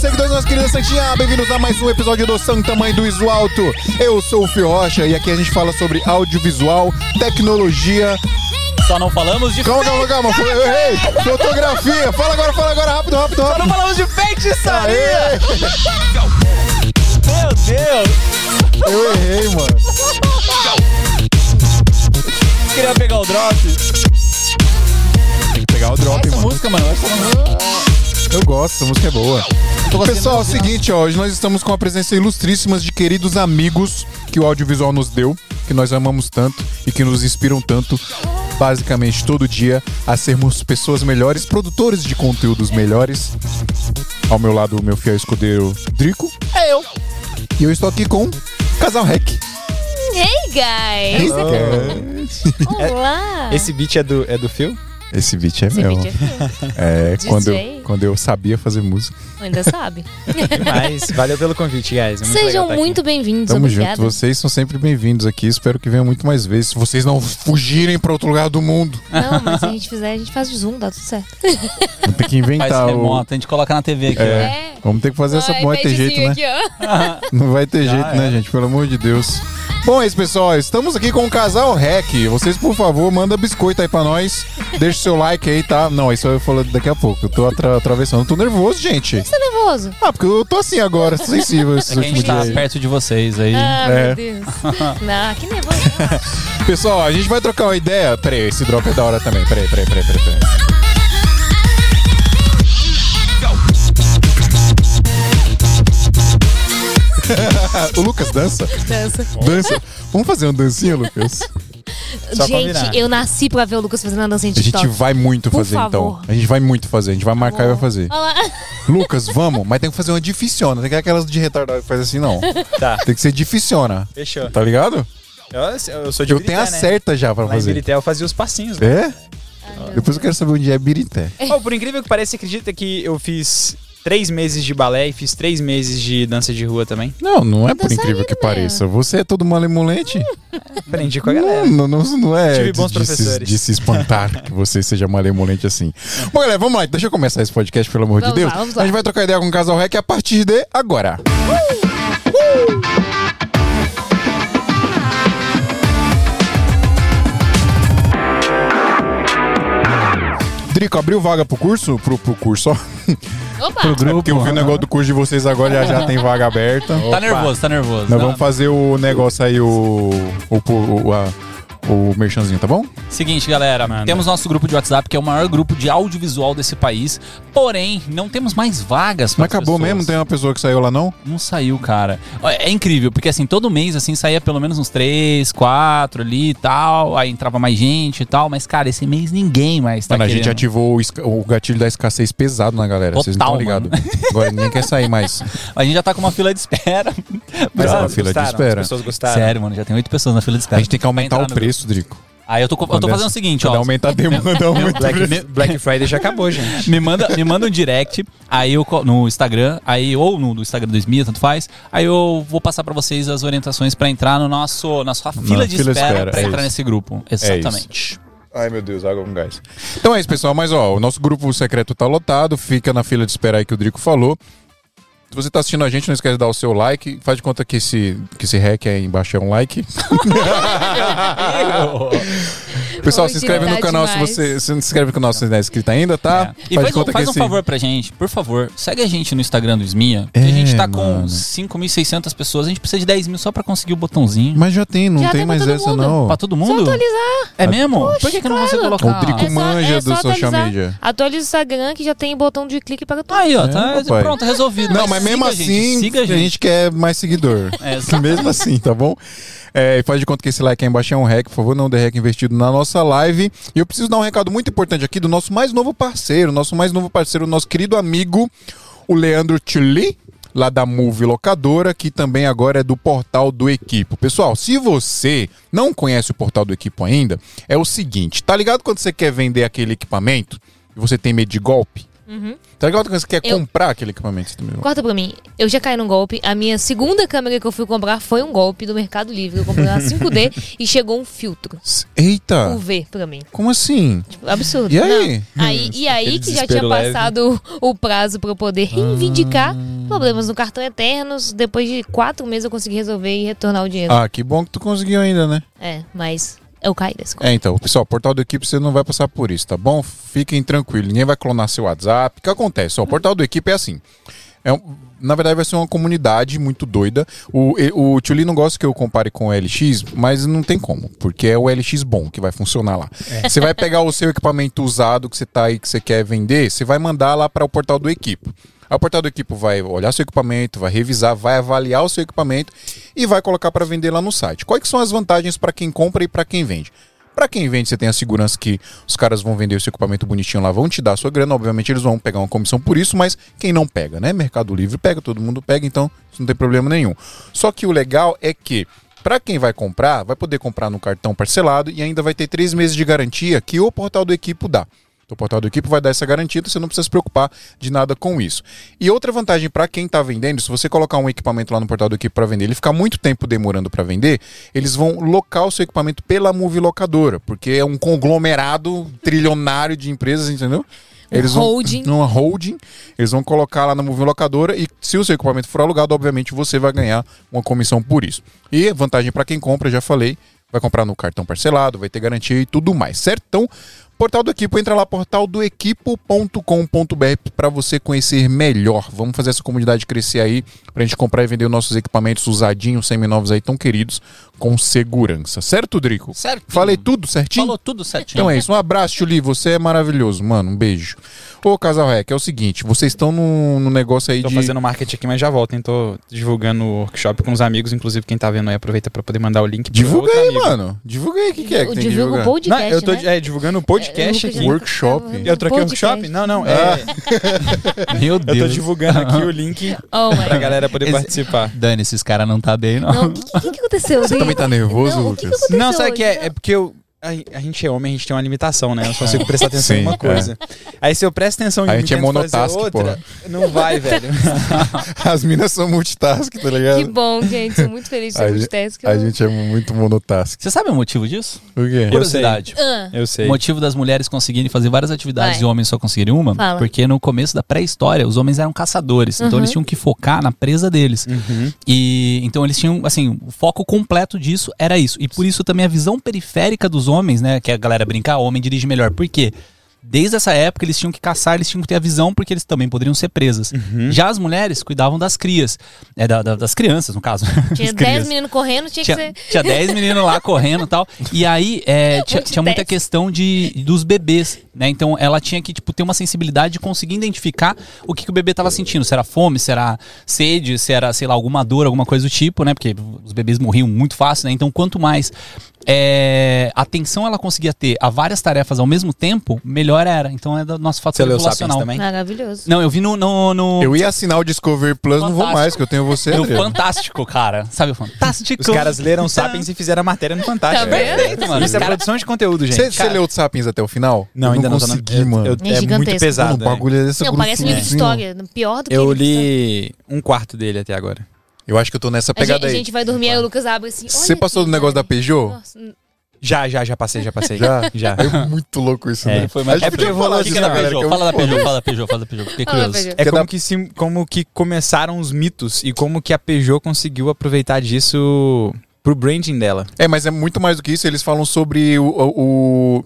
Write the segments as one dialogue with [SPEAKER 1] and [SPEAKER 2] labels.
[SPEAKER 1] Beleza, Santinha? Bem-vindos a mais um episódio do Santo Tamanho do Iso Alto. Eu sou o Fio Rocha e aqui a gente fala sobre audiovisual, tecnologia.
[SPEAKER 2] Só não falamos de
[SPEAKER 1] Calma, calma, calma. Fo- Eu errei. Fotografia. Fala agora, fala agora. Rápido, rápido,
[SPEAKER 2] Só não
[SPEAKER 1] rápido.
[SPEAKER 2] falamos de feitiçaria!
[SPEAKER 1] Aê!
[SPEAKER 2] Meu Deus!
[SPEAKER 1] Eu errei, mano.
[SPEAKER 2] Queria pegar o drop.
[SPEAKER 1] Tem que pegar o drop,
[SPEAKER 2] Essa
[SPEAKER 1] mano.
[SPEAKER 2] música, mano, essa
[SPEAKER 1] Eu gosto, a música é boa. Pessoal, é o seguinte, ó, hoje nós estamos com a presença ilustríssima de queridos amigos que o audiovisual nos deu, que nós amamos tanto e que nos inspiram tanto, basicamente todo dia, a sermos pessoas melhores, produtores de conteúdos melhores. Ao meu lado, o meu fiel escudeiro Drico.
[SPEAKER 2] É
[SPEAKER 1] Tá,
[SPEAKER 2] eu.
[SPEAKER 1] E eu estou aqui com Casal Rec.
[SPEAKER 3] Hey guys!
[SPEAKER 1] é
[SPEAKER 3] Olá!
[SPEAKER 2] Esse beat é do, é do Phil?
[SPEAKER 1] Esse beat é
[SPEAKER 3] Esse
[SPEAKER 1] meu.
[SPEAKER 3] vídeo é feio.
[SPEAKER 1] É,
[SPEAKER 3] DJ.
[SPEAKER 1] quando eu, quando eu sabia fazer música.
[SPEAKER 3] Ainda sabe.
[SPEAKER 2] Mas valeu pelo convite, guys. É muito legal
[SPEAKER 3] Sejam
[SPEAKER 2] tá aqui.
[SPEAKER 3] muito bem-vindos,
[SPEAKER 1] Tamo
[SPEAKER 3] obrigada.
[SPEAKER 1] junto, vocês são sempre bem-vindos aqui. Espero que venham muito mais vezes. Se vocês não fugirem para outro lugar do mundo,
[SPEAKER 3] Não, mas se a gente fizer, a gente faz o zoom, dá tudo certo.
[SPEAKER 1] tem que
[SPEAKER 2] Faz
[SPEAKER 1] inventar o,
[SPEAKER 2] remoto, a gente coloca na TV aqui. né? ó.
[SPEAKER 1] É. Vamos ter que fazer essa porra, vai ter jeito, né? Não vai ter jeito, né, gente? Pelo amor de Deus. Bom, é isso, pessoal. Estamos aqui com o casal Rec. Vocês, por favor, manda biscoito aí pra nós. Deixa o seu like aí, tá? Não, isso eu falo daqui a pouco. Eu tô atra- atravessando. Eu tô nervoso, gente.
[SPEAKER 3] Você tá nervoso?
[SPEAKER 1] Ah, porque eu tô assim agora, sensível
[SPEAKER 2] É
[SPEAKER 1] esses
[SPEAKER 2] que a gente
[SPEAKER 1] últimos
[SPEAKER 2] tá
[SPEAKER 1] dias. aí.
[SPEAKER 2] perto de vocês aí.
[SPEAKER 3] Ah,
[SPEAKER 1] É.
[SPEAKER 3] meu Deus. Não, que nervoso. relaxa.
[SPEAKER 1] Pessoal, a gente vai trocar uma ideia. Peraí, esse drop é da hora também. Peraí, peraí, peraí, peraí. peraí. o Lucas dança?
[SPEAKER 3] Dança.
[SPEAKER 1] Dança. Vamos fazer uma dancinha, Lucas?
[SPEAKER 2] Só pra virar.
[SPEAKER 3] Gente, eu nasci pra ver o Lucas fazendo uma dança em
[SPEAKER 1] A gente
[SPEAKER 3] TikTok.
[SPEAKER 1] vai muito
[SPEAKER 3] Tá. Por
[SPEAKER 1] fazer, então.
[SPEAKER 3] favor.
[SPEAKER 1] A gente vai muito fazer. A gente vai marcar e vai fazer.
[SPEAKER 3] Olha lá.
[SPEAKER 1] Lucas, vamos. Mas tem que fazer uma dificiona. Tem que aquelas de retardado que faz assim, não.
[SPEAKER 4] Tá.
[SPEAKER 1] Tem que ser dificiona.
[SPEAKER 4] Fechou.
[SPEAKER 1] Tá ligado?
[SPEAKER 4] Eu, eu sou de
[SPEAKER 1] Eu
[SPEAKER 4] Birité,
[SPEAKER 1] tenho a
[SPEAKER 4] né?
[SPEAKER 1] certa já pra
[SPEAKER 4] Lá em
[SPEAKER 1] fazer.
[SPEAKER 4] Birité eu fazia os passinhos. Né?
[SPEAKER 1] É? Depois eu quero saber onde é Birité.
[SPEAKER 4] Oh, por incrível que pareça, você acredita que eu fiz três meses de balé e fiz três meses de dança de rua também?
[SPEAKER 1] Não, não é por
[SPEAKER 3] dançarina.
[SPEAKER 1] incrível que pareça. Você é todo malemolente.
[SPEAKER 3] Hum,
[SPEAKER 4] Aprendi com a galera.
[SPEAKER 1] Não, não, não, não é
[SPEAKER 4] Tive
[SPEAKER 1] de,
[SPEAKER 4] bons
[SPEAKER 1] de se-
[SPEAKER 4] professores.
[SPEAKER 1] de se espantar que você seja malemolente assim. Bom, galera, vamos lá. Deixa eu começar esse podcast, pelo amor de
[SPEAKER 3] Vamos lá,
[SPEAKER 1] Deus.
[SPEAKER 3] vamos lá.
[SPEAKER 1] A gente vai trocar ideia com o Casal Rec a partir de agora. Drico, abriu vaga pro curso? Pro, pro curso, ó.
[SPEAKER 3] Opa!
[SPEAKER 1] É porque eu vi o negócio do curso de vocês agora, já, já tem vaga aberta.
[SPEAKER 2] Tá nervoso, tá nervoso.
[SPEAKER 1] Nós
[SPEAKER 2] Não,
[SPEAKER 1] vamos fazer o negócio aí, o. O, o, o, a- o merchanzinho, tá bom?
[SPEAKER 2] Seguinte, galera,
[SPEAKER 4] Manda.
[SPEAKER 2] temos nosso grupo de WhatsApp, que é o maior grupo de audiovisual desse país. Porém, não temos mais vagas para
[SPEAKER 1] Mas acabou mesmo? Não tem uma pessoa que saiu lá, não?
[SPEAKER 2] Não saiu, cara. Ó, É incrível, porque assim, todo mês, assim, saía pelo menos uns três, quatro ali e tal. Aí entrava mais gente e tal. Mas, cara, esse mês ninguém mais tá
[SPEAKER 1] Mano, a gente
[SPEAKER 2] querendo.
[SPEAKER 1] ativou o, esca- o gatilho da escassez pesado na galera. Vocês não estão
[SPEAKER 2] Total,
[SPEAKER 1] ligados.
[SPEAKER 2] mano.
[SPEAKER 1] Agora ninguém quer sair mais.
[SPEAKER 2] A gente já tá com uma fila de espera.
[SPEAKER 1] Mas
[SPEAKER 4] Gostaram,
[SPEAKER 1] a Ah, fila de
[SPEAKER 4] gostaram,
[SPEAKER 1] espera.
[SPEAKER 4] As pessoas gostaram.
[SPEAKER 2] Sério, mano, já tem oito pessoas na fila
[SPEAKER 1] A
[SPEAKER 2] de espera.
[SPEAKER 1] gente tem que aumentar
[SPEAKER 2] Pra
[SPEAKER 1] o
[SPEAKER 2] entrar no grupo.
[SPEAKER 1] preço, Drico.
[SPEAKER 2] Aí eu tô, co- eu tô
[SPEAKER 1] Quando
[SPEAKER 2] fazendo
[SPEAKER 1] essa-
[SPEAKER 2] o seguinte,
[SPEAKER 1] Quando
[SPEAKER 2] ó.
[SPEAKER 1] aumentar a demanda, aumenta o preço.
[SPEAKER 4] Black, Black Friday já acabou, gente.
[SPEAKER 2] Me manda, me manda um direct aí eu, co- no Instagram, aí ou no do Instagram 2000, tanto faz. Aí eu vou passar pra vocês as orientações pra entrar no nosso na sua fila de
[SPEAKER 1] fila de
[SPEAKER 2] espera,
[SPEAKER 1] espera,
[SPEAKER 2] pra
[SPEAKER 1] é
[SPEAKER 2] entrar
[SPEAKER 1] isso.
[SPEAKER 2] nesse grupo. Exatamente.
[SPEAKER 1] Ai, meu Deus, água com gás. Então é isso, pessoal. Mas, ó, o nosso grupo secreto tá lotado. Fica na fila de espera aí que o Drico falou. Se você tá assistindo a gente, não esquece de dar o seu like. Faz de conta que esse, que esse hack aí embaixo é um like. Pessoal, se inscreve no
[SPEAKER 3] Originalidade
[SPEAKER 1] canal se
[SPEAKER 3] demais.
[SPEAKER 1] você se não se inscreve no canal se não é inscrito ainda, tá?
[SPEAKER 2] E faz,
[SPEAKER 1] de
[SPEAKER 2] um, faz um
[SPEAKER 1] esse-
[SPEAKER 2] favor pra gente, por favor, segue a gente no Instagram do Esminha, que
[SPEAKER 1] É,
[SPEAKER 2] a gente tá com
[SPEAKER 1] mano.
[SPEAKER 2] 5.600 pessoas, a gente precisa de 10 mil só pra conseguir o botãozinho.
[SPEAKER 1] Mas já tem, não
[SPEAKER 3] Já
[SPEAKER 1] tem
[SPEAKER 3] tem pra
[SPEAKER 1] mais
[SPEAKER 3] todo
[SPEAKER 1] essa
[SPEAKER 3] mundo.
[SPEAKER 1] não.
[SPEAKER 2] Pra todo
[SPEAKER 3] Só
[SPEAKER 2] mundo?
[SPEAKER 3] atualizar.
[SPEAKER 2] É mesmo?
[SPEAKER 3] Poxa,
[SPEAKER 2] Por que, que não É. consegue
[SPEAKER 3] claro.
[SPEAKER 2] colocar?
[SPEAKER 1] O Drico
[SPEAKER 3] só- é
[SPEAKER 1] manja do
[SPEAKER 3] só
[SPEAKER 1] social
[SPEAKER 3] atualizar.
[SPEAKER 1] media.
[SPEAKER 3] Atualiza o Instagram que já tem botão de clique para tudo.
[SPEAKER 2] Aí, ó,
[SPEAKER 1] É,
[SPEAKER 2] tá
[SPEAKER 1] papai.
[SPEAKER 2] pronto, resolvido.
[SPEAKER 1] Não, mas mesmo
[SPEAKER 2] siga a gente,
[SPEAKER 1] assim,
[SPEAKER 2] siga a gente.
[SPEAKER 1] quer mais seguidor.
[SPEAKER 2] É, exato.
[SPEAKER 1] mesmo assim, tá bom? É, e faz de conta que esse like aí embaixo é um rec, por favor, não dê rec investido na nossa live. E eu preciso dar um recado muito importante aqui do nosso mais novo parceiro, nosso mais novo parceiro, nosso querido amigo, o Leandro Tilly. Lá da Move Locadora, que também agora é do Portal do Equipo. Pessoal, se você não conhece o Portal do Equipo ainda, é o seguinte: tá ligado quando você quer vender aquele equipamento e você tem medo de golpe? Tá ligado quando você quer
[SPEAKER 3] Eu-
[SPEAKER 1] comprar aquele equipamento também?
[SPEAKER 3] Corta pra mim. Eu já caí num golpe. A minha segunda câmera que eu fui comprar foi um golpe do Mercado Livre. Eu comprei uma 5D e chegou um filtro.
[SPEAKER 1] Eita!
[SPEAKER 3] UV pra mim.
[SPEAKER 1] Como assim?
[SPEAKER 3] Tipo, absurdo.
[SPEAKER 1] Ah. E aí?
[SPEAKER 3] Não. aí e aí
[SPEAKER 4] Hum, Aquele
[SPEAKER 3] que já tinha
[SPEAKER 4] desespero leve.
[SPEAKER 3] passado o prazo pra eu poder
[SPEAKER 1] Ah.
[SPEAKER 3] reivindicar problemas no cartão eternos. Depois de quatro meses eu consegui resolver e retornar o dinheiro.
[SPEAKER 1] Ah, que bom que tu conseguiu ainda, né?
[SPEAKER 3] É, mas eu caí desse golpe.
[SPEAKER 1] É, então, pessoal, portal do equipe você não vai passar por isso, tá bom? Fiquem tranquilos, ninguém vai clonar seu WhatsApp. O que acontece? Ó, o portal do equipe é assim. É um- na verdade, vai ser uma comunidade muito doida. O, e- o Tio Lee não gosta que eu compare com o LX, mas não tem como, porque é o LX bom que vai funcionar lá. Você vai pegar o seu equipamento usado que você tá aí, que você quer vender, você vai mandar lá para o portal do equipe. Aí O portal do equipe vai olhar seu equipamento, vai revisar, vai avaliar o seu equipamento e vai colocar para vender lá no site. Quais que são as vantagens para quem compra e para quem vende? Pra quem vende, você tem a segurança que os caras vão vender o seu equipamento bonitinho lá, vão te dar a sua grana. Obviamente, eles vão pegar uma comissão por isso, mas quem não pega, né? Mercado Livre pega, todo mundo pega, então isso não tem problema nenhum. Só que o legal é que, pra quem vai comprar, vai poder comprar no cartão parcelado e ainda vai ter três meses de garantia que o portal do equipo dá. Então, o portal do equipo vai dar essa garantia, então você não precisa se preocupar de nada com isso. E outra vantagem para quem está vendendo, se você colocar um equipamento lá no portal do equipo para vender, ele ficar muito tempo demorando para vender, eles vão locar o seu equipamento pela Move Locadora, porque é um conglomerado trilionário de empresas, entendeu? Eles vão,
[SPEAKER 3] holding.
[SPEAKER 1] Uma holding. Eles vão colocar lá na Move Locadora e se o seu equipamento for alugado, obviamente você vai ganhar uma comissão por isso. E vantagem para quem compra, já falei, vai comprar no cartão parcelado, vai ter garantia e tudo mais, certo? Então, portal do equipo, entra lá portaldoequipo.com.br para você conhecer melhor. Vamos fazer essa comunidade crescer aí pra gente comprar e vender nossos equipamentos usadinhos, seminovos aí tão queridos com segurança, certo, Drico?
[SPEAKER 2] Certo.
[SPEAKER 1] Falei tudo certinho?
[SPEAKER 2] Falou tudo certinho.
[SPEAKER 1] Então é isso. Um abraço, Tchuli. Você é maravilhoso, mano. Um beijo. Ô, Casal Rec, é o seguinte. Vocês estão num, num negócio aí
[SPEAKER 4] Tô
[SPEAKER 1] de...
[SPEAKER 4] fazendo um marketing aqui, mas já volto, hein? Tô divulgando o workshop com os amigos. Inclusive, quem tá vendo aí, aproveita pra poder mandar o link. pro
[SPEAKER 1] Divulga
[SPEAKER 4] outro
[SPEAKER 1] aí,
[SPEAKER 4] amigo.
[SPEAKER 1] mano. Divulga aí o que, que é que
[SPEAKER 3] Eu
[SPEAKER 1] tem que
[SPEAKER 3] divulgo
[SPEAKER 1] divulgar.
[SPEAKER 3] o podcast,
[SPEAKER 4] Não, eu tô
[SPEAKER 3] né?
[SPEAKER 4] é, divulgando o podcast
[SPEAKER 3] É, eu
[SPEAKER 4] aqui.
[SPEAKER 3] nunca já-
[SPEAKER 1] Workshop.
[SPEAKER 3] tava-
[SPEAKER 4] Eu troquei o
[SPEAKER 3] podcast.
[SPEAKER 4] workshop? Não, não.
[SPEAKER 1] Ah.
[SPEAKER 4] É,
[SPEAKER 2] Meu
[SPEAKER 4] eu
[SPEAKER 2] Deus.
[SPEAKER 4] tô divulgando aqui o link
[SPEAKER 3] Oh, my
[SPEAKER 4] pra
[SPEAKER 3] God.
[SPEAKER 4] galera poder
[SPEAKER 2] Esse-
[SPEAKER 4] participar.
[SPEAKER 2] Dane, esses caras não tá bem, não.
[SPEAKER 3] Não, o que, que, que aconteceu?
[SPEAKER 1] Você também tá nervoso,
[SPEAKER 3] Não, o que
[SPEAKER 1] Lucas?
[SPEAKER 3] que aconteceu
[SPEAKER 4] Não, sabe
[SPEAKER 3] hoje?
[SPEAKER 4] o que é? É porque eu. A, a gente é homem, a gente tem uma limitação, né? Eu só consigo prestar atenção em
[SPEAKER 1] Sim,
[SPEAKER 4] uma coisa. Aí se eu presto atenção em um
[SPEAKER 1] A
[SPEAKER 4] uma
[SPEAKER 1] gente é monotask,
[SPEAKER 4] outra, não vai, velho.
[SPEAKER 1] As minas são multitask, tá
[SPEAKER 3] Que
[SPEAKER 1] ligado?
[SPEAKER 3] bom, gente. Sou muito feliz de
[SPEAKER 1] A
[SPEAKER 3] ser
[SPEAKER 1] gente-
[SPEAKER 3] multitask.
[SPEAKER 1] A gente é muito monotask.
[SPEAKER 2] Você sabe o motivo disso?
[SPEAKER 1] Por quê?
[SPEAKER 4] Eu-
[SPEAKER 2] Curiosidade.
[SPEAKER 3] Ah,
[SPEAKER 4] Eu sei.
[SPEAKER 2] O motivo das mulheres conseguirem fazer várias atividades
[SPEAKER 3] Vai.
[SPEAKER 2] e homens só conseguirem uma?
[SPEAKER 3] Fala.
[SPEAKER 2] Porque no começo da pré-história, os homens eram caçadores. Então
[SPEAKER 3] Uhum.
[SPEAKER 2] eles tinham que focar na presa deles. E então eles tinham, assim, o foco completo disso era isso. E por isso também a visão periférica dos homens, né? Que a galera brinca, ah, homem dirige melhor. Por quê? Desde essa época eles tinham que caçar, eles tinham que ter a visão, porque eles também poderiam ser presas. Já as mulheres cuidavam das crias, é, da- da- das crianças, no caso.
[SPEAKER 3] tinha
[SPEAKER 2] As
[SPEAKER 3] 10
[SPEAKER 2] crias
[SPEAKER 3] meninos correndo, tinha,
[SPEAKER 2] tinha,
[SPEAKER 3] que ser.
[SPEAKER 2] tinha 10 meninos lá correndo e tal. E aí, é, tinha, tinha muita
[SPEAKER 3] Multitask.
[SPEAKER 2] questão de, dos bebês, né? Então ela tinha que, tipo, ter uma sensibilidade de conseguir identificar o que, que o bebê tava sentindo. Se era fome, se era sede, se era, sei lá, alguma dor, alguma coisa do tipo, né? Porque os bebês morriam muito fácil, né? Então, quanto mais é, atenção ela conseguia ter a várias tarefas ao mesmo tempo, melhor era. Então é do nosso
[SPEAKER 4] Você
[SPEAKER 2] fator
[SPEAKER 4] leu Sapiens
[SPEAKER 2] populacional.
[SPEAKER 4] também?
[SPEAKER 3] Maravilhoso.
[SPEAKER 2] Não, eu vi no. no, no-
[SPEAKER 1] Eu ia assinar o Discovery Plus, não vou
[SPEAKER 2] Fantástico.
[SPEAKER 1] mais, que eu tenho você,
[SPEAKER 2] no
[SPEAKER 1] André.
[SPEAKER 2] Fantástico, cara. Sabe o Fantástico?
[SPEAKER 4] Os caras leram Sapiens e fizeram a matéria no Fantástico.
[SPEAKER 3] Tá vendo?
[SPEAKER 2] Perfeito, mano. Os
[SPEAKER 4] Isso é
[SPEAKER 2] caras-
[SPEAKER 4] produção de conteúdo, gente.
[SPEAKER 1] Você você leu o Sapiens até o final?
[SPEAKER 4] Não,
[SPEAKER 1] Eu
[SPEAKER 4] ainda não, tô na-
[SPEAKER 1] consegui,
[SPEAKER 4] eu-
[SPEAKER 1] mano.
[SPEAKER 4] eu-
[SPEAKER 3] É
[SPEAKER 4] é muito
[SPEAKER 3] gigantesco.
[SPEAKER 1] Mano,
[SPEAKER 4] pesado.
[SPEAKER 1] o bagulho é dessa
[SPEAKER 3] Não, parece livro de
[SPEAKER 1] grossinha, assim, ó.
[SPEAKER 3] história. Pior do que
[SPEAKER 4] Eu
[SPEAKER 3] livro de história.
[SPEAKER 4] li um quarto dele até agora.
[SPEAKER 1] Eu acho que eu tô nessa
[SPEAKER 3] A gente,
[SPEAKER 1] pegada
[SPEAKER 3] a
[SPEAKER 1] aí.
[SPEAKER 3] gente vai dormir, aí o Lucas abre assim.
[SPEAKER 1] Você
[SPEAKER 3] olha
[SPEAKER 1] passou
[SPEAKER 3] aqui,
[SPEAKER 1] do negócio da
[SPEAKER 3] cara.
[SPEAKER 1] Peugeot?
[SPEAKER 3] Nossa,
[SPEAKER 4] Já, já, já passei, já passei.
[SPEAKER 1] Já?
[SPEAKER 4] Já.
[SPEAKER 1] É muito louco isso,
[SPEAKER 4] É,
[SPEAKER 1] né?
[SPEAKER 2] foi mais
[SPEAKER 1] A gente
[SPEAKER 2] pra
[SPEAKER 1] podia
[SPEAKER 4] frente.
[SPEAKER 1] falar
[SPEAKER 4] O
[SPEAKER 2] que
[SPEAKER 1] disso,
[SPEAKER 2] que era
[SPEAKER 1] né, galera?
[SPEAKER 2] Peugeot?
[SPEAKER 1] que é
[SPEAKER 2] Fala da
[SPEAKER 1] muito
[SPEAKER 2] Peugeot, fala da Peugeot, fala da Peugeot. Fiquei
[SPEAKER 3] Fala da
[SPEAKER 2] curioso.
[SPEAKER 3] Peugeot.
[SPEAKER 4] É
[SPEAKER 1] Quer
[SPEAKER 4] como
[SPEAKER 1] dar-
[SPEAKER 4] que, se, como que começaram os mitos e como que a Peugeot conseguiu aproveitar disso pro branding dela.
[SPEAKER 1] É, mas é muito mais do que isso. Eles falam sobre o, o- o-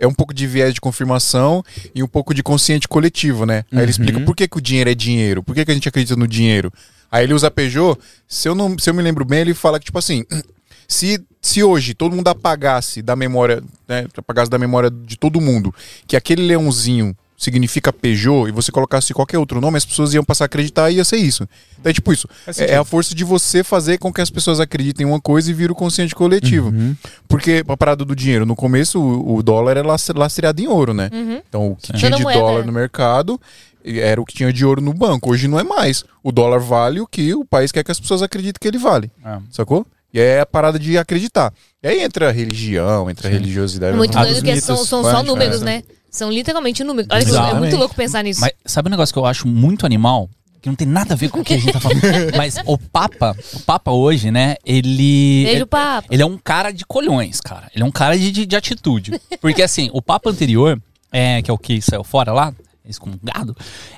[SPEAKER 1] É um pouco de viés de confirmação e um pouco de consciente coletivo, né? Aí ele
[SPEAKER 2] Uhum.
[SPEAKER 1] explica por que, que o dinheiro é dinheiro, por que, que a gente acredita no dinheiro. Aí ele usa a Peugeot, se eu, não, se eu me lembro bem, ele fala que, tipo assim, se, se hoje todo mundo apagasse da memória, né, apagasse da memória de todo mundo, que aquele leãozinho significa Peugeot e você colocasse qualquer outro nome, as pessoas iam passar a acreditar e ia ser isso. Então é tipo isso.
[SPEAKER 4] Faz
[SPEAKER 1] É, é a força de você fazer com que as pessoas acreditem em uma coisa e vira o consciente coletivo.
[SPEAKER 4] Uhum.
[SPEAKER 1] Porque a parada do dinheiro, no começo o, o dólar era lace- lastreado em ouro, né? Então o que tinha
[SPEAKER 3] Uhum. Toda
[SPEAKER 1] de
[SPEAKER 3] moeda,
[SPEAKER 1] dólar
[SPEAKER 3] né?
[SPEAKER 1] no mercado era o que tinha de ouro no banco. Hoje não é mais. O dólar vale o que o país quer que as pessoas acreditem que ele vale.
[SPEAKER 4] É.
[SPEAKER 1] Sacou? E aí é a parada de acreditar. E aí entra a religião, entra a religiosidade.
[SPEAKER 3] É Muito
[SPEAKER 1] Ah,
[SPEAKER 3] doido
[SPEAKER 1] dos
[SPEAKER 3] que
[SPEAKER 1] mitos é.
[SPEAKER 3] são, são só
[SPEAKER 1] fãs,
[SPEAKER 3] números,
[SPEAKER 1] cara.
[SPEAKER 3] né? São literalmente números. Olha que é
[SPEAKER 2] Exatamente.
[SPEAKER 3] muito louco pensar nisso.
[SPEAKER 2] Mas sabe um negócio que eu acho muito animal? Que não tem nada a ver com o que a gente tá falando. Mas o Papa, o Papa hoje, né, ele.
[SPEAKER 3] Beijo,
[SPEAKER 2] ele-
[SPEAKER 3] Papa.
[SPEAKER 2] Ele é um cara de colhões, cara. Ele é um cara de, de, de atitude. Porque assim, o Papa anterior, é, que é o que saiu fora lá, excomungado,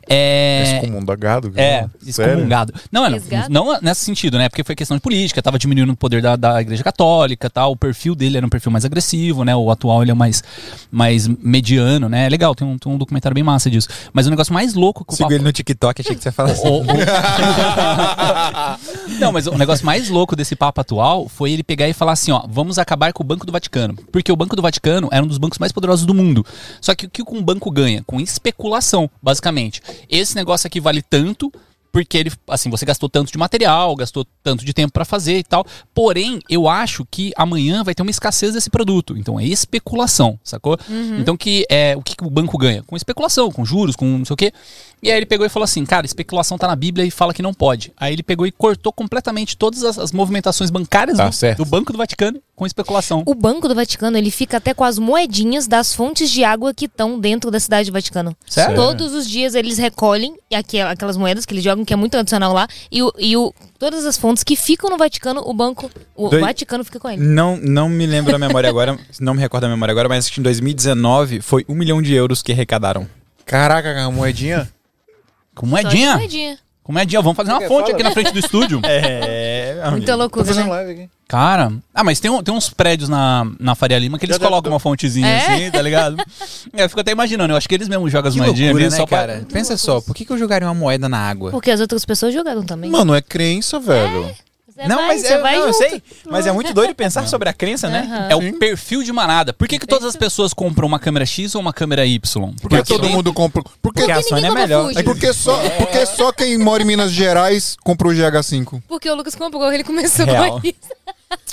[SPEAKER 2] é.
[SPEAKER 1] Excomungado?
[SPEAKER 2] É,
[SPEAKER 1] Sério?
[SPEAKER 2] excomungado. Não, não,
[SPEAKER 3] Fisgado?
[SPEAKER 2] não nesse sentido, né? Porque foi questão de política, tava diminuindo o poder da, da igreja católica tal. O perfil dele era um perfil mais agressivo, né? O atual ele é mais, mais mediano, né? É legal, tem um, tem um documentário bem massa disso. Mas o negócio mais louco que o
[SPEAKER 4] Sigo
[SPEAKER 2] Papa.
[SPEAKER 4] ele no TikTok, achei que você ia falar assim.
[SPEAKER 2] O- o- Não, mas o negócio mais louco desse Papa atual foi ele pegar e falar assim, ó, vamos acabar com o Banco do Vaticano. Porque o Banco do Vaticano era um dos bancos mais poderosos do mundo. Só que o que um banco ganha? Com especulação, basicamente. Esse negócio aqui vale tanto porque ele, assim, você gastou tanto de material, gastou tanto de tempo pra fazer e tal. Porém, eu acho que amanhã vai ter uma escassez desse produto. Então é especulação, sacou?
[SPEAKER 3] Uhum.
[SPEAKER 2] Então que é o que, que o banco ganha? Com especulação, com juros, com não sei o quê. E aí ele pegou e falou assim, cara, especulação tá na Bíblia e fala que não pode. Aí ele pegou e cortou completamente todas as, as movimentações bancárias
[SPEAKER 1] Tá
[SPEAKER 2] do,
[SPEAKER 1] certo.
[SPEAKER 2] do Banco do Vaticano com especulação.
[SPEAKER 3] O Banco do Vaticano, ele fica até com as moedinhas das fontes de água que estão dentro da cidade do Vaticano.
[SPEAKER 2] Sério?
[SPEAKER 3] Todos os dias eles recolhem aqu- aquelas moedas que eles jogam, que é muito tradicional lá, e, o- e o- todas as fontes que ficam no Vaticano, o banco, o
[SPEAKER 4] Doi-
[SPEAKER 3] Vaticano fica com ele.
[SPEAKER 4] Não, não me lembro da memória agora, não me recordo da memória agora, mas acho que em 2019 foi um milhão de euros que arrecadaram.
[SPEAKER 1] Caraca, a moedinha.
[SPEAKER 2] Com
[SPEAKER 3] Só de
[SPEAKER 2] moedinha?
[SPEAKER 3] moedinha.
[SPEAKER 2] Com moedinha, vamos fazer uma
[SPEAKER 1] que
[SPEAKER 2] fonte
[SPEAKER 1] fala?
[SPEAKER 2] aqui na frente do estúdio.
[SPEAKER 4] É.
[SPEAKER 3] Muita
[SPEAKER 1] Tô
[SPEAKER 3] loucura,
[SPEAKER 1] Tá fazendo
[SPEAKER 3] né?
[SPEAKER 1] live aqui.
[SPEAKER 2] Cara, ah, mas tem, um- tem uns prédios na, na Faria Lima que eles
[SPEAKER 1] Já deve
[SPEAKER 2] colocam uma fontezinha
[SPEAKER 3] É?
[SPEAKER 2] assim, tá ligado? É, eu fico até imaginando, eu acho que eles mesmos jogam as
[SPEAKER 4] né,
[SPEAKER 2] moedinhas ali
[SPEAKER 1] né,
[SPEAKER 2] só pra-
[SPEAKER 4] Pensa só, por que, que eu jogaria uma moeda na água?
[SPEAKER 3] Porque as outras pessoas jogaram também.
[SPEAKER 1] Mano, é crença, velho.
[SPEAKER 3] Você
[SPEAKER 4] não,
[SPEAKER 3] vai-
[SPEAKER 4] mas
[SPEAKER 3] você
[SPEAKER 4] é,
[SPEAKER 3] vai
[SPEAKER 4] não, eu
[SPEAKER 3] junto.
[SPEAKER 4] sei, mas é muito doido pensar sobre a crença, né?
[SPEAKER 2] É o perfil de manada. Por que, que todas as pessoas compram uma câmera X ou uma câmera Y?
[SPEAKER 1] Por que todo mundo compra? Por que,
[SPEAKER 4] Porque a
[SPEAKER 3] ninguém
[SPEAKER 4] Sony é
[SPEAKER 3] compra
[SPEAKER 4] melhor.
[SPEAKER 3] Fuji.
[SPEAKER 1] porque só, porque só quem mora em Minas Gerais comprou o GH5.
[SPEAKER 3] Porque o Lucas comprou, ele começou
[SPEAKER 4] Real.
[SPEAKER 3] com isso.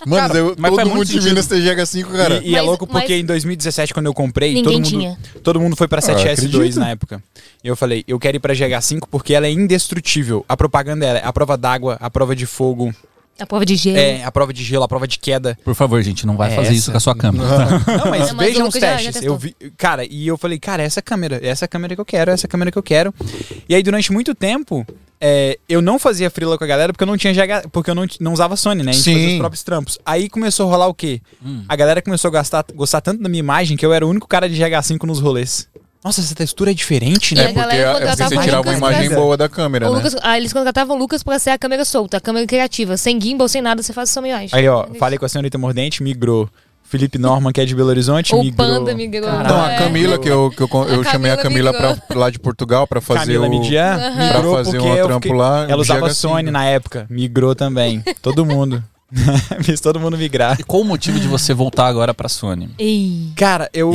[SPEAKER 1] Mano, eu-
[SPEAKER 2] mas
[SPEAKER 1] todo
[SPEAKER 2] faz muito
[SPEAKER 1] mundo de
[SPEAKER 2] sentido.
[SPEAKER 1] Minas tem GH5, cara.
[SPEAKER 4] E, e é
[SPEAKER 3] Mas-
[SPEAKER 4] louco porque
[SPEAKER 3] mas-
[SPEAKER 4] em 2017, quando eu comprei,
[SPEAKER 3] Ninguém
[SPEAKER 4] todo mundo,
[SPEAKER 3] tinha.
[SPEAKER 4] todo mundo foi pra 7S2
[SPEAKER 1] Ah, acredito.
[SPEAKER 4] na época. E eu falei, eu quero ir pra GH5 porque ela é indestrutível. A propaganda era a prova d'água, a prova de fogo,
[SPEAKER 3] A prova de gelo.
[SPEAKER 4] é, a prova de gelo, a prova de queda.
[SPEAKER 2] Por favor, gente, não vai
[SPEAKER 4] É
[SPEAKER 2] fazer isso
[SPEAKER 4] essa.
[SPEAKER 2] com a sua câmera.
[SPEAKER 4] Não, mas
[SPEAKER 3] Não, mas
[SPEAKER 4] vejam
[SPEAKER 3] o
[SPEAKER 4] os
[SPEAKER 3] Lucas já- já
[SPEAKER 4] testes.
[SPEAKER 3] testou.
[SPEAKER 4] eu vi, cara, e eu falei, cara, é essa câmera, essa câmera que eu quero, é essa câmera que eu quero. E aí durante muito tempo, é, eu não fazia frila com a galera porque eu não tinha GH, porque eu não, t- não usava Sony, né? A gente
[SPEAKER 1] Sim.
[SPEAKER 4] fazia os próprios trampos. Aí começou a rolar o quê?
[SPEAKER 3] Hum.
[SPEAKER 4] A galera começou a gastar, gostar tanto da minha imagem que eu era o único cara de GH5 nos rolês. Nossa, essa textura é diferente,
[SPEAKER 3] E
[SPEAKER 4] né?
[SPEAKER 3] a galera
[SPEAKER 1] porque
[SPEAKER 3] contratava
[SPEAKER 1] você tirava
[SPEAKER 3] Lucas
[SPEAKER 1] uma imagem
[SPEAKER 3] pra-
[SPEAKER 1] boa da câmera,
[SPEAKER 3] O
[SPEAKER 1] né?
[SPEAKER 3] Lucas, ah, eles contratavam o Lucas pra ser a câmera solta, a câmera criativa. Sem gimbal, sem nada, você faz sua imagem.
[SPEAKER 4] Aí, ó, falei com a senhorita Mordente, migrou. Felipe Norman, que é de Belo Horizonte,
[SPEAKER 3] O
[SPEAKER 4] migrou.
[SPEAKER 3] Panda migrou.
[SPEAKER 1] Não, Então, a
[SPEAKER 3] É.
[SPEAKER 1] Camila, que eu, que eu, eu
[SPEAKER 3] A
[SPEAKER 1] chamei a
[SPEAKER 3] Camila
[SPEAKER 1] Camila pra, lá de Portugal pra fazer
[SPEAKER 4] Camila
[SPEAKER 1] o...
[SPEAKER 4] Midian migrou
[SPEAKER 1] Pra fazer
[SPEAKER 4] porque
[SPEAKER 1] um
[SPEAKER 4] eu
[SPEAKER 1] trampo
[SPEAKER 4] fiquei-
[SPEAKER 1] lá,
[SPEAKER 4] Ela
[SPEAKER 1] um
[SPEAKER 4] usava
[SPEAKER 1] GH5.
[SPEAKER 4] Sony na época, migrou também. Todo mundo. Fiz todo mundo migrar.
[SPEAKER 2] E qual o motivo de você voltar agora pra Sony?
[SPEAKER 3] Ei.
[SPEAKER 4] Cara, eu.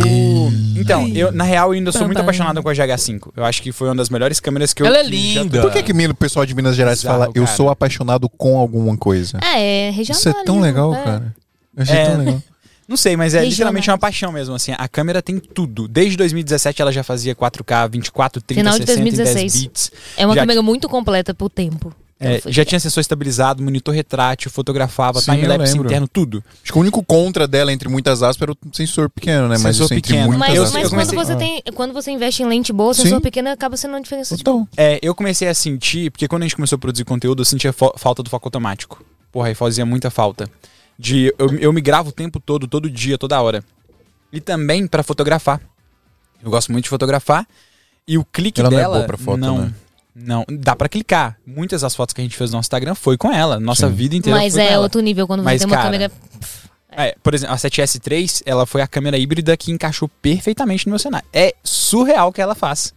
[SPEAKER 4] Então, eu, na real, eu ainda sou muito
[SPEAKER 3] Babado.
[SPEAKER 4] apaixonado com a GH5. Eu acho que foi uma das melhores câmeras que eu.
[SPEAKER 2] Ela é
[SPEAKER 4] que já-
[SPEAKER 2] linda.
[SPEAKER 1] Por que que o pessoal de Minas Gerais
[SPEAKER 4] Bizarro,
[SPEAKER 1] fala, eu
[SPEAKER 4] cara.
[SPEAKER 1] sou apaixonado com alguma coisa?
[SPEAKER 3] Ah, é regional.
[SPEAKER 1] Isso é tão
[SPEAKER 3] né?
[SPEAKER 1] legal,
[SPEAKER 3] É.
[SPEAKER 1] cara. Eu achei
[SPEAKER 4] É.
[SPEAKER 1] tão legal.
[SPEAKER 4] Não sei, mas é
[SPEAKER 3] Regional.
[SPEAKER 4] literalmente uma paixão mesmo. Assim, a câmera tem tudo. Desde 2017 ela já fazia 4K, 24, 30,
[SPEAKER 3] Final de
[SPEAKER 4] 60
[SPEAKER 3] 2016.
[SPEAKER 4] e 10 bits.
[SPEAKER 3] É uma
[SPEAKER 4] Já-
[SPEAKER 3] câmera muito completa pro tempo.
[SPEAKER 4] É,
[SPEAKER 3] Então foi-
[SPEAKER 4] já tinha sensor estabilizado, monitor retrátil, fotografava,
[SPEAKER 1] Sim,
[SPEAKER 4] time-lapse
[SPEAKER 1] eu lembro.
[SPEAKER 4] interno, tudo.
[SPEAKER 1] Acho que o único contra dela, entre muitas aspas, era o sensor pequeno, né? Mas
[SPEAKER 4] Sensor
[SPEAKER 1] isso entre
[SPEAKER 4] pequeno.
[SPEAKER 1] muitas
[SPEAKER 3] Mas,
[SPEAKER 4] Eu-
[SPEAKER 1] aspas.
[SPEAKER 3] mas
[SPEAKER 4] eu
[SPEAKER 3] quando, você
[SPEAKER 4] comecei-
[SPEAKER 3] tem, quando você investe em lente boa,
[SPEAKER 1] Sim.
[SPEAKER 3] sensor pequeno acaba sendo uma diferença. de-
[SPEAKER 1] Então,
[SPEAKER 4] É, eu comecei a sentir, porque quando a gente começou a produzir conteúdo, eu sentia fo- falta do foco automático. Porra, aí fazia muita falta. De eu, eu me gravo o tempo todo, todo dia, toda hora. E também pra fotografar. Eu gosto muito de fotografar. E o clique
[SPEAKER 1] Ela não é
[SPEAKER 4] dela.
[SPEAKER 1] boa pra foto,
[SPEAKER 4] não,
[SPEAKER 1] né?
[SPEAKER 4] não, dá pra clicar. Muitas das fotos que a gente fez no Instagram foi com ela. Nossa
[SPEAKER 1] Sim.
[SPEAKER 4] vida inteira.
[SPEAKER 3] Mas
[SPEAKER 4] foi com
[SPEAKER 3] é
[SPEAKER 4] ela.
[SPEAKER 3] outro nível quando você
[SPEAKER 4] Mas,
[SPEAKER 3] tem uma
[SPEAKER 4] cara,
[SPEAKER 3] câmera.
[SPEAKER 4] É, por exemplo, a 7S3, ela foi a câmera híbrida que encaixou perfeitamente no meu cenário. É surreal o que ela faz.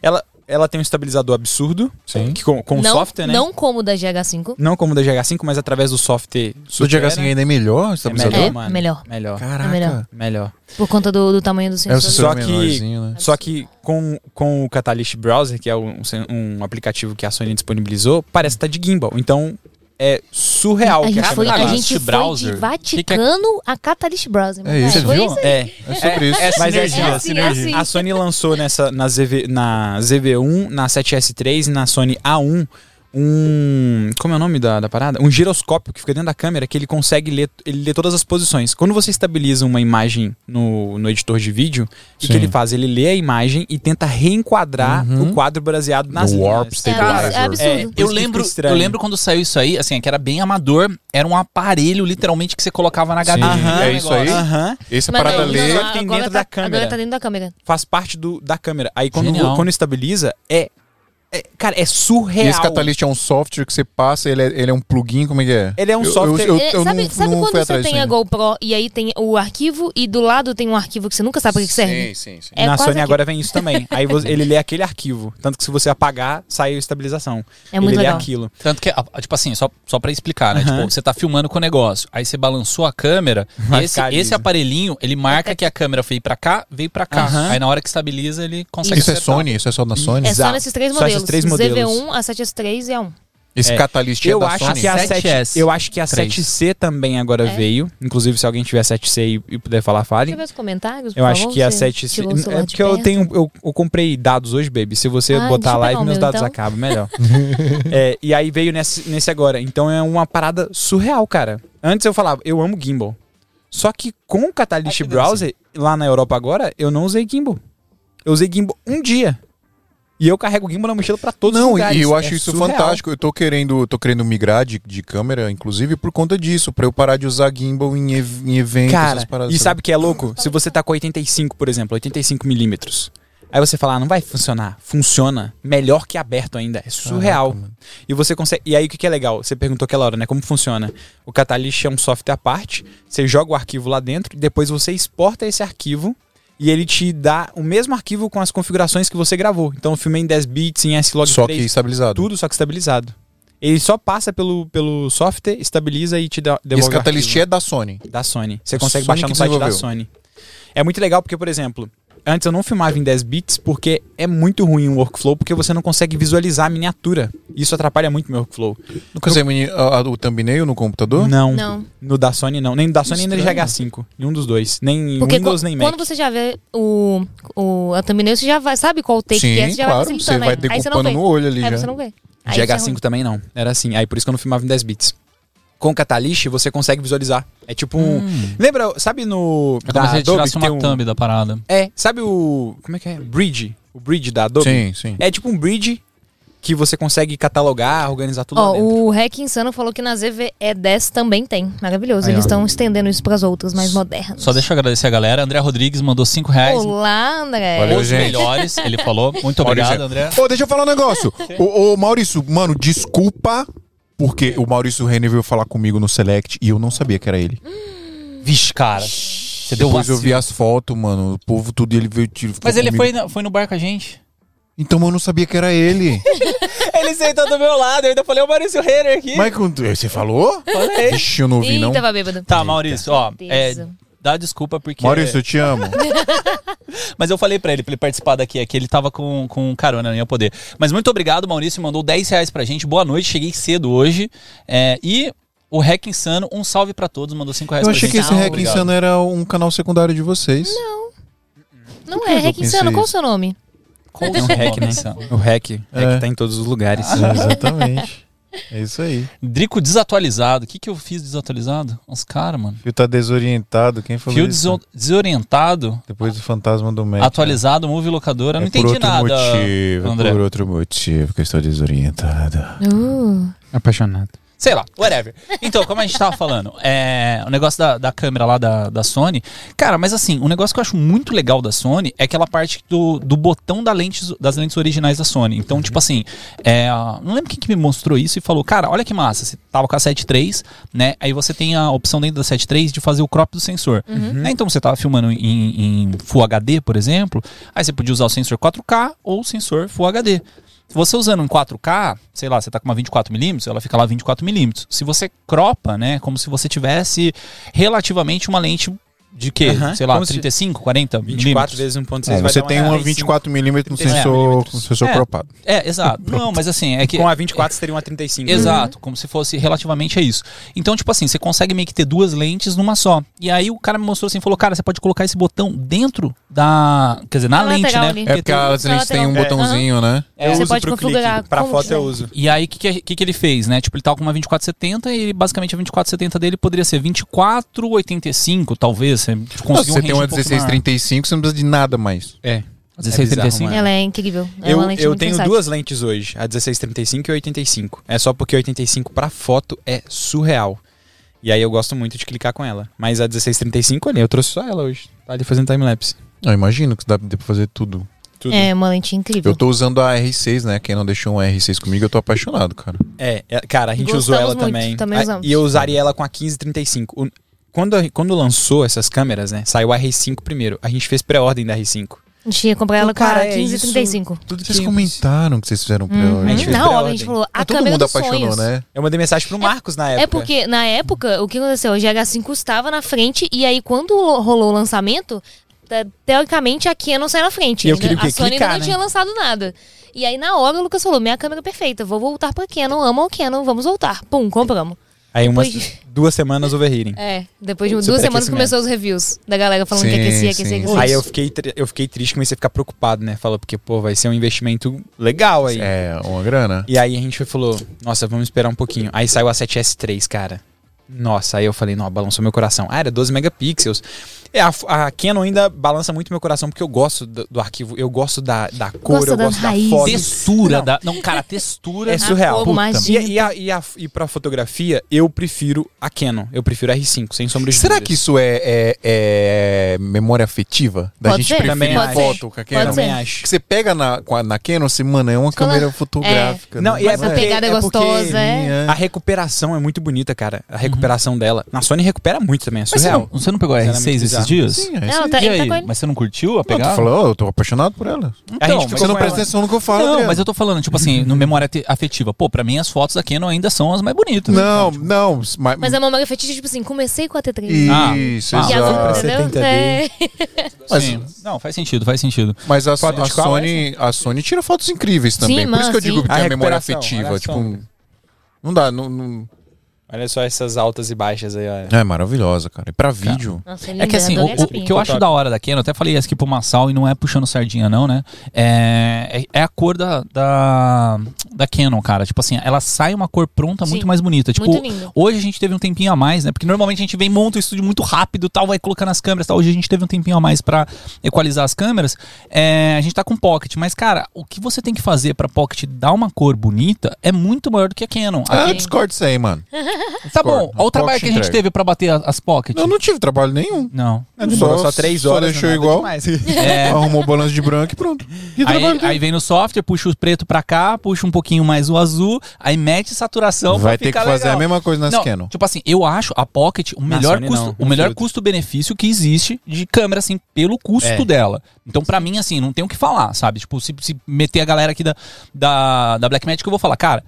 [SPEAKER 4] Ela, ela tem um estabilizador absurdo,
[SPEAKER 1] Sim.
[SPEAKER 4] que com, com
[SPEAKER 3] não,
[SPEAKER 4] software, né?
[SPEAKER 3] Não como da GH5.
[SPEAKER 4] Não como o da GH5, mas através do software
[SPEAKER 1] o
[SPEAKER 4] Supera.
[SPEAKER 1] GH5 ainda é melhor, É
[SPEAKER 4] é
[SPEAKER 1] estabilizador?
[SPEAKER 4] melhor,
[SPEAKER 3] É,
[SPEAKER 4] mano.
[SPEAKER 3] melhor.
[SPEAKER 4] Melhor.
[SPEAKER 1] Caraca.
[SPEAKER 3] melhor.
[SPEAKER 4] Melhor.
[SPEAKER 3] Por conta do, do tamanho do sensor.
[SPEAKER 1] É o sensor
[SPEAKER 4] Só que-
[SPEAKER 1] menorzinho, né?
[SPEAKER 4] Só que com, com o Catalyst Browser, que é um, sen- um aplicativo que a Sony disponibilizou, parece estar de gimbal. Então é surreal
[SPEAKER 3] a
[SPEAKER 4] o que
[SPEAKER 3] gente
[SPEAKER 4] a
[SPEAKER 3] foi,
[SPEAKER 4] câmera
[SPEAKER 2] Ah,
[SPEAKER 3] a
[SPEAKER 4] faz.
[SPEAKER 2] Catalyst
[SPEAKER 3] gente
[SPEAKER 2] Browser.
[SPEAKER 3] foi de
[SPEAKER 2] Que que é-
[SPEAKER 3] Vaticano a Catalyst Browser.
[SPEAKER 1] É isso,
[SPEAKER 3] foi
[SPEAKER 1] viu?
[SPEAKER 3] isso aí.
[SPEAKER 4] É.
[SPEAKER 1] É sobre isso.
[SPEAKER 2] É,
[SPEAKER 4] Mas é
[SPEAKER 2] sinergia,
[SPEAKER 4] assim, é
[SPEAKER 3] assim,
[SPEAKER 2] sinergia.
[SPEAKER 3] é assim.
[SPEAKER 4] A um, Sony lançou nessa, na, ZV, na ZV1, na 7S3 e na Sony A1 um. Como é o nome da, da parada? Um giroscópio que fica dentro da câmera que ele consegue ler. Ele lê todas as posições. Quando você estabiliza uma imagem no, no editor de vídeo, o que, que
[SPEAKER 1] Sim.
[SPEAKER 4] ele faz? Ele lê a imagem e tenta reenquadrar o quadro baseado nas
[SPEAKER 1] No
[SPEAKER 4] linhas.
[SPEAKER 1] Warp
[SPEAKER 3] É,
[SPEAKER 1] Stabilizer.
[SPEAKER 3] é absurdo.
[SPEAKER 4] É,
[SPEAKER 2] Eu
[SPEAKER 4] Isso que fica
[SPEAKER 2] lembro,
[SPEAKER 4] estranho.
[SPEAKER 2] eu lembro quando saiu isso aí, assim, é que era bem amador, era um aparelho literalmente que você colocava na HD.
[SPEAKER 1] Sim,
[SPEAKER 2] né, o
[SPEAKER 1] é
[SPEAKER 2] negócio.
[SPEAKER 1] isso aí.
[SPEAKER 4] Aham.
[SPEAKER 1] Essa
[SPEAKER 3] Mas
[SPEAKER 1] parada
[SPEAKER 3] não, não,
[SPEAKER 1] lê.
[SPEAKER 3] não,
[SPEAKER 4] Só que tem
[SPEAKER 3] agora
[SPEAKER 4] dentro
[SPEAKER 3] tá-
[SPEAKER 4] da câmera.
[SPEAKER 3] Agora tá dentro da câmera.
[SPEAKER 4] Faz parte do, da câmera. Aí quando,
[SPEAKER 2] Genial.
[SPEAKER 4] quando estabiliza, é, é- Cara, é surreal.
[SPEAKER 1] E esse Catalyst é um software que você passa, ele é, ele é um plugin, como é que é?
[SPEAKER 4] Ele é um software-
[SPEAKER 1] Eu, eu,
[SPEAKER 3] É,
[SPEAKER 1] eu
[SPEAKER 3] sabe
[SPEAKER 1] não,
[SPEAKER 3] sabe
[SPEAKER 1] não
[SPEAKER 3] quando
[SPEAKER 1] fui
[SPEAKER 3] você
[SPEAKER 1] atrás
[SPEAKER 3] tem
[SPEAKER 1] disso
[SPEAKER 3] a
[SPEAKER 1] ainda.
[SPEAKER 3] GoPro e aí tem o arquivo e do lado tem um arquivo que você nunca sabe pra que que serve?
[SPEAKER 1] Sim, sim, sim.
[SPEAKER 3] É
[SPEAKER 4] Na
[SPEAKER 3] quase
[SPEAKER 4] Sony
[SPEAKER 3] aquilo.
[SPEAKER 4] agora vem isso também. Aí você- ele lê aquele arquivo. Tanto que se você apagar, sai a estabilização.
[SPEAKER 3] É muito
[SPEAKER 4] ele
[SPEAKER 3] legal.
[SPEAKER 4] lê aquilo.
[SPEAKER 2] Tanto que, ah, tipo assim, só, só pra explicar, né? Tipo, você tá filmando com o negócio, aí você balançou a câmera,
[SPEAKER 4] Vai
[SPEAKER 2] esse,
[SPEAKER 4] ficar liso.
[SPEAKER 2] esse aparelhinho, ele marca que a câmera veio pra cá, veio pra cá.
[SPEAKER 4] Aham.
[SPEAKER 2] Aí na hora que estabiliza, ele consegue
[SPEAKER 1] Isso é
[SPEAKER 2] acertar.
[SPEAKER 4] um
[SPEAKER 1] Sony, isso é só da Sony.
[SPEAKER 3] É só
[SPEAKER 4] Exato.
[SPEAKER 3] nesses três
[SPEAKER 4] Só esses
[SPEAKER 3] modelos.
[SPEAKER 4] três
[SPEAKER 3] ZV1,
[SPEAKER 4] modelos.
[SPEAKER 3] a 7S3 e a 1.
[SPEAKER 1] Esse
[SPEAKER 4] É.
[SPEAKER 1] Catalyst é
[SPEAKER 4] Eu
[SPEAKER 1] da
[SPEAKER 4] acho
[SPEAKER 1] Sony.
[SPEAKER 4] que a
[SPEAKER 2] 7S.
[SPEAKER 4] 7S. Eu acho que a
[SPEAKER 2] Três.
[SPEAKER 4] 7C também agora
[SPEAKER 3] É.
[SPEAKER 4] veio. Inclusive, se alguém tiver 7C e, e puder falar,
[SPEAKER 3] Deixa eu
[SPEAKER 4] fale.
[SPEAKER 3] ver os comentários, por
[SPEAKER 4] Eu acho
[SPEAKER 3] favor,
[SPEAKER 4] que a
[SPEAKER 3] você
[SPEAKER 4] 7C.
[SPEAKER 3] tirou o celular
[SPEAKER 4] É
[SPEAKER 3] de
[SPEAKER 4] porque eu
[SPEAKER 3] perto.
[SPEAKER 4] tenho. Eu, eu comprei dados hoje, baby. Se você
[SPEAKER 3] Ah, deixa
[SPEAKER 4] botar
[SPEAKER 3] eu
[SPEAKER 4] a
[SPEAKER 3] pegar
[SPEAKER 4] live,
[SPEAKER 3] o
[SPEAKER 4] meus
[SPEAKER 3] meu,
[SPEAKER 4] dados
[SPEAKER 3] então.
[SPEAKER 4] acabam, melhor. É, e aí veio nesse, nesse agora. Então é uma parada surreal, cara. Antes eu falava, eu amo gimbal. Só que com o Catalyst
[SPEAKER 2] Ai, que
[SPEAKER 4] Browser, lá na Europa agora, eu não usei gimbal. Eu usei gimbal um dia. E eu carrego gimbal na mochila pra todos os
[SPEAKER 1] Não,
[SPEAKER 4] lugares.
[SPEAKER 1] e eu
[SPEAKER 4] É
[SPEAKER 1] acho isso
[SPEAKER 4] surreal.
[SPEAKER 1] fantástico. Eu tô querendo, tô querendo migrar de, de câmera, inclusive, por conta disso, pra eu parar de usar gimbal em, ev- em eventos,
[SPEAKER 4] Cara,
[SPEAKER 1] essas paradas.
[SPEAKER 4] e sabe o que é louco? Se você tá com 85, por exemplo, 85 milímetros. Aí você fala, ah, não vai funcionar. Funciona. Melhor que aberto ainda. É surreal. e você consegue. E aí o que, que é legal? Você perguntou aquela hora, né? Como funciona? O Catalyst é um software à parte. Você joga o arquivo lá dentro e depois você exporta esse arquivo. E ele te dá o mesmo arquivo com as configurações que você gravou. Então eu filmei em 10 bits, em S-Log
[SPEAKER 1] Só que
[SPEAKER 4] 3,
[SPEAKER 1] estabilizado.
[SPEAKER 4] tudo só que estabilizado. Ele só passa pelo, pelo software, estabiliza e te dá, devolve
[SPEAKER 1] Esse
[SPEAKER 4] o arquivo
[SPEAKER 1] Catalyst é da Sony.
[SPEAKER 4] da Sony. Você
[SPEAKER 1] A
[SPEAKER 4] consegue
[SPEAKER 1] Sony
[SPEAKER 4] baixar no
[SPEAKER 1] que
[SPEAKER 4] site da
[SPEAKER 1] desenvolveu.
[SPEAKER 4] Sony. É muito legal porque, por exemplo, antes eu não filmava em 10 bits porque é muito ruim o workflow porque você não consegue visualizar a miniatura. Isso atrapalha muito meu workflow.
[SPEAKER 1] Nunca usei mini- a- a- o thumbnail no computador?
[SPEAKER 4] Não.
[SPEAKER 3] Não.
[SPEAKER 4] No da Sony não. Nem no da Sony nem no
[SPEAKER 1] Estranho.
[SPEAKER 4] GH5. Nenhum dos dois. Nem
[SPEAKER 3] Porque
[SPEAKER 4] Windows
[SPEAKER 3] quan-
[SPEAKER 4] nem Mac.
[SPEAKER 3] quando você já vê o, o, a thumbnail, você já vai, sabe qual take que é,
[SPEAKER 1] Sim,
[SPEAKER 3] você já
[SPEAKER 1] claro.
[SPEAKER 3] vai
[SPEAKER 1] Você
[SPEAKER 3] facilitando,
[SPEAKER 1] vai
[SPEAKER 3] né? Aí você não
[SPEAKER 1] decupando
[SPEAKER 3] vê.
[SPEAKER 1] no olho ali
[SPEAKER 3] Aí
[SPEAKER 1] já.
[SPEAKER 3] você não vê. Aí isso é ruim.
[SPEAKER 4] GH5 também não. Era assim. Aí por isso que eu não filmava em 10 bits. Com o Catalyst você consegue visualizar. É tipo um. Lembra, sabe no.
[SPEAKER 1] Tá,
[SPEAKER 2] É como se ele
[SPEAKER 4] Adobe
[SPEAKER 2] tirasse
[SPEAKER 4] que
[SPEAKER 2] uma
[SPEAKER 4] tem um-
[SPEAKER 2] thumb da parada.
[SPEAKER 4] É, sabe o. Como é que é? Bridge. O Bridge da Adobe?
[SPEAKER 1] Sim, sim.
[SPEAKER 4] É tipo um bridge que você consegue catalogar, organizar tudo lá
[SPEAKER 3] Ó,
[SPEAKER 4] dentro.
[SPEAKER 3] o Hack Insano falou que na ZVE10 também tem. Maravilhoso.
[SPEAKER 4] Aí,
[SPEAKER 3] Eles
[SPEAKER 4] ó.
[SPEAKER 3] estão estendendo isso pras outras mais modernas.
[SPEAKER 2] Só deixa eu agradecer a galera. André Rodrigues mandou 5 reais.
[SPEAKER 3] Olá, André.
[SPEAKER 1] Valeu,
[SPEAKER 2] os
[SPEAKER 1] gente.
[SPEAKER 2] melhores, ele falou. Muito
[SPEAKER 1] Olha,
[SPEAKER 2] obrigado,
[SPEAKER 1] gente.
[SPEAKER 2] André.
[SPEAKER 4] É.
[SPEAKER 1] Ô, deixa eu falar um negócio. ô, ô, Maurício, mano, desculpa, porque o Maurício Renner veio falar comigo no Select e eu não sabia que era ele.
[SPEAKER 4] Hum.
[SPEAKER 2] Vixe, cara. Você deu
[SPEAKER 1] Depois eu
[SPEAKER 2] vacilo.
[SPEAKER 1] vi as fotos, mano, o povo tudo, e ele veio tiro.
[SPEAKER 2] Mas ele foi, na- foi no bar com a gente.
[SPEAKER 1] Então eu não sabia que era ele.
[SPEAKER 2] Ele sentou do meu lado, eu ainda falei o Maurício Renner aqui.
[SPEAKER 1] Mas quando- você falou?
[SPEAKER 2] Falei.
[SPEAKER 1] Ixi, eu não ouvi, não.
[SPEAKER 3] Ih, tava bêbado.
[SPEAKER 2] Tá, Maurício, ó, é,
[SPEAKER 3] Certeza.
[SPEAKER 2] dá desculpa porque.
[SPEAKER 1] Maurício, eu te amo.
[SPEAKER 2] Mas eu falei pra ele, pra ele participar daqui, é que ele tava com, com carona, não ia poder. Mas muito obrigado, Maurício, mandou 10 reais pra gente. Boa noite, cheguei cedo hoje. É, e o Hack Insano, um salve pra todos, mandou 5 reais
[SPEAKER 1] Eu
[SPEAKER 2] pra
[SPEAKER 1] achei
[SPEAKER 2] gente.
[SPEAKER 1] que esse
[SPEAKER 2] Não,
[SPEAKER 1] Hack
[SPEAKER 2] obrigado.
[SPEAKER 1] Insano era um canal secundário de vocês.
[SPEAKER 3] Não
[SPEAKER 1] que
[SPEAKER 3] é
[SPEAKER 1] eu
[SPEAKER 3] Hack
[SPEAKER 1] pensei
[SPEAKER 3] Insano, qual o
[SPEAKER 1] isso?
[SPEAKER 3] seu nome?
[SPEAKER 2] Qual é o nome? Hack Insano?
[SPEAKER 4] O hack.
[SPEAKER 1] É.
[SPEAKER 4] Hack tá em todos os lugares.
[SPEAKER 1] Exatamente. É isso aí.
[SPEAKER 2] Drico desatualizado. O que, que eu fiz desatualizado? Os caras, mano.
[SPEAKER 1] Fio tá desorientado. Quem falou
[SPEAKER 2] Fio
[SPEAKER 1] isso?
[SPEAKER 2] deso- desorientado,
[SPEAKER 1] Depois do fantasma do Mac.
[SPEAKER 2] atualizado, move locadora. não
[SPEAKER 1] É
[SPEAKER 2] entendi
[SPEAKER 1] por outro
[SPEAKER 2] nada.
[SPEAKER 1] motivo, é
[SPEAKER 2] André.
[SPEAKER 1] por outro motivo que eu estou desorientada.
[SPEAKER 4] Ah.
[SPEAKER 3] Uh,
[SPEAKER 4] Apaixonado.
[SPEAKER 2] Sei lá, whatever. Então, como a gente tava falando, é, o negócio da, da câmera lá da, da Sony. Cara, mas assim, um negócio que eu acho muito legal da Sony é aquela parte do, do botão da lentes, das lentes originais da Sony. Então, tipo assim, é, não lembro quem que me mostrou isso e falou, cara, olha que massa, você tava com a 7.3, né? Aí você tem a opção dentro da 7.3 de fazer o crop do sensor. Né? Então você tava filmando em, em Full HD, por exemplo, aí você podia usar o sensor 4K ou o sensor Full HD. Se você usando em 4K, sei lá, você tá com uma 24mm, ela fica lá 24mm. Se você cropa, né, como se você tivesse relativamente uma lente de quê?
[SPEAKER 4] Aham,
[SPEAKER 2] Sei lá,
[SPEAKER 4] como se-
[SPEAKER 2] 35, 40
[SPEAKER 4] 24
[SPEAKER 2] milímetros?
[SPEAKER 4] vezes 1.6
[SPEAKER 1] Bom,
[SPEAKER 4] vai
[SPEAKER 1] você
[SPEAKER 4] dar um
[SPEAKER 1] tem uma
[SPEAKER 4] 35.
[SPEAKER 1] 24mm no
[SPEAKER 4] 35
[SPEAKER 1] sensor,
[SPEAKER 4] milímetros.
[SPEAKER 1] no sensor
[SPEAKER 2] É.
[SPEAKER 1] cropado.
[SPEAKER 2] É, exato. Não, mas assim, é que...
[SPEAKER 4] Com a 24 seria uma 35.
[SPEAKER 2] Exato, como se fosse relativamente a isso. Então, tipo assim, você consegue meio que ter duas lentes numa só. E aí o cara me mostrou assim, falou, cara, você pode colocar esse botão dentro da. Quer dizer, na
[SPEAKER 3] Na
[SPEAKER 2] lente,
[SPEAKER 3] lateral
[SPEAKER 2] né?
[SPEAKER 3] ali.
[SPEAKER 1] É porque a
[SPEAKER 3] Ela
[SPEAKER 1] lente tem um
[SPEAKER 3] tem um-
[SPEAKER 1] botãozinho, né?
[SPEAKER 2] É,
[SPEAKER 3] você
[SPEAKER 4] uso
[SPEAKER 3] pode
[SPEAKER 4] pro
[SPEAKER 3] configurar
[SPEAKER 4] clique. Pra
[SPEAKER 3] como
[SPEAKER 4] foto
[SPEAKER 3] quiser.
[SPEAKER 4] eu uso.
[SPEAKER 2] E aí, o que, que, que, que ele fez, né? Tipo, ele tava com uma 2470 e basicamente a 2470 dele poderia ser 2485, talvez. Você
[SPEAKER 1] Não,
[SPEAKER 2] conseguiu um
[SPEAKER 1] se você tem um uma 1635, você não precisa de nada mais.
[SPEAKER 4] É. É bizarro,
[SPEAKER 2] 1635.
[SPEAKER 4] mano.
[SPEAKER 3] Ela é incrível. É
[SPEAKER 4] eu
[SPEAKER 3] uma lente
[SPEAKER 4] eu
[SPEAKER 3] muito
[SPEAKER 4] tenho
[SPEAKER 3] versátil.
[SPEAKER 4] duas lentes hoje, a 1635 e a 85. É só porque a 85 pra foto é surreal. E aí eu gosto muito de clicar com ela. Mas a 1635 ali, eu trouxe só ela hoje. Tá ali fazendo timelapse.
[SPEAKER 1] Eu imagino que dá dá pra fazer tudo.
[SPEAKER 4] Tudo.
[SPEAKER 3] É uma lente incrível.
[SPEAKER 1] Eu tô usando a R6, né? Quem não deixou um R6 comigo, eu tô apaixonado, cara.
[SPEAKER 4] É, é, cara, a gente
[SPEAKER 3] Gostamos
[SPEAKER 4] usou ela
[SPEAKER 3] muito,
[SPEAKER 4] também.
[SPEAKER 3] também
[SPEAKER 4] A-
[SPEAKER 3] usamos.
[SPEAKER 4] E eu usaria ela com a 1535. O- quando, a- quando lançou essas câmeras, né? Saiu a R5 primeiro. A gente fez pré-ordem da R5.
[SPEAKER 3] A gente ia comprar ela com
[SPEAKER 4] Cara,
[SPEAKER 3] a
[SPEAKER 4] é
[SPEAKER 3] 1535.
[SPEAKER 4] Tudo
[SPEAKER 1] Vocês
[SPEAKER 4] simples.
[SPEAKER 1] comentaram que vocês fizeram
[SPEAKER 3] Uhum.
[SPEAKER 1] pré-ordem.
[SPEAKER 4] gente É fez
[SPEAKER 3] Não, óbvio, a
[SPEAKER 4] pré-ordem.
[SPEAKER 3] gente falou a
[SPEAKER 1] Todo
[SPEAKER 3] câmera
[SPEAKER 1] mundo
[SPEAKER 3] dos
[SPEAKER 1] apaixonou,
[SPEAKER 3] sonhos.
[SPEAKER 1] né?
[SPEAKER 4] Eu mandei mensagem pro Marcos na época.
[SPEAKER 3] É porque, na época, o que aconteceu? O GH5 estava na frente, e aí, quando rolou o lançamento, te- teoricamente a Canon saiu na frente.
[SPEAKER 4] E eu queria o
[SPEAKER 3] a
[SPEAKER 4] quê?
[SPEAKER 3] Sony
[SPEAKER 4] Clicar,
[SPEAKER 3] ainda não
[SPEAKER 4] né?
[SPEAKER 3] tinha lançado nada. E aí, na hora, o Lucas falou: minha câmera é perfeita, vou voltar pra Canon, amo a Canon, vamos voltar. Pum, compramos.
[SPEAKER 4] Aí umas
[SPEAKER 3] Depois-
[SPEAKER 4] duas semanas overheating.
[SPEAKER 3] É, depois de duas
[SPEAKER 4] Superaquecimento.
[SPEAKER 3] semanas começou os reviews da galera falando que
[SPEAKER 1] Sim,
[SPEAKER 3] aquecia,
[SPEAKER 1] sim.
[SPEAKER 3] aquecia, aquecia.
[SPEAKER 4] Aí eu fiquei, tri- eu fiquei triste, comecei a ficar preocupado, né? Falou, porque, pô, vai ser um investimento legal aí.
[SPEAKER 1] É, uma grana.
[SPEAKER 4] E aí a gente falou, nossa, vamos esperar um pouquinho. Aí saiu a 7S3, cara. Nossa, aí eu falei, não, balançou meu coração. Ah, era 12 megapixels. É, a, f- a Canon ainda balança muito meu coração, porque eu gosto do, do arquivo, eu gosto da, da cor,
[SPEAKER 3] Gosta
[SPEAKER 4] eu
[SPEAKER 3] das
[SPEAKER 4] gosto da
[SPEAKER 3] raízes.
[SPEAKER 4] foto.
[SPEAKER 2] Textura
[SPEAKER 4] É Não.
[SPEAKER 2] da. Não, cara, a textura.
[SPEAKER 4] É surreal.
[SPEAKER 3] fogo,
[SPEAKER 4] Puta.
[SPEAKER 3] magia.
[SPEAKER 4] E, e, a, e, a, e pra fotografia, eu prefiro a Canon. Eu prefiro a R5, sem sombra de
[SPEAKER 1] Será
[SPEAKER 4] dúvidas.
[SPEAKER 1] que isso é, é- é memória afetiva? Da
[SPEAKER 3] Pode
[SPEAKER 1] gente
[SPEAKER 3] ser,
[SPEAKER 1] preferir
[SPEAKER 4] pode
[SPEAKER 1] foto
[SPEAKER 3] ser.
[SPEAKER 1] com a
[SPEAKER 2] é
[SPEAKER 3] Pode
[SPEAKER 1] Canon?
[SPEAKER 4] Também
[SPEAKER 3] ser.
[SPEAKER 4] acho.
[SPEAKER 1] Que você pega na, com a- na Canon, você, mano, é uma
[SPEAKER 3] Fala-
[SPEAKER 1] câmera fotográfica. né?
[SPEAKER 4] Não, e é
[SPEAKER 3] Essa
[SPEAKER 4] porque-
[SPEAKER 3] pegada
[SPEAKER 4] é porque-
[SPEAKER 3] gostosa, é.
[SPEAKER 4] A recuperação é muito bonita, cara. A recuperação dela. Na Sony recupera muito também, é
[SPEAKER 2] Mas você
[SPEAKER 4] surreal.
[SPEAKER 2] não, você não pegou a
[SPEAKER 4] Sinceramente,
[SPEAKER 2] R6 esses
[SPEAKER 4] bizarro.
[SPEAKER 2] dias?
[SPEAKER 1] Sim, é
[SPEAKER 3] Não,
[SPEAKER 1] isso.
[SPEAKER 3] tá,
[SPEAKER 2] E
[SPEAKER 3] ele tá
[SPEAKER 2] aí?
[SPEAKER 3] com ele.
[SPEAKER 2] Mas você não curtiu a
[SPEAKER 1] Não, tu
[SPEAKER 2] pegada?
[SPEAKER 1] falou, "Oh, eu tô apaixonado por ela.
[SPEAKER 4] A gente
[SPEAKER 2] mas-
[SPEAKER 1] Você
[SPEAKER 4] ficou
[SPEAKER 1] não Uhum.
[SPEAKER 4] com
[SPEAKER 1] presta
[SPEAKER 4] ela.
[SPEAKER 1] atenção no que eu falo,
[SPEAKER 2] Tipo, é? Não,
[SPEAKER 1] Adriano.
[SPEAKER 2] mas eu tô falando, tipo assim, no memória te- afetiva. Pô, pra mim as fotos da Canon ainda são as mais bonitas.
[SPEAKER 1] Não, não, mas...
[SPEAKER 3] Mas a memória fetiche, tipo assim, comecei com a T3.
[SPEAKER 2] Ah,
[SPEAKER 1] Isso,
[SPEAKER 2] ah,
[SPEAKER 3] E agora,
[SPEAKER 1] exato.
[SPEAKER 4] você
[SPEAKER 3] entendeu?
[SPEAKER 4] 70D.
[SPEAKER 3] É.
[SPEAKER 1] Mas-
[SPEAKER 2] Sim. Não, faz sentido, faz sentido.
[SPEAKER 1] Mas a,
[SPEAKER 4] Foto de
[SPEAKER 1] a
[SPEAKER 4] qual
[SPEAKER 1] Sony, a Sony tira fotos incríveis também. Por
[SPEAKER 3] mas
[SPEAKER 1] isso que eu
[SPEAKER 3] sim.
[SPEAKER 1] digo que
[SPEAKER 4] A
[SPEAKER 1] é a memória
[SPEAKER 4] recuperação,
[SPEAKER 1] afetiva.
[SPEAKER 4] olha
[SPEAKER 1] Tipo,
[SPEAKER 4] só.
[SPEAKER 1] um- não dá, não, não-
[SPEAKER 4] Olha só essas altas e baixas aí, olha.
[SPEAKER 1] É maravilhosa, cara. E pra vídeo...
[SPEAKER 3] Nossa,
[SPEAKER 2] É que assim, o, o- o que eu acho da hora da Canon, eu até falei isso aqui pro Massal e não é puxando sardinha não, né? É, é é a cor da, da, da Canon, cara. Tipo assim, ela sai uma cor pronta muito
[SPEAKER 3] Sim.
[SPEAKER 2] mais bonita. Tipo,
[SPEAKER 3] Muito lindo.
[SPEAKER 2] hoje a gente teve um tempinho a mais, né? Porque normalmente a gente vem, monta o estúdio muito rápido tal, vai colocando as câmeras tal. Hoje a gente teve um tempinho a mais pra equalizar as câmeras. É, a gente tá com Pocket, mas cara, o que você tem que fazer pra Pocket dar uma cor bonita é muito maior do que a Canon. A-
[SPEAKER 1] Ah,
[SPEAKER 3] Sim.
[SPEAKER 1] discorda isso aí, mano.
[SPEAKER 2] tá bom,
[SPEAKER 1] discordo.
[SPEAKER 2] olha o trabalho
[SPEAKER 1] Pocket
[SPEAKER 2] que a gente
[SPEAKER 1] entrega.
[SPEAKER 2] teve pra bater a- as Pocket.
[SPEAKER 1] Eu não tive trabalho nenhum.
[SPEAKER 2] não.
[SPEAKER 4] Demorou É só três horas.
[SPEAKER 1] É Só deixou
[SPEAKER 4] não é nada
[SPEAKER 1] igual.
[SPEAKER 4] demais. tá
[SPEAKER 1] Arrumou balanço de branco e pronto. E
[SPEAKER 2] Aí,
[SPEAKER 1] trabalho dele.
[SPEAKER 2] aí vem no software, puxa o preto pra cá, puxa um pouquinho mais o azul, aí mete
[SPEAKER 4] então,
[SPEAKER 2] saturação.
[SPEAKER 1] Vai
[SPEAKER 2] pra
[SPEAKER 1] ter que
[SPEAKER 2] ficar
[SPEAKER 1] fazer
[SPEAKER 2] legal.
[SPEAKER 1] a mesma coisa nas
[SPEAKER 2] não,
[SPEAKER 1] Canon.
[SPEAKER 2] Tipo assim, eu acho a Pocket o melhor,
[SPEAKER 4] Sony
[SPEAKER 2] custo,
[SPEAKER 4] não,
[SPEAKER 2] o
[SPEAKER 4] um
[SPEAKER 2] melhor
[SPEAKER 4] filtro.
[SPEAKER 2] custo-benefício que existe de câmera, assim, pelo custo
[SPEAKER 4] É.
[SPEAKER 2] dela. Então, pra mim, assim, não tem o que falar, sabe? Tipo, se, se meter a galera aqui da, da, da Blackmagic, eu vou falar, cara,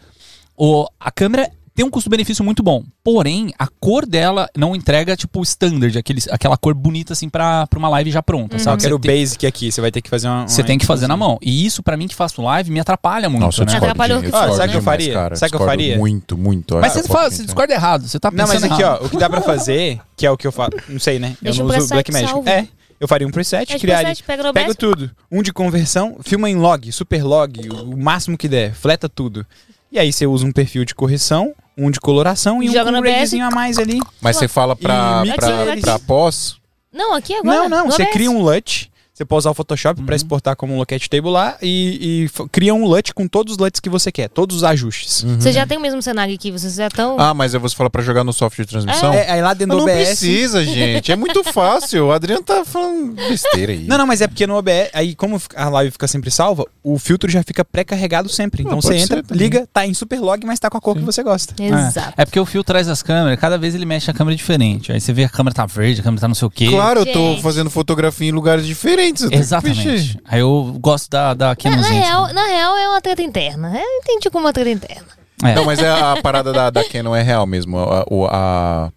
[SPEAKER 2] o, a câmera tem um custo-benefício muito bom. Porém, a cor dela não entrega, tipo, o standard, aquele, aquela cor bonita, assim, pra, pra uma live já pronta,
[SPEAKER 4] Tá, eu
[SPEAKER 2] sabe?
[SPEAKER 4] quero o
[SPEAKER 2] Você tem-
[SPEAKER 4] basic aqui, você vai ter que fazer uma.
[SPEAKER 2] você tem que fazer na mão. E isso, pra mim, que faço live, me atrapalha muito,
[SPEAKER 1] Nossa, eu
[SPEAKER 2] né?
[SPEAKER 1] discordo.
[SPEAKER 3] Atrapalhou.
[SPEAKER 1] gente,
[SPEAKER 3] Ah,
[SPEAKER 1] discordo
[SPEAKER 4] sabe o que eu
[SPEAKER 1] demais,
[SPEAKER 4] faria?
[SPEAKER 1] cara.
[SPEAKER 4] Sabe o que eu
[SPEAKER 1] Discordo
[SPEAKER 4] faria?
[SPEAKER 1] Muito, muito. Olha,
[SPEAKER 2] Mas você,
[SPEAKER 1] a
[SPEAKER 2] fala,
[SPEAKER 1] foto
[SPEAKER 2] você
[SPEAKER 1] que
[SPEAKER 2] discorda errado. Você tá
[SPEAKER 4] Não,
[SPEAKER 2] pensando
[SPEAKER 4] mas aqui,
[SPEAKER 2] errado.
[SPEAKER 4] ó, o que dá pra fazer, que é o que eu faço. Não sei, né?
[SPEAKER 3] Deixa
[SPEAKER 4] eu
[SPEAKER 3] um
[SPEAKER 4] não uso
[SPEAKER 3] preset
[SPEAKER 4] Blackmagic.
[SPEAKER 3] salvo.
[SPEAKER 4] É, eu faria um preset,
[SPEAKER 3] Deixa um
[SPEAKER 4] criaria.
[SPEAKER 3] preset, pega no
[SPEAKER 4] pego
[SPEAKER 3] best.
[SPEAKER 4] tudo. Um de conversão, filma em log, super log, o máximo que der, fleta tudo. E aí você usa um perfil de correção, um de coloração e
[SPEAKER 3] Joga
[SPEAKER 4] um
[SPEAKER 3] no
[SPEAKER 4] com
[SPEAKER 3] best.
[SPEAKER 4] gradezinho a mais ali.
[SPEAKER 1] Mas você fala pra,
[SPEAKER 4] E
[SPEAKER 1] pra,
[SPEAKER 3] mixa eles.
[SPEAKER 1] pra pós?
[SPEAKER 3] Não, aqui agora.
[SPEAKER 4] não, não,
[SPEAKER 3] no
[SPEAKER 4] você
[SPEAKER 3] OBS.
[SPEAKER 4] cria um LUT. Você pode usar o Photoshop pra exportar como um Locket Table lá e, e f- cria um LUT com todos os LUTs que você quer, todos os ajustes.
[SPEAKER 3] Você já tem o mesmo cenário aqui, vocês já estão.
[SPEAKER 1] Ah, mas eu vou falar pra jogar no software de transmissão?
[SPEAKER 4] Hum. É, aí lá dentro
[SPEAKER 1] Mas
[SPEAKER 4] do
[SPEAKER 1] não
[SPEAKER 4] OBS.
[SPEAKER 1] precisa, gente. É muito fácil. O Adriano tá falando besteira aí.
[SPEAKER 4] Não, não, mas é porque no OBS, aí como fica- a live fica sempre salva, o filtro já fica pré-carregado sempre. Então
[SPEAKER 1] Ah, pode
[SPEAKER 4] você
[SPEAKER 1] ser
[SPEAKER 4] entra,
[SPEAKER 1] também.
[SPEAKER 4] liga, tá em super log, mas tá com a cor que você gosta.
[SPEAKER 3] Exato.
[SPEAKER 2] É. É porque o fio traz as câmeras, cada vez ele mexe a câmera diferente. Aí você vê a câmera tá verde, a câmera tá não sei o quê.
[SPEAKER 1] Claro, eu tô
[SPEAKER 3] Gente.
[SPEAKER 1] fazendo fotografia em lugares diferentes. eu tô- Vixe.
[SPEAKER 2] Exatamente. Aí eu gosto da, da
[SPEAKER 3] Na, na
[SPEAKER 2] Canonzinha.
[SPEAKER 3] real, na real, é uma treta interna. Eu entendi como uma treta interna.
[SPEAKER 2] assim. É.
[SPEAKER 1] Não, mas é a parada da, da Canon é real mesmo. A, o- a,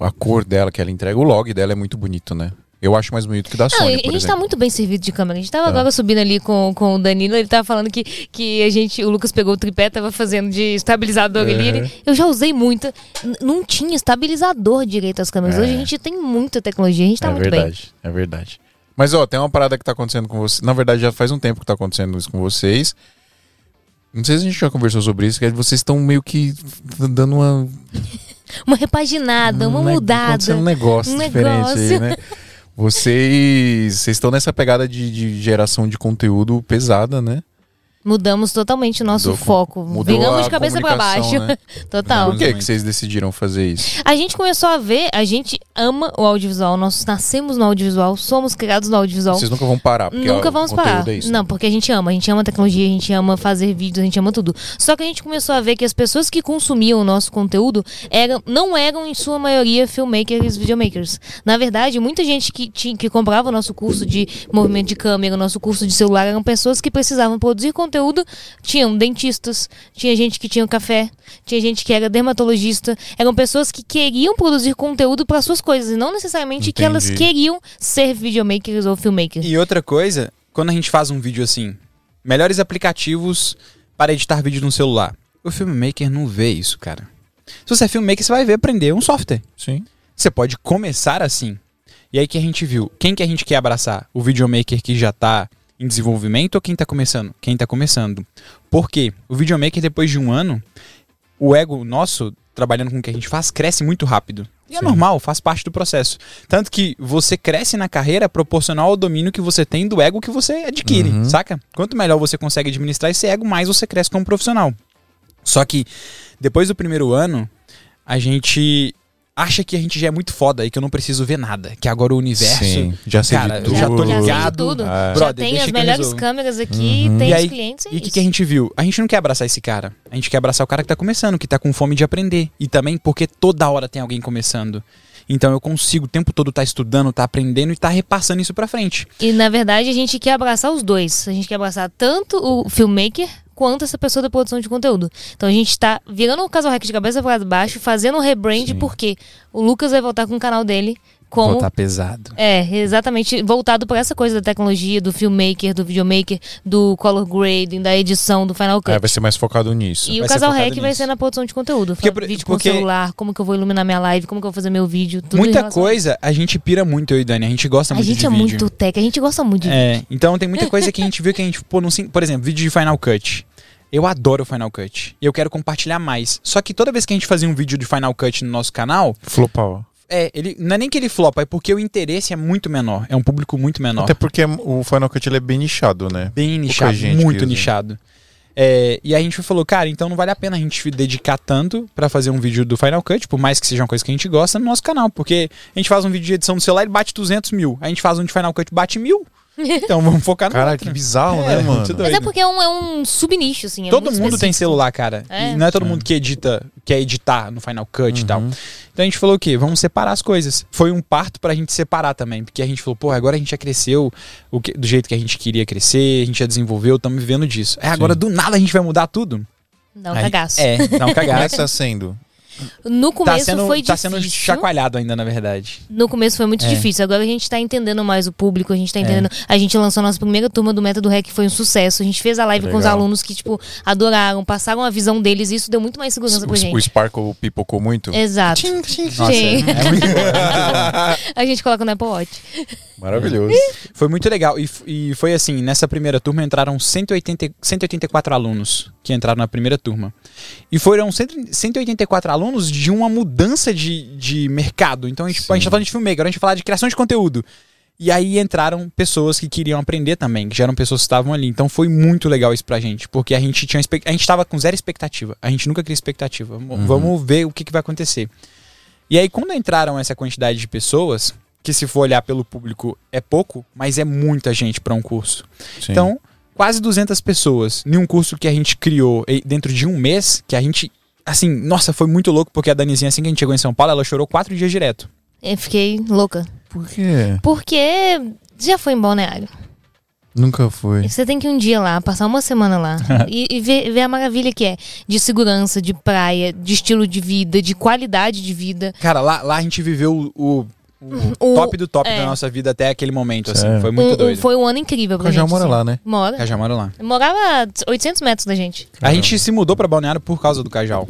[SPEAKER 1] a cor dela que ela entrega, o log dela é muito bonito, né? Eu acho mais bonito que da
[SPEAKER 3] Não,
[SPEAKER 1] Sony,
[SPEAKER 3] e-
[SPEAKER 1] por
[SPEAKER 3] a gente tá
[SPEAKER 1] exemplo. É.
[SPEAKER 3] muito bem servido de câmera. A gente tava agora subindo ali com, com o Danilo, ele tava falando que, que a gente, o Lucas pegou o tripé, tava fazendo de estabilizador ali.
[SPEAKER 1] Uhum.
[SPEAKER 3] ele- Eu já usei muito. N- Não tinha estabilizador direito às câmeras. Hoje a gente tem muita tecnologia, a gente tá
[SPEAKER 1] é
[SPEAKER 3] muito bem.
[SPEAKER 1] verdade, é verdade. Mas, ó, tem uma parada que tá acontecendo com você. Na verdade, já faz um tempo que tá acontecendo isso com vocês. Não sei se a gente já conversou sobre isso, que é que vocês estão meio que dando uma
[SPEAKER 3] Uma repaginada, uma
[SPEAKER 1] Um ne-
[SPEAKER 3] mudada.
[SPEAKER 1] aconteceu um negócio
[SPEAKER 3] Um
[SPEAKER 1] diferente aí,
[SPEAKER 3] negócio.
[SPEAKER 1] né? Vocês vocês estão nessa pegada de, de geração de conteúdo pesada, né?
[SPEAKER 3] Mudamos totalmente o nosso
[SPEAKER 1] Mudou com-
[SPEAKER 3] foco.
[SPEAKER 1] mudou
[SPEAKER 3] Viramos
[SPEAKER 1] a
[SPEAKER 3] de cabeça pra
[SPEAKER 1] comunicação,
[SPEAKER 3] baixo.
[SPEAKER 1] né?
[SPEAKER 3] Total.
[SPEAKER 1] Por que, que vocês decidiram fazer isso?
[SPEAKER 3] A gente começou a ver, a gente ama o audiovisual, nós nascemos no audiovisual, somos criados no audiovisual.
[SPEAKER 1] Vocês nunca vão parar, porque
[SPEAKER 3] Nunca
[SPEAKER 1] ó,
[SPEAKER 3] vamos
[SPEAKER 1] o conteúdo
[SPEAKER 3] parar.
[SPEAKER 1] é isso.
[SPEAKER 3] Não, porque a gente ama, a gente ama tecnologia, a gente ama fazer vídeos, a gente ama tudo. Só que a gente começou a ver que as pessoas que consumiam o nosso conteúdo eram, não eram, em sua maioria, filmmakers e videomakers. Na verdade, muita gente que, tinha, que comprava o nosso curso de movimento de câmera, o nosso curso de celular, eram pessoas que precisavam produzir conteúdo, tinham dentistas, tinha gente que tinha café, tinha gente que era dermatologista, eram pessoas que queriam produzir conteúdo para suas coisas, e não necessariamente que elas
[SPEAKER 1] Entendi.
[SPEAKER 3] queriam ser videomakers ou filmmakers.
[SPEAKER 4] E outra coisa, quando a gente faz um vídeo assim, melhores aplicativos para editar vídeo no celular. O filmmaker não vê isso, cara. Se você é filmmaker, você vai ver aprender um software.
[SPEAKER 1] Sim.
[SPEAKER 4] Você pode começar assim. E aí que a gente viu, quem que a gente quer abraçar? O videomaker que já tá em desenvolvimento ou quem tá começando? Quem tá começando. Por quê? O videomaker depois de um ano, o ego nosso trabalhando com o que a gente faz cresce muito rápido. E é normal, faz parte do processo. Tanto que você cresce na carreira proporcional ao domínio que você tem do ego que você adquire,
[SPEAKER 1] Uhum.
[SPEAKER 4] saca? Quanto melhor você consegue administrar esse ego, mais você cresce como profissional. Só que depois do primeiro ano, a gente acha que a gente já é muito foda e que eu não preciso ver nada, que agora o universo.
[SPEAKER 1] Sim. Já sei
[SPEAKER 4] Cara,
[SPEAKER 1] de
[SPEAKER 4] eu
[SPEAKER 1] tudo.
[SPEAKER 4] já tô
[SPEAKER 3] Já sei de
[SPEAKER 4] ligado.
[SPEAKER 3] tudo.
[SPEAKER 1] É.
[SPEAKER 3] Já
[SPEAKER 4] Brother,
[SPEAKER 3] tem
[SPEAKER 4] deixa
[SPEAKER 3] as
[SPEAKER 4] que eu
[SPEAKER 3] melhores
[SPEAKER 4] resolvo.
[SPEAKER 3] câmeras aqui,
[SPEAKER 1] Uhum.
[SPEAKER 3] tem
[SPEAKER 4] E
[SPEAKER 3] os
[SPEAKER 4] aí-
[SPEAKER 3] clientes. é
[SPEAKER 4] E o que,
[SPEAKER 3] isso.
[SPEAKER 4] que a gente viu? A gente não quer abraçar esse cara. A gente quer abraçar o cara que tá começando, que tá com fome de aprender. E também porque toda hora tem alguém começando. Então eu consigo o tempo todo tá estudando, tá aprendendo e tá repassando isso pra frente.
[SPEAKER 3] E na verdade a gente quer abraçar os dois. A gente quer abraçar tanto o filmmaker quanto essa pessoa da produção de conteúdo. Então a gente tá virando o Casal Rec de cabeça para baixo, fazendo um rebrand,
[SPEAKER 1] Sim.
[SPEAKER 3] porque o Lucas vai voltar com o canal dele como
[SPEAKER 4] Voltar pesado.
[SPEAKER 3] É, exatamente, voltado para essa coisa da tecnologia, do filmmaker, do videomaker, do color grading, da edição, do Final Cut.
[SPEAKER 1] É, vai ser mais focado nisso.
[SPEAKER 3] E
[SPEAKER 4] vai
[SPEAKER 3] o
[SPEAKER 4] ser
[SPEAKER 3] Casal
[SPEAKER 4] focado
[SPEAKER 3] Rec vai
[SPEAKER 4] nisso.
[SPEAKER 3] ser na produção de conteúdo.
[SPEAKER 4] Porque-
[SPEAKER 3] vídeo com o
[SPEAKER 4] porque-
[SPEAKER 3] celular, como que eu vou iluminar minha live, como que eu vou fazer meu vídeo, tudo em
[SPEAKER 4] Muita
[SPEAKER 3] relação-
[SPEAKER 4] coisa a gente pira muito, eu e Dani. A gente gosta
[SPEAKER 3] A
[SPEAKER 4] muito
[SPEAKER 3] gente
[SPEAKER 4] de
[SPEAKER 3] é
[SPEAKER 4] vídeo.
[SPEAKER 3] muito tech, a gente gosta muito de
[SPEAKER 4] É, então tem muita coisa que a gente viu que a gente, pô, não se- por exemplo, vídeo de Final Cut. Eu adoro Final Cut. E eu quero compartilhar mais. Só que toda vez que a gente fazia um vídeo de Final Cut no nosso canal,
[SPEAKER 1] Flopal.
[SPEAKER 4] é, ele não é nem que ele flopa, é porque o interesse é muito menor. É um público muito menor.
[SPEAKER 1] Até porque o Final Cut ele é bem nichado, né?
[SPEAKER 4] Bem nichado,
[SPEAKER 1] gente que
[SPEAKER 4] muito
[SPEAKER 1] usa.
[SPEAKER 4] nichado. É, e a gente falou, cara, então não vale a pena a gente dedicar tanto pra fazer um vídeo do Final Cut, por mais que seja uma coisa que a gente gosta, no nosso canal. Porque a gente faz um vídeo de edição do celular, ele bate 200 mil. A gente faz um de Final Cut, bate mil. Então vamos focar no
[SPEAKER 1] Caralho,
[SPEAKER 4] outro.
[SPEAKER 1] que bizarro, né,
[SPEAKER 4] É,
[SPEAKER 1] mano?
[SPEAKER 4] muito doido.
[SPEAKER 3] Mas é porque é um, é um subnicho, assim. é
[SPEAKER 4] todo mundo
[SPEAKER 3] muito
[SPEAKER 4] tem
[SPEAKER 3] específico.
[SPEAKER 4] celular, cara. E
[SPEAKER 3] É.
[SPEAKER 4] não é todo mundo que edita, quer editar no Final Cut e tal. Então a gente falou o quê? Vamos separar as coisas. Foi um parto pra gente separar também. Porque a gente falou, pô, agora a gente já cresceu o que- do jeito que a gente queria crescer, a gente já desenvolveu, estamos vivendo disso. É, agora do nada a gente vai mudar tudo.
[SPEAKER 3] Dá um
[SPEAKER 4] Aí-
[SPEAKER 3] cagaço.
[SPEAKER 4] É, dá um
[SPEAKER 1] Como é
[SPEAKER 4] cagaço.
[SPEAKER 1] que tá sendo?
[SPEAKER 3] No
[SPEAKER 4] tá
[SPEAKER 3] começo
[SPEAKER 4] sendo,
[SPEAKER 3] foi
[SPEAKER 4] tá
[SPEAKER 3] difícil.
[SPEAKER 4] sendo chacoalhado ainda, na verdade.
[SPEAKER 3] No começo foi muito
[SPEAKER 4] É.
[SPEAKER 3] difícil. Agora a gente tá entendendo mais o público, a gente tá entendendo. A gente lançou nossa primeira turma do Método Rec, que foi um sucesso. A gente fez a live com os
[SPEAKER 1] Legal.
[SPEAKER 3] alunos que, tipo, adoraram, passaram a visão deles e isso deu muito mais segurança pra
[SPEAKER 1] O, o
[SPEAKER 3] gente. É.
[SPEAKER 1] Sparkle pipocou muito?
[SPEAKER 3] Exato.
[SPEAKER 4] Nossa, é,
[SPEAKER 3] Sim.
[SPEAKER 4] é muito bom.
[SPEAKER 3] A gente coloca no Apple Watch.
[SPEAKER 1] Maravilhoso.
[SPEAKER 4] Foi muito legal. E, f- e foi assim, nessa primeira turma entraram 180, e- 184 alunos que entraram na primeira turma. E foram cento- 184 alunos de uma mudança de, de mercado. Então a gente, a gente tá falando de filmmaker, agora a gente vai falar de criação de conteúdo. E aí entraram pessoas que queriam aprender também, que já eram pessoas que estavam ali. Então foi muito legal isso pra gente, porque a gente tinha uma expec- a gente tava com zero expectativa. A gente nunca cria expectativa. V- Vamos ver o que, que vai acontecer. E aí quando entraram essa quantidade de pessoas, que se for olhar pelo público é pouco, mas é muita gente pra um curso.
[SPEAKER 1] Sim.
[SPEAKER 4] Então, quase 200 pessoas em um curso que a gente criou e- dentro de um mês, que a gente assim, nossa, foi muito louco porque a Danizinha assim que a gente chegou em São Paulo, ela chorou quatro dias direto.
[SPEAKER 3] Eu fiquei louca.
[SPEAKER 1] Por quê?
[SPEAKER 3] Porque já foi em Balneário.
[SPEAKER 1] Nunca foi.
[SPEAKER 3] Você tem que ir um dia lá, passar uma semana lá e, e ver, ver a maravilha que é de segurança, de praia, de estilo de vida, de qualidade de vida.
[SPEAKER 4] Cara, lá, lá a gente viveu o, o- o
[SPEAKER 3] O-
[SPEAKER 4] top do top
[SPEAKER 3] é.
[SPEAKER 4] da nossa vida até aquele momento, assim.
[SPEAKER 1] Sério?
[SPEAKER 4] Foi muito
[SPEAKER 3] Um- um-
[SPEAKER 4] doido.
[SPEAKER 3] foi um ano incrível pra
[SPEAKER 1] Eu
[SPEAKER 3] gente.
[SPEAKER 1] já mora
[SPEAKER 3] assim.
[SPEAKER 1] lá, né?
[SPEAKER 3] Mora.
[SPEAKER 4] Cajá morou lá.
[SPEAKER 3] Morava a 800 metros da gente.
[SPEAKER 4] A gente se mudou pra Balneário por causa do Cajal.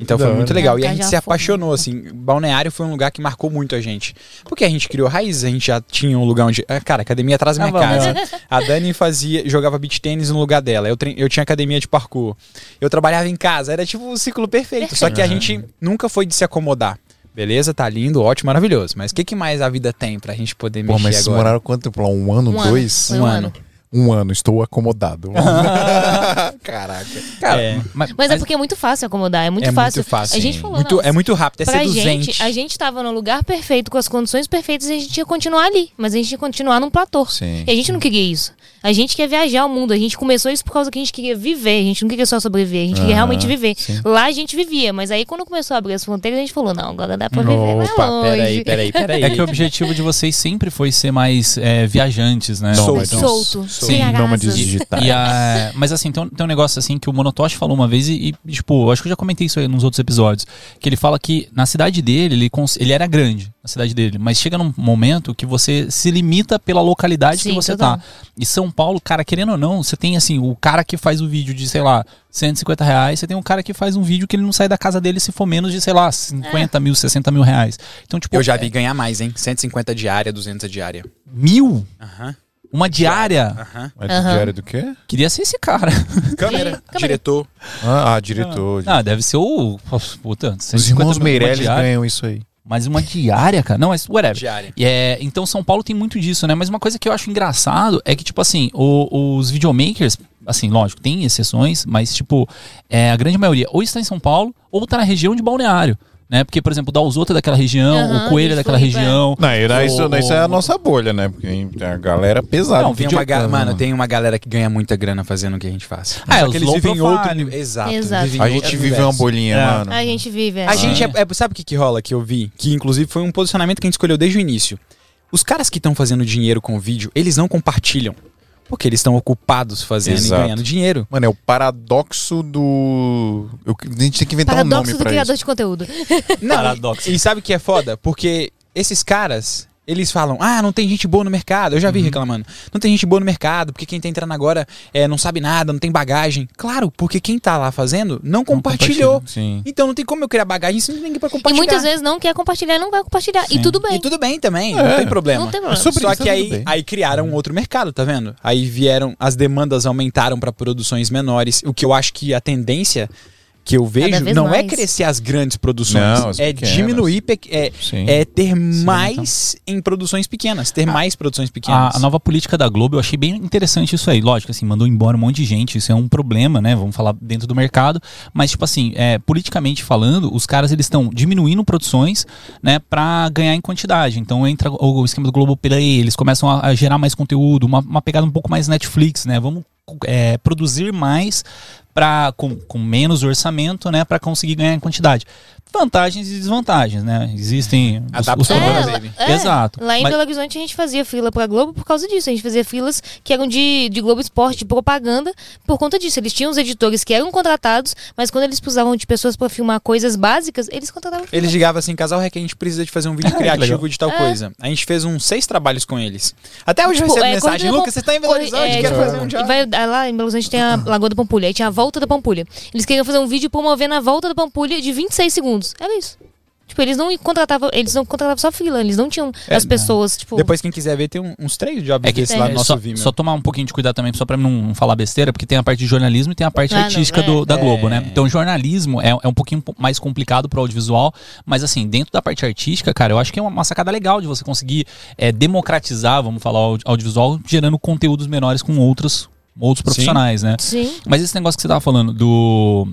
[SPEAKER 4] Então
[SPEAKER 1] Da
[SPEAKER 4] foi
[SPEAKER 1] hora.
[SPEAKER 4] muito legal. E a
[SPEAKER 3] Viajar
[SPEAKER 4] gente se
[SPEAKER 3] fora.
[SPEAKER 4] apaixonou, assim. Balneário foi um lugar que marcou muito a gente. Porque a gente criou raiz, a gente já tinha um lugar onde. Ah, Cara, academia atrás da
[SPEAKER 2] Ah,
[SPEAKER 4] minha
[SPEAKER 2] vamos.
[SPEAKER 4] casa. A Dani fazia, jogava beach tênis no lugar dela. Eu, tre- eu tinha academia de parkour. Eu trabalhava em casa. Era tipo o ciclo perfeito. Só
[SPEAKER 1] Uhum.
[SPEAKER 4] que a gente nunca foi de se acomodar. Beleza, tá lindo, ótimo, maravilhoso. Mas o que, que mais a vida tem pra gente poder
[SPEAKER 1] Pô,
[SPEAKER 4] mexer
[SPEAKER 1] mas vocês
[SPEAKER 4] agora?
[SPEAKER 1] moraram quanto tempo lá? Um ano,
[SPEAKER 3] Um ano.
[SPEAKER 1] dois?
[SPEAKER 3] Foi
[SPEAKER 4] um
[SPEAKER 3] um
[SPEAKER 4] ano.
[SPEAKER 3] ano.
[SPEAKER 1] Um ano, estou acomodado. Caraca.
[SPEAKER 2] Cara,
[SPEAKER 4] É.
[SPEAKER 2] mas,
[SPEAKER 3] Mas, é porque é muito fácil acomodar, é muito
[SPEAKER 4] é
[SPEAKER 3] fácil.
[SPEAKER 4] muito fácil.
[SPEAKER 3] A gente falou,
[SPEAKER 4] Muito-
[SPEAKER 3] não,
[SPEAKER 4] é muito rápido, é
[SPEAKER 3] pra
[SPEAKER 4] seduzente.
[SPEAKER 3] gente, a gente tava no lugar perfeito, com as condições perfeitas, e a gente ia continuar ali. Mas a gente ia continuar num platô.
[SPEAKER 1] Sim.
[SPEAKER 3] E a gente não queria isso. A gente quer viajar o mundo. A gente começou isso por causa que a gente queria viver. A gente não queria só sobreviver, a gente queria realmente viver. Lá a gente vivia, mas aí quando começou a abrir as fronteiras, a gente falou, não, agora dá pra viver mais
[SPEAKER 4] Opa,
[SPEAKER 3] longe.
[SPEAKER 4] peraí, peraí, peraí.
[SPEAKER 2] é que o objetivo de vocês sempre foi ser mais é, viajantes, né?
[SPEAKER 1] Não,
[SPEAKER 2] Mas-
[SPEAKER 1] mas-
[SPEAKER 3] Solto,
[SPEAKER 4] Sim,
[SPEAKER 3] sem
[SPEAKER 1] nômades
[SPEAKER 3] arrasas.
[SPEAKER 1] digitais.
[SPEAKER 2] E a- mas assim, tem um, tem um negócio assim que o Monotoshi falou uma vez e, e, tipo, eu acho que eu já comentei isso aí nos outros episódios. Que ele fala que na cidade dele, ele, cons- ele era grande, na cidade dele, mas chega num momento que você se limita pela localidade que
[SPEAKER 3] Sim,
[SPEAKER 2] você
[SPEAKER 3] total.
[SPEAKER 2] tá. E São Paulo, cara, querendo ou não, você tem assim, o cara que faz o vídeo de, sei lá, 150 reais, você tem um cara que faz um vídeo que ele não sai da casa dele se for menos de, sei lá, 50 mil, 60 mil reais. Então, tipo,
[SPEAKER 4] Eu já vi
[SPEAKER 2] é,
[SPEAKER 4] ganhar mais, hein? 150 diária, 200 a diária.
[SPEAKER 2] mil?
[SPEAKER 4] Aham,
[SPEAKER 2] Uma diária?
[SPEAKER 4] aham.
[SPEAKER 1] Mas
[SPEAKER 3] Aham.
[SPEAKER 1] diário do quê?
[SPEAKER 2] Queria ser esse cara.
[SPEAKER 4] Câmera,
[SPEAKER 3] Câmera.
[SPEAKER 4] diretor.
[SPEAKER 1] Ah, ah, diretor.
[SPEAKER 2] Ah, deve ser o. Puta, 150
[SPEAKER 1] Os irmãos
[SPEAKER 2] mil, uma
[SPEAKER 1] Meirelles
[SPEAKER 2] diária.
[SPEAKER 1] ganham isso aí.
[SPEAKER 2] Mas uma diária, cara? Não, mas whatever.
[SPEAKER 4] Diária.
[SPEAKER 2] E é, então São Paulo tem muito disso, né? Mas uma coisa que eu acho engraçado é que, tipo assim, o- os videomakers, assim, lógico, tem exceções, mas, tipo, é, a grande maioria ou está em São Paulo ou está na região de Balneário, né? Porque, por exemplo, o Dalzota é daquela região,
[SPEAKER 3] Aham,
[SPEAKER 2] o Coelho é
[SPEAKER 3] de
[SPEAKER 2] daquela
[SPEAKER 3] Floripa, é.
[SPEAKER 2] região.
[SPEAKER 1] Não, e na- isso,
[SPEAKER 2] o-
[SPEAKER 1] isso é a nossa bolha, né? Porque a galera é pesada.
[SPEAKER 2] Não,
[SPEAKER 4] Tem
[SPEAKER 2] Vídeo-
[SPEAKER 4] uma ga-
[SPEAKER 1] Mano.
[SPEAKER 4] Mano, tem uma galera que ganha muita grana fazendo o que a gente faz.
[SPEAKER 2] Ah, é, os
[SPEAKER 4] que eles
[SPEAKER 2] low
[SPEAKER 4] vivem em outro
[SPEAKER 2] profile.
[SPEAKER 4] nível. Exato.
[SPEAKER 3] Exato.
[SPEAKER 4] vivem em
[SPEAKER 1] a
[SPEAKER 4] outro
[SPEAKER 1] gente vive uma
[SPEAKER 4] universo.
[SPEAKER 1] bolinha,
[SPEAKER 2] É.
[SPEAKER 1] mano.
[SPEAKER 3] A gente vive.
[SPEAKER 4] A
[SPEAKER 3] assim.
[SPEAKER 4] gente é, é- sabe o que, que rola que eu vi? Que inclusive foi um posicionamento que a gente escolheu desde o início. Os caras que estão fazendo dinheiro com o vídeo, eles não compartilham. Porque eles estão ocupados fazendo
[SPEAKER 1] Exato.
[SPEAKER 4] e ganhando dinheiro.
[SPEAKER 1] Mano, é o paradoxo do. Eu- a gente tem que inventar um
[SPEAKER 3] Paradoxo
[SPEAKER 1] nome
[SPEAKER 3] do
[SPEAKER 1] pra
[SPEAKER 3] criador
[SPEAKER 1] isso.
[SPEAKER 3] de conteúdo.
[SPEAKER 4] Não,
[SPEAKER 2] Paradoxo.
[SPEAKER 4] E sabe o que é foda? Porque esses caras, eles falam, ah, não tem gente boa no mercado. Eu já vi
[SPEAKER 1] Uhum.
[SPEAKER 4] reclamando. Não tem gente boa no mercado, porque quem tá entrando agora é, não sabe nada, não tem bagagem. Claro, porque quem tá lá fazendo não compartilhou.
[SPEAKER 1] Sim.
[SPEAKER 4] Então não tem como eu criar bagagem se não tem ninguém pra
[SPEAKER 3] E
[SPEAKER 4] compartilhar.
[SPEAKER 3] muitas vezes não quer compartilhar, não vai compartilhar.
[SPEAKER 2] Sim.
[SPEAKER 3] E tudo bem.
[SPEAKER 4] E tudo bem também, não tem problema.
[SPEAKER 3] Não tem problema.
[SPEAKER 1] É. Sobre
[SPEAKER 4] Só
[SPEAKER 1] isso,
[SPEAKER 4] que
[SPEAKER 1] tá
[SPEAKER 4] aí,
[SPEAKER 1] tudo bem.
[SPEAKER 4] aí criaram um outro mercado, tá vendo? Aí vieram, as demandas aumentaram pra produções menores, o que eu acho que a tendência que eu vejo
[SPEAKER 3] vez
[SPEAKER 4] não é
[SPEAKER 3] mais.
[SPEAKER 4] crescer as grandes produções,
[SPEAKER 1] Não, as
[SPEAKER 4] é
[SPEAKER 1] pequenas.
[SPEAKER 4] diminuir, pe- é,
[SPEAKER 1] Sim.
[SPEAKER 4] é ter
[SPEAKER 2] então.
[SPEAKER 4] mais em produções pequenas, ter mais produções pequenas.
[SPEAKER 2] Ah, A, a nova política da Globo, eu achei bem interessante isso aí. Lógico, assim, mandou embora um monte de gente, isso é um problema, né? Vamos falar dentro do mercado. Mas, tipo assim, é, politicamente falando, os caras eles estão diminuindo produções, né, pra ganhar em quantidade. Então entra o, o esquema do Globoplay, eles começam a, a gerar mais conteúdo, uma, uma pegada um pouco mais Netflix, né? Vamos é, produzir mais pra, com, com menos orçamento, né, pra conseguir ganhar em quantidade. Vantagens e desvantagens, né? Existem os- os,
[SPEAKER 4] Adaptação,
[SPEAKER 2] problemas.
[SPEAKER 4] né?
[SPEAKER 3] lá- é,
[SPEAKER 2] Exato.
[SPEAKER 3] Lá em
[SPEAKER 2] Mas-
[SPEAKER 3] Belo Horizonte a gente fazia fila pra Globo por causa disso. A gente fazia filas que eram de, de Globo Esporte, de propaganda, por conta disso. Eles tinham os editores que eram contratados, mas quando eles precisavam de pessoas pra filmar coisas básicas, eles contratavam.
[SPEAKER 4] Eles ligavam assim, casal, é que a gente precisa de fazer um vídeo criativo
[SPEAKER 2] Ah, legal.
[SPEAKER 4] de tal
[SPEAKER 3] É.
[SPEAKER 4] coisa. A gente fez uns seis trabalhos com eles. Até hoje eu recebo
[SPEAKER 3] é,
[SPEAKER 4] mensagem,
[SPEAKER 3] corrida
[SPEAKER 4] Lucas,
[SPEAKER 3] com-
[SPEAKER 4] você tá em Belo
[SPEAKER 3] corri-
[SPEAKER 4] Horizonte,
[SPEAKER 3] é,
[SPEAKER 4] quero
[SPEAKER 3] tipo,
[SPEAKER 4] fazer um diálogo.
[SPEAKER 3] vai- ah, lá em Belo Horizonte tem a Lagoa da Pampulha, aí tinha a Volta da Pampulha. Eles queriam fazer um vídeo promovendo a Volta da Pampulha de 26 segundos. Era isso. Tipo, eles não contratavam, eles não contratavam só fila, eles não tinham as pessoas, tipo...
[SPEAKER 4] Depois quem quiser ver, tem um- uns três jobs
[SPEAKER 2] É que
[SPEAKER 4] desse
[SPEAKER 3] tem.
[SPEAKER 4] lá
[SPEAKER 2] É,
[SPEAKER 4] no nosso
[SPEAKER 2] só,
[SPEAKER 4] Vimeo.
[SPEAKER 2] só tomar um pouquinho de cuidado também, só pra não falar besteira, porque tem a parte de jornalismo e tem a parte
[SPEAKER 3] Ah, não,
[SPEAKER 2] artística
[SPEAKER 3] é.
[SPEAKER 2] do- da
[SPEAKER 4] É.
[SPEAKER 2] Globo, né? Então, jornalismo é, é um pouquinho mais complicado pro audiovisual, mas assim, dentro da parte artística, cara, eu acho que é uma, uma sacada legal de você conseguir é, democratizar, vamos falar, o audio- audiovisual, gerando conteúdos menores com outros, outros profissionais, né?
[SPEAKER 3] Sim.
[SPEAKER 2] Mas esse negócio que você tava falando do.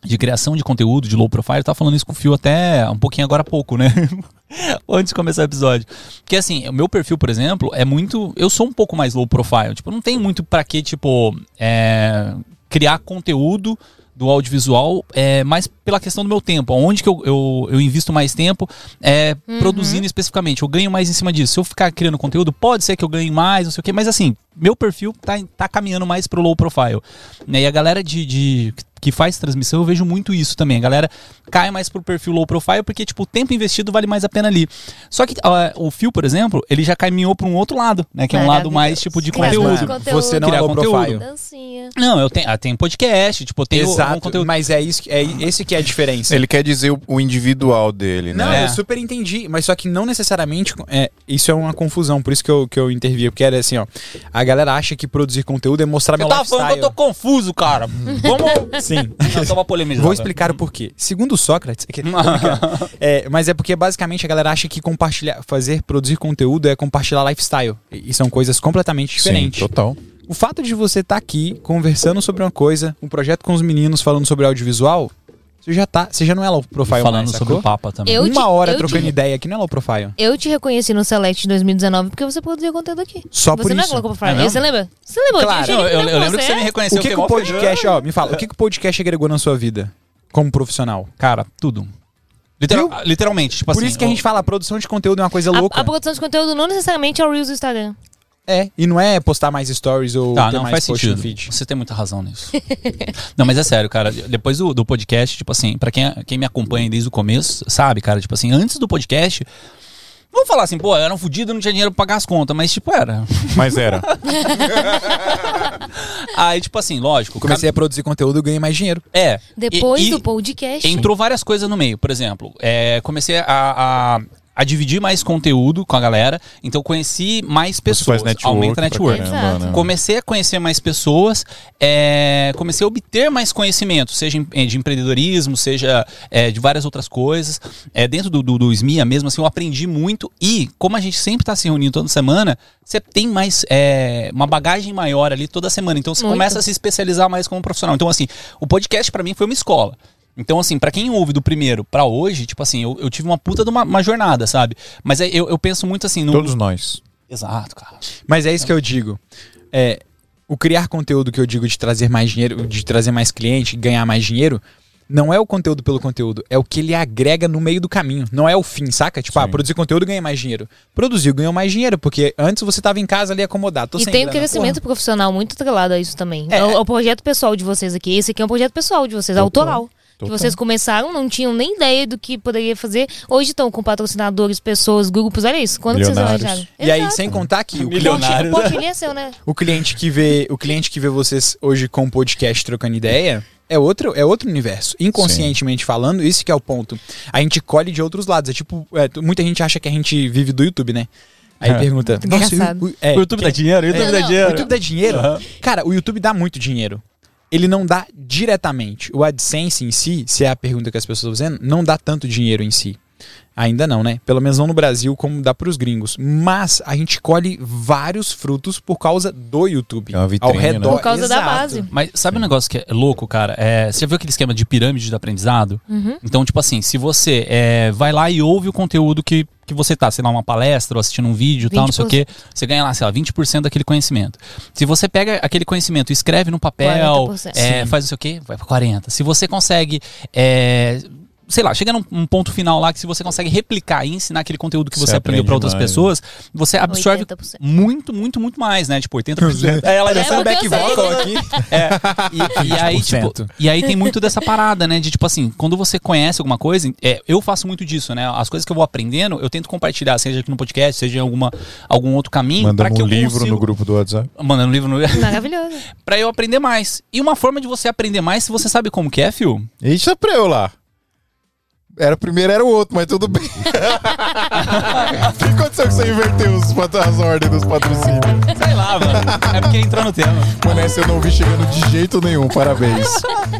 [SPEAKER 2] De criação de conteúdo, de low profile, eu tava falando isso com o Fio até um pouquinho agora há pouco, né? Antes de começar o episódio. Porque assim, o meu perfil, por exemplo, é muito. Eu sou um pouco mais low profile. Tipo, não tem muito pra que, tipo, é, criar conteúdo do audiovisual, é, mas pela questão do meu tempo. Onde que eu, eu, eu invisto mais tempo é, produzindo especificamente. Eu ganho mais em cima disso. Se eu ficar criando conteúdo, pode ser que eu ganhe mais, não sei o quê, mas assim, meu perfil tá, tá caminhando mais pro low profile. Né? E a galera de, de que que faz transmissão, eu vejo muito isso também. A galera cai mais pro perfil low profile porque, tipo, o tempo investido vale mais a pena ali. Só que ah, o Fio, por exemplo, ele já caminhou pra um outro lado, né? Que é um lado mais,
[SPEAKER 3] Maravilhoso.
[SPEAKER 2] tipo, de
[SPEAKER 3] Criação
[SPEAKER 2] conteúdo.
[SPEAKER 3] de conteúdo.
[SPEAKER 4] Você não é
[SPEAKER 2] Criar
[SPEAKER 4] low
[SPEAKER 2] conteúdo.
[SPEAKER 4] profile.
[SPEAKER 3] Dancinha.
[SPEAKER 2] Não, eu tenho, ah, tem podcast, tipo, tem o- algum
[SPEAKER 4] Exato,
[SPEAKER 2] conteúdo.
[SPEAKER 4] mas é, isso, que- é esse que é a diferença.
[SPEAKER 1] Ele quer dizer o, o individual dele, né?
[SPEAKER 4] Não,
[SPEAKER 2] É.
[SPEAKER 4] eu super entendi, mas só que não necessariamente. É, isso é uma confusão, por isso que eu, que eu intervi, porque era assim, ó. A galera acha que produzir conteúdo é mostrar
[SPEAKER 2] Eu
[SPEAKER 4] meu
[SPEAKER 2] tava
[SPEAKER 4] lifestyle.
[SPEAKER 2] falando que eu tô confuso, cara. Vamos.
[SPEAKER 4] Sim.
[SPEAKER 2] Não, só uma polemizada.
[SPEAKER 4] Vou explicar o porquê. Segundo Sócrates, é que- é, mas é porque basicamente a galera acha que compartilhar, fazer, produzir conteúdo é compartilhar lifestyle. E, e são coisas completamente diferentes.
[SPEAKER 1] Sim, total.
[SPEAKER 4] O fato de você estar aqui conversando sobre uma coisa, um projeto com os meninos falando sobre audiovisual, você já tá, você já não é low profile
[SPEAKER 2] Falando
[SPEAKER 4] mais,
[SPEAKER 2] sobre
[SPEAKER 4] sacou?
[SPEAKER 2] o Papa também.
[SPEAKER 3] Eu
[SPEAKER 4] Uma
[SPEAKER 3] te-
[SPEAKER 4] hora
[SPEAKER 3] eu te-
[SPEAKER 4] trocando ideia aqui não é low profile.
[SPEAKER 3] Eu te reconheci no Select 2019 porque você produziu conteúdo aqui.
[SPEAKER 4] Só
[SPEAKER 3] você
[SPEAKER 4] por
[SPEAKER 3] não
[SPEAKER 4] isso.
[SPEAKER 3] é
[SPEAKER 2] É
[SPEAKER 3] Globo
[SPEAKER 2] mesmo?
[SPEAKER 3] Você lembra? Você lembrou?
[SPEAKER 4] Claro.
[SPEAKER 3] Tinha
[SPEAKER 2] Não,
[SPEAKER 3] gente
[SPEAKER 2] eu, eu
[SPEAKER 3] lembra
[SPEAKER 2] lembro é que você me reconheceu.
[SPEAKER 4] o que, que
[SPEAKER 2] foi
[SPEAKER 4] o
[SPEAKER 2] mó feliz.
[SPEAKER 4] podcast, ó, me fala, o que, que o podcast agregou na sua vida como profissional?
[SPEAKER 2] Cara, ah, tudo. Literal- literalmente, tipo
[SPEAKER 4] Por
[SPEAKER 2] assim.
[SPEAKER 4] isso que a
[SPEAKER 2] eu-
[SPEAKER 4] gente fala, a produção de conteúdo é uma coisa
[SPEAKER 3] A,
[SPEAKER 4] louca.
[SPEAKER 3] a produção de conteúdo não necessariamente é o Reels do Instagram.
[SPEAKER 4] É, e não é postar mais stories ou
[SPEAKER 2] Tá,
[SPEAKER 4] ter
[SPEAKER 2] não
[SPEAKER 4] mais
[SPEAKER 2] faz
[SPEAKER 4] post no
[SPEAKER 2] sentido.
[SPEAKER 4] feed.
[SPEAKER 2] Você tem muita razão nisso. não, mas é sério, cara. Depois do, do podcast, tipo assim, pra quem, quem me acompanha desde o começo, sabe, cara, tipo assim, antes do podcast. Vamos falar assim, pô, eu era um fudido, eu não tinha dinheiro pra pagar as contas, mas tipo, era.
[SPEAKER 1] Mas era.
[SPEAKER 2] Aí, tipo assim, lógico.
[SPEAKER 4] Comecei a produzir conteúdo e ganhei mais dinheiro.
[SPEAKER 2] cam- É.
[SPEAKER 3] Depois
[SPEAKER 2] e- e-
[SPEAKER 3] do podcast.
[SPEAKER 2] Entrou várias coisas no meio. Por exemplo, é, comecei a, a- a dividir mais conteúdo com a galera. Então conheci mais
[SPEAKER 1] Você
[SPEAKER 2] pessoas.
[SPEAKER 1] faz network.
[SPEAKER 2] aumenta a
[SPEAKER 1] pra
[SPEAKER 2] network.
[SPEAKER 1] caramba,
[SPEAKER 3] Exato.
[SPEAKER 1] né?
[SPEAKER 2] Comecei a conhecer mais pessoas, é, comecei a obter mais conhecimento, seja em- eh, de empreendedorismo, seja eh, de várias outras coisas. É, dentro do, do, do SMIA mesmo, assim, eu aprendi muito e, como a gente sempre está se reunindo toda semana, você tem mais eh, uma bagagem maior ali toda semana. Então você
[SPEAKER 3] Muito.
[SPEAKER 2] começa a se especializar mais como profissional. Então, assim, o podcast para mim foi uma escola. Então, assim, pra quem ouve do primeiro pra hoje, tipo assim, eu, eu tive uma puta de uma, uma jornada, sabe? Mas é- eu, eu penso muito assim no.
[SPEAKER 1] Todos nós.
[SPEAKER 2] Exato, cara.
[SPEAKER 4] Mas é isso que eu digo. É, o criar conteúdo que eu digo de trazer mais dinheiro, de trazer mais cliente, ganhar mais dinheiro, não é o conteúdo pelo conteúdo, é o que ele agrega no meio do caminho. Não é o fim, saca? Tipo, ah,
[SPEAKER 1] Sim.
[SPEAKER 4] produzir conteúdo ganha mais dinheiro. Produziu, ganhou mais dinheiro, porque antes você tava em casa ali acomodado. Tô
[SPEAKER 3] E
[SPEAKER 4] sem
[SPEAKER 3] tem um
[SPEAKER 4] grana,
[SPEAKER 3] crescimento
[SPEAKER 4] porra.
[SPEAKER 3] profissional muito atrelado a isso também.
[SPEAKER 4] É.
[SPEAKER 3] É, o, é o projeto pessoal de vocês aqui. Esse aqui é um projeto pessoal de vocês, autoral. Que
[SPEAKER 1] Total.
[SPEAKER 3] vocês começaram, não tinham nem ideia do que poderia fazer. Hoje estão com patrocinadores, pessoas, grupos, olha isso. Quando que vocês
[SPEAKER 1] Milionários.
[SPEAKER 3] arranjaram?
[SPEAKER 4] E aí,
[SPEAKER 3] Exato.
[SPEAKER 4] sem contar que o cliente,
[SPEAKER 2] Milionário.
[SPEAKER 3] O pontinho é seu, né?
[SPEAKER 4] o cliente que vê, o cliente que vê vocês hoje com o podcast trocando ideia, é outro, é outro universo. Inconscientemente falando, isso que é o ponto. A gente colhe de outros lados. É tipo, é, t- muita gente acha que a gente vive do YouTube, né? Aí
[SPEAKER 2] É.
[SPEAKER 4] pergunta, nossa,
[SPEAKER 3] engraçado.
[SPEAKER 4] o, o- é,
[SPEAKER 2] o YouTube dá dinheiro? O YouTube
[SPEAKER 3] Não,
[SPEAKER 2] dá
[SPEAKER 3] não, o
[SPEAKER 4] o
[SPEAKER 2] dinheiro?
[SPEAKER 4] YouTube dá dinheiro? Cara, o YouTube dá muito dinheiro. Ele não dá diretamente. O AdSense em si, se é a pergunta que as pessoas estão fazendo, não dá tanto dinheiro em si. Ainda não, né? Pelo menos não no Brasil, como dá pros gringos. Mas a gente colhe vários frutos por causa do YouTube.
[SPEAKER 1] É uma vitrine,
[SPEAKER 4] ao
[SPEAKER 1] né?
[SPEAKER 4] redor.
[SPEAKER 3] Por causa da
[SPEAKER 4] Exato.
[SPEAKER 3] base.
[SPEAKER 2] Mas sabe um negócio que é louco, cara? É, você já viu aquele esquema de pirâmide do aprendizado? Então, tipo assim, se você é, vai lá e ouve o conteúdo que, que você tá, sei lá, uma palestra ou assistindo um vídeo tal, não sei o quê, você ganha lá, sei lá, 20% daquele conhecimento. Se você pega aquele conhecimento e escreve no papel,
[SPEAKER 3] 40%.
[SPEAKER 2] é, faz não sei o quê, vai pra 40%. Se você consegue. é, Sei lá, chega num num ponto final lá que se você consegue replicar e ensinar aquele conteúdo que
[SPEAKER 1] Você
[SPEAKER 2] você, aprendeu
[SPEAKER 1] aprende
[SPEAKER 2] para outras
[SPEAKER 1] mais, né?
[SPEAKER 2] pessoas, você absorve
[SPEAKER 3] 80%.
[SPEAKER 2] muito, muito, muito mais, né? Tipo, 80%. É, ela
[SPEAKER 3] É,
[SPEAKER 2] sabe
[SPEAKER 3] porque eu sei.
[SPEAKER 2] e, e aí, tipo,
[SPEAKER 4] 20%.
[SPEAKER 2] e aí tem muito dessa parada, né? De tipo assim, quando você conhece alguma coisa, é, eu faço muito disso, né? As coisas que eu vou aprendendo, eu tento compartilhar, seja aqui no podcast, seja em alguma, algum outro caminho, pra
[SPEAKER 1] Mandando
[SPEAKER 2] que
[SPEAKER 1] um
[SPEAKER 2] eu
[SPEAKER 1] livro
[SPEAKER 2] consiga-
[SPEAKER 1] no grupo do WhatsApp.
[SPEAKER 2] Mandando um livro no.
[SPEAKER 3] Maravilhoso.
[SPEAKER 2] pra eu aprender mais. E uma forma de você aprender mais, se você sabe como que é, Phil.
[SPEAKER 1] Ixi, pra eu lá. Era o primeiro, era o outro, mas tudo bem. O que aconteceu que você inverteu os pat- as ordens dos patrocínios?
[SPEAKER 2] Sei lá, mano. É porque entrou no tema.
[SPEAKER 1] Mano, essa eu não vi chegando de jeito nenhum. Parabéns.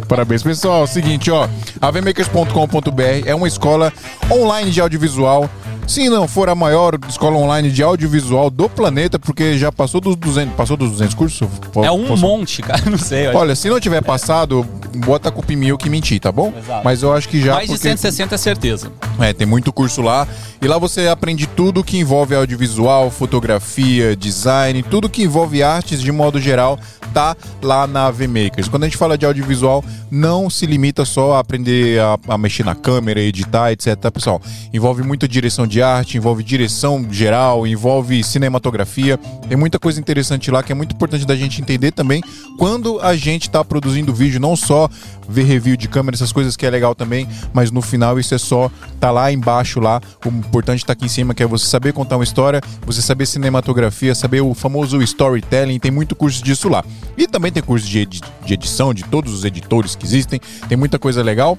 [SPEAKER 1] Parabéns, pessoal. É Seguinte, ó. avmakers.com.br é uma escola online de audiovisual. Se não for a maior escola online de audiovisual do planeta, porque já passou dos 200, passou dos 200 cursos? Po-
[SPEAKER 2] É um
[SPEAKER 1] posso-
[SPEAKER 2] monte, cara. Não sei. eu acho.
[SPEAKER 1] Olha, se não tiver passado, bota a culpa em mim eu que menti, tá bom?
[SPEAKER 2] Exato.
[SPEAKER 1] Mas eu acho que já
[SPEAKER 2] mais de
[SPEAKER 1] porque
[SPEAKER 2] 160 é certeza.
[SPEAKER 1] é, tem muito curso lá. E lá você aprende tudo que envolve audiovisual, fotografia, design, tudo que envolve artes de modo geral, tá lá na VMakers. Quando a gente fala de audiovisual, não se limita só a aprender a, a mexer na câmera, editar, etc, tá, pessoal? Envolve muita direção de de arte, envolve direção geral, envolve cinematografia. Tem muita coisa interessante lá que é muito importante da gente entender também quando a gente tá produzindo vídeo, não só ver review de câmera, essas coisas que é legal também, mas no final isso é só tá lá embaixo lá. O importante tá aqui em cima, que é você saber contar uma história, você saber cinematografia, saber o famoso storytelling, tem muito curso disso lá. E também tem curso de, edi- de edição de todos os editores que existem, tem muita coisa legal.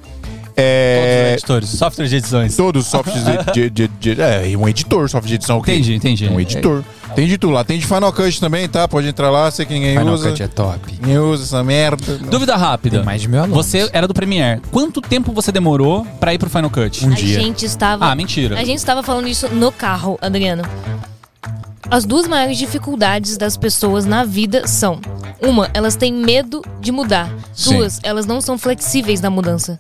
[SPEAKER 1] É,
[SPEAKER 2] Todos os editores, software de edições.
[SPEAKER 1] Todos os softwares de, de- de- de- É, e um editor, software de edição. ok?
[SPEAKER 2] Entendi, entendi.
[SPEAKER 1] Um editor. Tem de tudo lá. Tem de Final Cut também, tá? Pode entrar lá, sei que ninguém
[SPEAKER 4] Final
[SPEAKER 1] usa.
[SPEAKER 4] Cut é top.
[SPEAKER 1] Ninguém usa essa merda.
[SPEAKER 2] Dúvida rápida.
[SPEAKER 4] Tem mais de mil alunos.
[SPEAKER 2] Você era do Premiere. Quanto tempo você demorou pra ir pro Final Cut?
[SPEAKER 4] Um
[SPEAKER 3] a
[SPEAKER 4] dia.
[SPEAKER 3] gente estava.
[SPEAKER 2] Ah, mentira.
[SPEAKER 3] A gente estava falando isso no carro, Adriano. As duas maiores dificuldades das pessoas na vida são: uma, elas têm medo de mudar.
[SPEAKER 1] Sim.
[SPEAKER 3] Duas, elas não são flexíveis na mudança.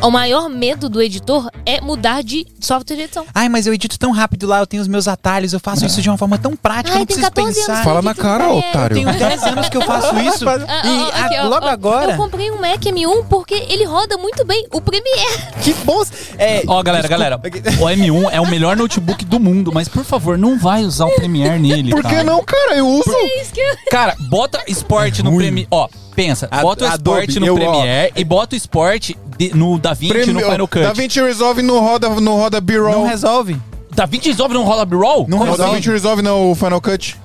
[SPEAKER 3] O maior medo do editor é mudar de software de edição.
[SPEAKER 4] Ai, mas eu edito tão rápido lá, eu tenho os meus atalhos, eu
[SPEAKER 2] É.
[SPEAKER 4] faço isso de uma forma tão prática, eu
[SPEAKER 3] Ai,
[SPEAKER 4] não
[SPEAKER 3] tem
[SPEAKER 4] preciso
[SPEAKER 3] 14
[SPEAKER 4] pensar.
[SPEAKER 3] anos.
[SPEAKER 1] Fala
[SPEAKER 3] que
[SPEAKER 1] na
[SPEAKER 3] tu
[SPEAKER 1] cara,
[SPEAKER 3] tá-
[SPEAKER 1] otário.
[SPEAKER 2] um
[SPEAKER 4] Tenho 10 anos que eu faço isso. E
[SPEAKER 3] Ah, ah,
[SPEAKER 4] a-
[SPEAKER 3] aqui, ó,
[SPEAKER 4] logo
[SPEAKER 3] ó,
[SPEAKER 4] agora.
[SPEAKER 3] Eu comprei um Mac M1 porque ele roda muito bem o Premiere.
[SPEAKER 4] Que bons. É,
[SPEAKER 2] Ó, galera, galera, o M1 é o melhor notebook do mundo, mas por favor, não vai usar o Premiere nele,
[SPEAKER 1] Por que
[SPEAKER 2] cara.
[SPEAKER 1] não, cara? Eu uso.
[SPEAKER 3] É isso que eu-
[SPEAKER 2] Cara, bota esporte no
[SPEAKER 1] ruim.
[SPEAKER 2] Premiere. Ó, pensa,
[SPEAKER 4] É A-
[SPEAKER 2] bota o
[SPEAKER 4] Adobe,
[SPEAKER 2] esporte no
[SPEAKER 1] eu, ó,
[SPEAKER 2] Premiere e bota o esporte de- no DaVinci no Final Cut.
[SPEAKER 1] Da Vinci resolve no roda, no roda
[SPEAKER 4] Não
[SPEAKER 1] B-roll.
[SPEAKER 4] resolve.
[SPEAKER 2] DaVinci resolve no roll roll?
[SPEAKER 1] Não,
[SPEAKER 4] Não
[SPEAKER 1] Da
[SPEAKER 2] assim?
[SPEAKER 4] resolve.
[SPEAKER 1] Vinci resolve não o Final Cut.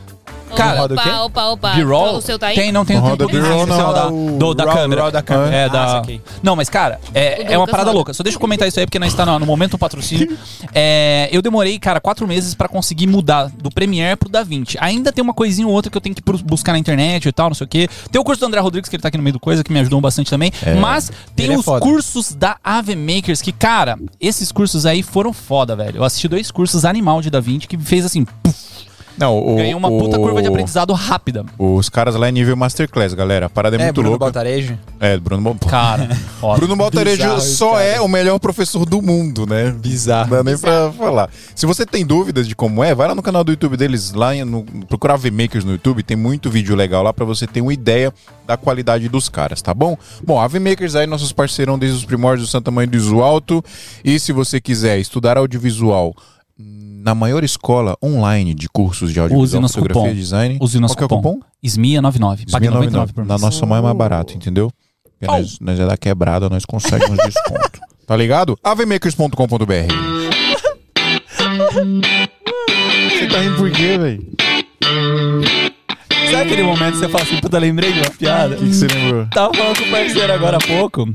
[SPEAKER 2] Cara,
[SPEAKER 4] roda o quê?
[SPEAKER 3] opa, opa, opa.
[SPEAKER 2] B-roll?
[SPEAKER 3] O seu tá aí?
[SPEAKER 2] Tem, não tem.
[SPEAKER 1] O roda
[SPEAKER 2] tem-
[SPEAKER 1] B-roll
[SPEAKER 2] Ah,
[SPEAKER 1] não,
[SPEAKER 2] só
[SPEAKER 1] o
[SPEAKER 2] da, do- da
[SPEAKER 4] roll-
[SPEAKER 2] câmera.
[SPEAKER 4] roll da câmera.
[SPEAKER 2] É,
[SPEAKER 4] Ah,
[SPEAKER 2] da...
[SPEAKER 4] saquei.
[SPEAKER 2] Não, mas cara,
[SPEAKER 3] O tá
[SPEAKER 2] é, é uma
[SPEAKER 3] Lucas
[SPEAKER 2] parada
[SPEAKER 3] roda.
[SPEAKER 2] louca. Só deixa eu comentar isso aí, porque nós está no, no momento do patrocínio. É, eu demorei, cara, quatro meses pra conseguir mudar do Premiere pro DaVinci. Ainda tem uma coisinha ou outra que eu tenho que pro- buscar na internet e tal, não sei o quê. Tem o curso do André Rodrigues, que ele tá aqui no meio do coisa, que me ajudou bastante também. Mas tem
[SPEAKER 4] Ele é
[SPEAKER 2] os
[SPEAKER 4] foda.
[SPEAKER 2] cursos da Ave Makers, que, cara, esses cursos aí foram foda, velho. Eu assisti dois cursos animal de DaVinci, que fez assim, puf,
[SPEAKER 1] Não, o,
[SPEAKER 2] ganhei uma
[SPEAKER 1] o-
[SPEAKER 2] puta curva de aprendizado rápida.
[SPEAKER 1] Os caras lá é nível Masterclass, galera. A parada é, muito
[SPEAKER 4] Bruno
[SPEAKER 1] louca.
[SPEAKER 4] Baltarejo.
[SPEAKER 1] É, Bruno Baltarejo.
[SPEAKER 2] Cara, foda.
[SPEAKER 1] Bruno Baltarejo
[SPEAKER 4] Bizarro esse
[SPEAKER 1] só
[SPEAKER 4] cara.
[SPEAKER 1] é o melhor professor do mundo, né? Bizarro. Não dá nem pra falar. Se você tem dúvidas de como é, vai lá no canal do YouTube deles, lá em- no, procurar V-Makers no YouTube, tem muito vídeo legal lá pra você ter uma ideia da qualidade dos caras, tá bom? Bom, a V-Makers aí, nossos parceirão desde os primórdios do Santa Mãe do Iso Alto. E se você quiser estudar audiovisual na maior escola online de cursos de
[SPEAKER 2] Use
[SPEAKER 1] audiovisual,
[SPEAKER 2] nosso
[SPEAKER 1] fotografia
[SPEAKER 2] cupom.
[SPEAKER 1] e design,
[SPEAKER 2] Use nosso
[SPEAKER 1] qual que é o
[SPEAKER 2] cupom.
[SPEAKER 1] cupom?
[SPEAKER 2] Esmia99. Pague 99 por
[SPEAKER 1] Na
[SPEAKER 2] mês.
[SPEAKER 1] nossa mão é mais barato, entendeu? Porque nós, nós é da quebrada, nós conseguimos desconto. Tá ligado? avmakers.com.br Você tá rindo por quê, velho?
[SPEAKER 2] Sabe aquele momento que você fala assim, puta, lembrei de uma piada?
[SPEAKER 1] O que você lembrou?
[SPEAKER 2] Tava falando com o parceiro agora há pouco,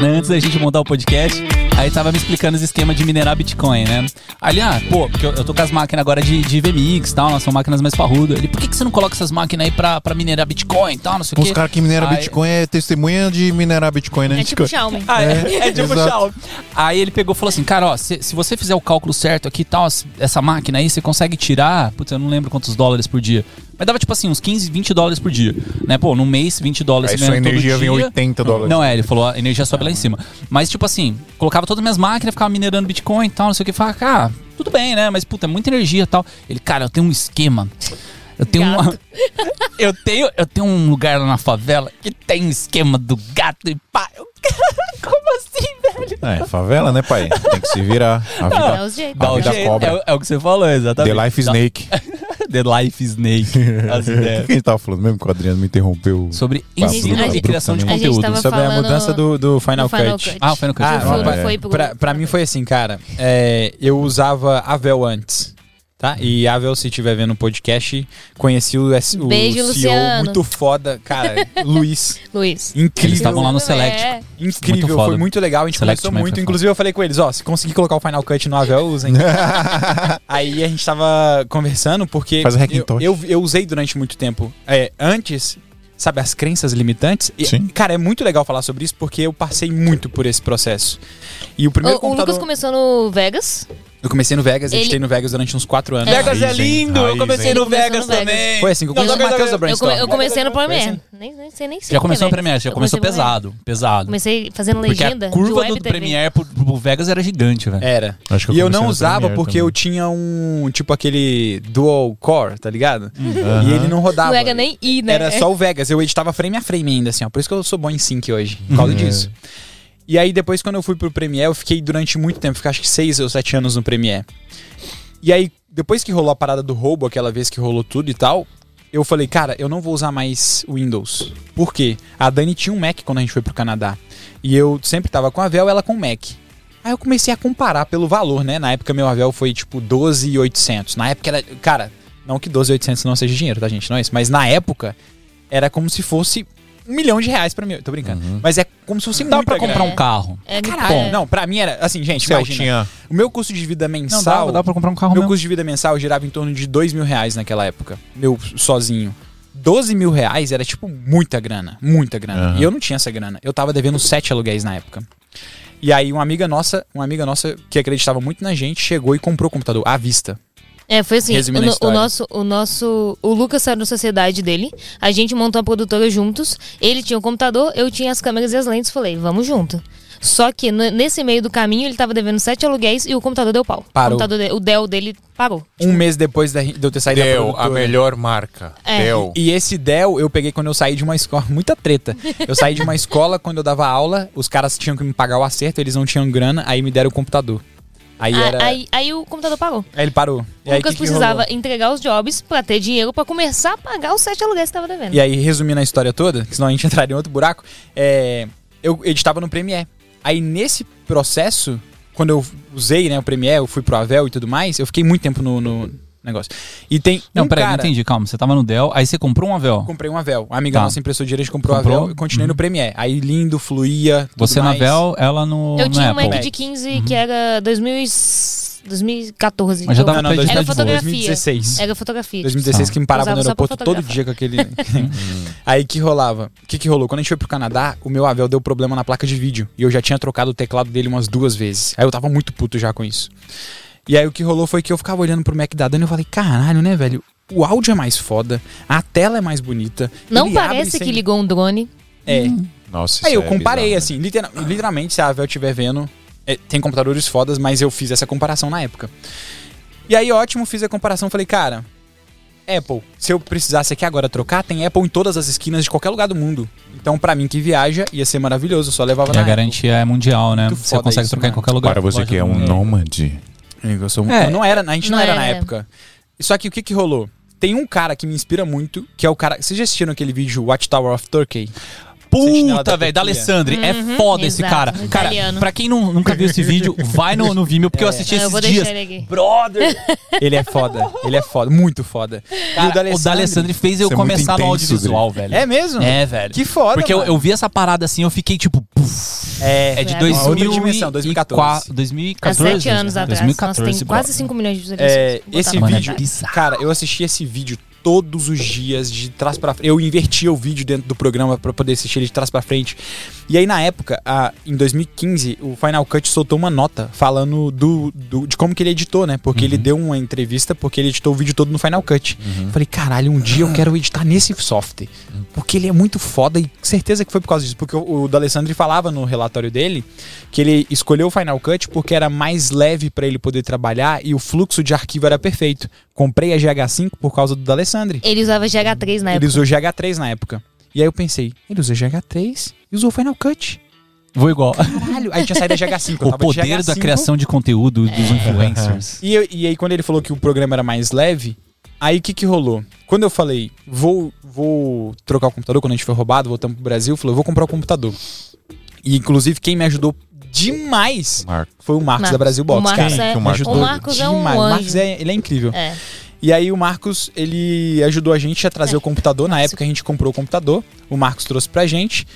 [SPEAKER 2] né, antes da gente montar o podcast, aí tava me explicando os esquemas de minerar Bitcoin, né? Ali, ah, pô, porque eu, eu tô com as máquinas agora de, de VMix e tal, elas são máquinas mais parrudas. Ele, por que, que você não coloca essas máquinas aí pra, pra minerar Bitcoin e tal, não sei o quê?
[SPEAKER 1] Os caras que mineram
[SPEAKER 2] Aí-
[SPEAKER 1] Bitcoin é testemunha de minerar Bitcoin, né?
[SPEAKER 3] É tipo Xiaomi.
[SPEAKER 2] Ah, é,
[SPEAKER 1] É,
[SPEAKER 2] é tipo
[SPEAKER 1] exato.
[SPEAKER 2] Xiaomi. Aí ele pegou e falou assim, cara, ó, se, se você fizer o cálculo certo aqui e tal, as- essa máquina aí, você consegue tirar, putz, eu não lembro quantos dólares por dia. Mas dava tipo assim, uns 15, 20 dólares por dia. Né, pô, num mês, 20 dólares
[SPEAKER 1] Aí
[SPEAKER 2] você
[SPEAKER 1] sua
[SPEAKER 2] ganha todo
[SPEAKER 1] energia vem
[SPEAKER 2] dia.
[SPEAKER 1] 80 dólares.
[SPEAKER 2] Não, é, ele falou, a energia sobe lá em cima. Mas tipo assim, colocava todas as minhas máquinas, ficava minerando Bitcoin e tal, não sei o que, falava, cara, tudo bem, né, mas puta, é muita energia e tal. Ele, cara, eu tenho um esquema... Eu tenho, uma,
[SPEAKER 3] Gato.
[SPEAKER 2] eu, tenho, eu tenho um lugar lá na favela que tem esquema do gato e pá. Eu, como assim, velho?
[SPEAKER 1] É, favela, né, pai? Tem que se virar. A
[SPEAKER 3] Dá
[SPEAKER 1] vida,
[SPEAKER 3] os jeitos.
[SPEAKER 1] a vida
[SPEAKER 2] É,
[SPEAKER 1] cobra.
[SPEAKER 2] o- é o que você falou, exatamente.
[SPEAKER 1] The Life
[SPEAKER 2] Da-
[SPEAKER 1] Snake.
[SPEAKER 2] The Life Snake. As
[SPEAKER 1] O que
[SPEAKER 2] ideias.
[SPEAKER 1] que a gente tava falando mesmo que o Adriano me interrompeu?
[SPEAKER 2] Sobre
[SPEAKER 1] Tá,
[SPEAKER 2] ensino
[SPEAKER 3] Bruno,
[SPEAKER 2] e criação de
[SPEAKER 3] A gente
[SPEAKER 2] conteúdo.
[SPEAKER 3] tava
[SPEAKER 4] Sobre a
[SPEAKER 3] falando
[SPEAKER 4] mudança do, do Final,
[SPEAKER 3] no Final
[SPEAKER 4] Cut.
[SPEAKER 3] Cut.
[SPEAKER 2] Ah, foi no
[SPEAKER 4] Ah,
[SPEAKER 2] cantinho.
[SPEAKER 3] Fui-
[SPEAKER 1] olha,
[SPEAKER 3] foi
[SPEAKER 1] é.
[SPEAKER 3] pro-
[SPEAKER 4] Pra, pra mim foi assim, cara. é, eu usava Avel antes. Tá? E Avel, se estiver vendo o podcast, conheci o, S- o
[SPEAKER 3] Beijo,
[SPEAKER 4] CEO
[SPEAKER 3] Luciano.
[SPEAKER 4] muito foda, cara. Luiz.
[SPEAKER 3] Luiz.
[SPEAKER 2] Eles
[SPEAKER 4] Incrível.
[SPEAKER 2] estavam lá no
[SPEAKER 3] Não é.
[SPEAKER 2] Select.
[SPEAKER 4] Incrível,
[SPEAKER 2] Muito foda.
[SPEAKER 4] foi muito legal, a gente
[SPEAKER 2] Select
[SPEAKER 4] começou
[SPEAKER 2] Man
[SPEAKER 4] muito.
[SPEAKER 2] foi
[SPEAKER 4] Inclusive, eu falei com eles, ó, se conseguir colocar o Final Cut no Avel, usem. Aí a gente tava conversando, porque
[SPEAKER 1] Faz o
[SPEAKER 4] eu,
[SPEAKER 1] Hackintosh.
[SPEAKER 4] eu, eu usei durante muito tempo. É, antes, sabe, as crenças limitantes. E,
[SPEAKER 1] Sim.
[SPEAKER 4] Cara, é muito legal falar sobre isso, porque eu passei muito por esse processo. E o primeiro
[SPEAKER 3] O, o
[SPEAKER 4] computador...
[SPEAKER 3] Lucas começou no Vegas.
[SPEAKER 4] Eu comecei no Vegas,
[SPEAKER 3] Ele-
[SPEAKER 4] editei no Vegas durante uns 4 anos.
[SPEAKER 2] Vegas é
[SPEAKER 1] Raiz, hein?
[SPEAKER 2] lindo. eu
[SPEAKER 1] Raiz,
[SPEAKER 2] comecei
[SPEAKER 1] hein?
[SPEAKER 2] no
[SPEAKER 3] Ele começou
[SPEAKER 2] Vegas
[SPEAKER 3] no Vegas.
[SPEAKER 2] também.
[SPEAKER 4] Foi assim que eu
[SPEAKER 2] Não, não,
[SPEAKER 4] comecei. O
[SPEAKER 2] não, então,
[SPEAKER 4] Matheus da
[SPEAKER 3] Eu, come-
[SPEAKER 4] Brainstorm.
[SPEAKER 3] eu comecei no Premiere.
[SPEAKER 4] Vegas.
[SPEAKER 3] Nem, nem sei nem
[SPEAKER 2] Já
[SPEAKER 3] sei. o que é
[SPEAKER 2] começou no
[SPEAKER 3] Vegas.
[SPEAKER 2] Premiere, já
[SPEAKER 3] Eu
[SPEAKER 2] começou
[SPEAKER 3] comecei no Vegas.
[SPEAKER 2] pesado. Pesado.
[SPEAKER 3] Comecei fazendo
[SPEAKER 2] Porque
[SPEAKER 3] legenda.
[SPEAKER 2] a
[SPEAKER 3] de
[SPEAKER 2] curva
[SPEAKER 3] web
[SPEAKER 2] do
[SPEAKER 3] TV.
[SPEAKER 2] Premiere pro, pro Vegas era gigante, velho.
[SPEAKER 4] Era.
[SPEAKER 1] Acho que eu
[SPEAKER 4] e eu
[SPEAKER 1] comecei
[SPEAKER 4] não
[SPEAKER 1] no
[SPEAKER 4] usava
[SPEAKER 1] Premiere
[SPEAKER 4] porque
[SPEAKER 1] também.
[SPEAKER 4] eu tinha um, tipo, aquele dual core, tá ligado?
[SPEAKER 1] Uhum.
[SPEAKER 4] E ele não rodava.
[SPEAKER 3] Não era nem I, né?
[SPEAKER 4] Era só o Vegas. Eu editava frame a frame ainda, assim, ó. Por isso que eu sou bom em sync hoje. Por causa disso. E aí depois quando eu fui pro Premiere, eu fiquei durante muito tempo, fiquei acho que seis ou sete anos no Premiere. E aí, depois que rolou a parada do roubo, aquela vez que rolou tudo e tal, eu falei, cara, eu não vou usar mais Windows. Por quê? A Dani tinha um Mac quando a gente foi pro Canadá. E eu sempre tava com a Vel, ela com o Mac. Aí eu comecei a comparar pelo valor, né? Na época meu Avel foi tipo 12,800. Na época era, cara, não que 12,800 não seja dinheiro, tá gente, não é isso, mas na época era como se fosse um milhão de reais pra mim, tô brincando. Mas é como se fosse
[SPEAKER 2] Uhum. Dá pra
[SPEAKER 4] muita
[SPEAKER 2] comprar
[SPEAKER 4] grana.
[SPEAKER 2] um carro.
[SPEAKER 3] É,
[SPEAKER 4] Caralho,
[SPEAKER 3] é.
[SPEAKER 4] não, pra mim era, assim, gente, imagina.
[SPEAKER 1] Celtinha.
[SPEAKER 4] O meu custo de vida
[SPEAKER 2] Não,
[SPEAKER 4] mensal.
[SPEAKER 2] dá, dá pra comprar um carro
[SPEAKER 4] Meu
[SPEAKER 2] mesmo.
[SPEAKER 4] custo de vida mensal girava em torno de 2 mil reais naquela época. Meu sozinho. 12 mil reais era, tipo, muita grana. Muita grana.
[SPEAKER 1] Aham.
[SPEAKER 4] E eu não tinha essa grana. Eu tava devendo sete aluguéis na época. E aí uma amiga nossa, uma amiga nossa que acreditava muito na gente, chegou e comprou o computador à vista.
[SPEAKER 3] É, foi assim. O,
[SPEAKER 4] Resumindo a
[SPEAKER 3] no- o
[SPEAKER 4] história.
[SPEAKER 3] nosso, o nosso. O Lucas saiu da sociedade dele. A gente montou a produtora juntos. Ele tinha o computador, eu tinha as câmeras e as lentes. Falei, vamos junto. Só que no- nesse meio do caminho ele tava devendo sete aluguéis e o computador deu pau.
[SPEAKER 4] Parou.
[SPEAKER 3] O, computador de- o Dell dele parou.
[SPEAKER 4] Um mês depois da- de eu ter saído da
[SPEAKER 1] Dell, Tipo, a
[SPEAKER 4] produtora.
[SPEAKER 1] melhor marca.
[SPEAKER 3] É.
[SPEAKER 1] Dell.
[SPEAKER 4] E esse Dell eu peguei quando eu saí de uma escola. Muita treta. Eu saí de uma escola quando eu dava aula, os caras tinham que me pagar o acerto, eles não tinham grana, aí me deram o computador. Aí
[SPEAKER 3] Ah,
[SPEAKER 4] era. Aí,
[SPEAKER 3] aí, aí o computador parou.
[SPEAKER 4] ele parou. E
[SPEAKER 3] O
[SPEAKER 4] aí,
[SPEAKER 3] Lucas
[SPEAKER 4] que que
[SPEAKER 3] precisava
[SPEAKER 4] rolou?
[SPEAKER 3] entregar os jobs pra ter dinheiro pra começar a pagar os sete aluguéis que tava devendo.
[SPEAKER 4] E aí, resumindo a história toda, que senão a gente entraria em outro buraco, é, eu editava no Premiere. Aí, nesse processo, quando eu usei né, o Premiere, eu fui pro Avel e tudo mais, eu fiquei muito tempo no, no negócio. E tem.
[SPEAKER 2] Não,
[SPEAKER 4] um
[SPEAKER 2] peraí,
[SPEAKER 4] cara,
[SPEAKER 2] não entendi. Calma, você tava no Dell, aí você comprou um Avel.
[SPEAKER 4] Comprei um Avel. Uma amiga
[SPEAKER 2] Tá.
[SPEAKER 4] nossa emprestou direito, comprou,
[SPEAKER 2] Comprou? Uhum.
[SPEAKER 4] o Avel e continuei no Premiere. Aí lindo, fluía. tudo
[SPEAKER 2] Você na
[SPEAKER 4] mais.
[SPEAKER 2] Avel, ela no,
[SPEAKER 3] Eu
[SPEAKER 2] no
[SPEAKER 4] né,
[SPEAKER 3] tinha um
[SPEAKER 2] Apple.
[SPEAKER 3] Mac de 15
[SPEAKER 4] Uhum.
[SPEAKER 3] que era 2000 e- 2014.
[SPEAKER 2] Mas já
[SPEAKER 3] que eu-
[SPEAKER 2] dava
[SPEAKER 4] Não, não,
[SPEAKER 2] pra editar
[SPEAKER 3] era
[SPEAKER 2] de boa.
[SPEAKER 3] fotografia.
[SPEAKER 4] 2016.
[SPEAKER 3] Era fotografia.
[SPEAKER 4] 2016 que me parava
[SPEAKER 3] Usava tipo,
[SPEAKER 4] no
[SPEAKER 3] só pra
[SPEAKER 4] aeroporto todo
[SPEAKER 3] fotografar. Uhum.
[SPEAKER 4] dia com aquele. Aí que rolava? O que, que rolou? Quando a gente foi pro Canadá, o meu Avel deu problema na placa de vídeo. E eu já tinha trocado o teclado dele umas duas vezes. Aí eu tava muito puto já com isso. E aí o que rolou foi que eu ficava olhando pro Mac da Dani e eu falei, caralho, né, velho? O áudio é mais foda, a tela é mais bonita.
[SPEAKER 3] Não
[SPEAKER 4] ele abre
[SPEAKER 3] parece
[SPEAKER 4] sem-
[SPEAKER 3] que ligou um drone.
[SPEAKER 4] É.
[SPEAKER 1] Nossa,
[SPEAKER 4] Aí
[SPEAKER 1] isso
[SPEAKER 4] eu
[SPEAKER 1] é
[SPEAKER 4] comparei,
[SPEAKER 1] bizarro,
[SPEAKER 2] né?
[SPEAKER 4] assim, literal- literalmente, se a Avel estiver vendo, é, tem computadores fodas, mas eu fiz essa comparação na época. E aí, ótimo, fiz a comparação, falei, cara, Apple, se eu precisasse aqui agora trocar, tem Apple em todas as esquinas de qualquer lugar do mundo. Então, pra mim que viaja, ia ser maravilhoso, eu só levava
[SPEAKER 2] E
[SPEAKER 4] na
[SPEAKER 2] a
[SPEAKER 4] Apple.
[SPEAKER 2] garantia é mundial, né?
[SPEAKER 4] Muito
[SPEAKER 2] Você
[SPEAKER 4] foda
[SPEAKER 2] consegue
[SPEAKER 4] isso,
[SPEAKER 2] trocar em
[SPEAKER 4] mano.
[SPEAKER 2] qualquer lugar.
[SPEAKER 1] Para você
[SPEAKER 2] Loja
[SPEAKER 1] que é
[SPEAKER 2] do
[SPEAKER 1] um
[SPEAKER 2] mundo.
[SPEAKER 1] nômade.
[SPEAKER 4] Eu sou um-
[SPEAKER 2] É.
[SPEAKER 4] eu não era, a gente não,
[SPEAKER 3] Não
[SPEAKER 4] era, na
[SPEAKER 3] era.
[SPEAKER 4] época. Só que o que que rolou? Tem um cara que me inspira muito, que é o cara. Vocês já assistiram aquele vídeo Watchtower of Turkey? Sentinela
[SPEAKER 2] Puta,
[SPEAKER 4] da
[SPEAKER 1] né?
[SPEAKER 2] velho, da
[SPEAKER 4] Turquia.
[SPEAKER 2] Alessandri. é foda esse
[SPEAKER 3] exato,
[SPEAKER 2] cara.
[SPEAKER 3] um
[SPEAKER 2] Cara,
[SPEAKER 3] italiano.
[SPEAKER 2] pra quem não- nunca viu esse vídeo, vai no, no Vimeo, porque eu assisti
[SPEAKER 3] Ah, eu
[SPEAKER 2] esses
[SPEAKER 3] vou
[SPEAKER 2] dias.
[SPEAKER 3] deixar ele aqui.
[SPEAKER 2] Brother!
[SPEAKER 4] Ele é foda, ele é foda, muito foda.
[SPEAKER 2] Cara, o
[SPEAKER 4] D'Alessandri-
[SPEAKER 2] da Alessandri fez eu
[SPEAKER 1] Isso é muito
[SPEAKER 2] começar no
[SPEAKER 1] intenso,
[SPEAKER 2] audiovisual, velho.
[SPEAKER 4] É mesmo?
[SPEAKER 2] É, velho.
[SPEAKER 4] Que foda,
[SPEAKER 2] Porque eu,
[SPEAKER 4] mano.
[SPEAKER 2] eu vi essa parada assim, eu fiquei tipo. puf.
[SPEAKER 4] É,
[SPEAKER 2] É de
[SPEAKER 3] É,
[SPEAKER 2] 2000
[SPEAKER 4] outra
[SPEAKER 2] e
[SPEAKER 4] dimensão,
[SPEAKER 2] qua-
[SPEAKER 4] 2014.
[SPEAKER 2] 2014.
[SPEAKER 3] Há É sete
[SPEAKER 2] né?
[SPEAKER 3] anos atrás. Nossa,
[SPEAKER 2] 2014,
[SPEAKER 3] tem quase
[SPEAKER 2] brother.
[SPEAKER 3] 5 milhões de visualizações.
[SPEAKER 4] É,
[SPEAKER 3] Vou botar
[SPEAKER 4] esse
[SPEAKER 3] na
[SPEAKER 2] Mano, é
[SPEAKER 4] vídeo,
[SPEAKER 2] bizarro.
[SPEAKER 4] cara, eu assisti esse vídeo todos os dias de trás para frente. Eu invertia o vídeo dentro do programa pra poder assistir ele de trás pra frente. E aí na época, a- em 2015, o Final Cut soltou uma nota falando do, do- de como que ele editou, né?
[SPEAKER 2] Uhum.
[SPEAKER 4] Porque ele deu uma entrevista porque ele editou o vídeo todo no Final Cut.
[SPEAKER 2] Uhum.
[SPEAKER 4] Eu Falei, caralho, um
[SPEAKER 2] Ah.
[SPEAKER 4] dia eu quero editar nesse software. Porque ele é muito foda e certeza que foi por causa disso, porque o, o D'Alessandri falava no relatório dele que ele escolheu o Final Cut porque era mais leve pra ele poder trabalhar e o fluxo de arquivo era perfeito. Comprei a GH5 por causa do D'Alessandri.
[SPEAKER 3] Ele usava GH3 na
[SPEAKER 4] Ele
[SPEAKER 3] época.
[SPEAKER 4] usou GH3 na época. E aí eu pensei, ele usa GH3 e usou o Final Cut.
[SPEAKER 2] Vou igual.
[SPEAKER 4] Caralho, aí tinha saído a GH5. eu
[SPEAKER 2] O
[SPEAKER 4] tava de
[SPEAKER 2] poder da
[SPEAKER 4] GH5.
[SPEAKER 2] criação de conteúdo
[SPEAKER 3] É.
[SPEAKER 2] dos influencers.
[SPEAKER 4] E, eu- e aí, quando ele falou que o programa era mais leve, aí o que, que rolou? Quando eu falei, vou, vou trocar o computador, quando a gente foi roubado, voltamos pro Brasil, falou, eu vou comprar o computador. E inclusive, quem me ajudou demais
[SPEAKER 1] Marco.
[SPEAKER 4] foi o Marcos,
[SPEAKER 3] Marcos.
[SPEAKER 4] da Brasil Box.
[SPEAKER 3] O Marcos
[SPEAKER 4] cara.
[SPEAKER 1] Quem
[SPEAKER 3] é-
[SPEAKER 1] que o
[SPEAKER 4] Me
[SPEAKER 1] Marcos
[SPEAKER 4] ajudou
[SPEAKER 3] o Marcos é um
[SPEAKER 4] demais. O
[SPEAKER 3] anjo.
[SPEAKER 4] Marcos é, ele é incrível.
[SPEAKER 3] É. É.
[SPEAKER 4] E aí o Marcos, ele ajudou a gente a trazer o computador. Na época a gente comprou o computador, o Marcos trouxe pra gente.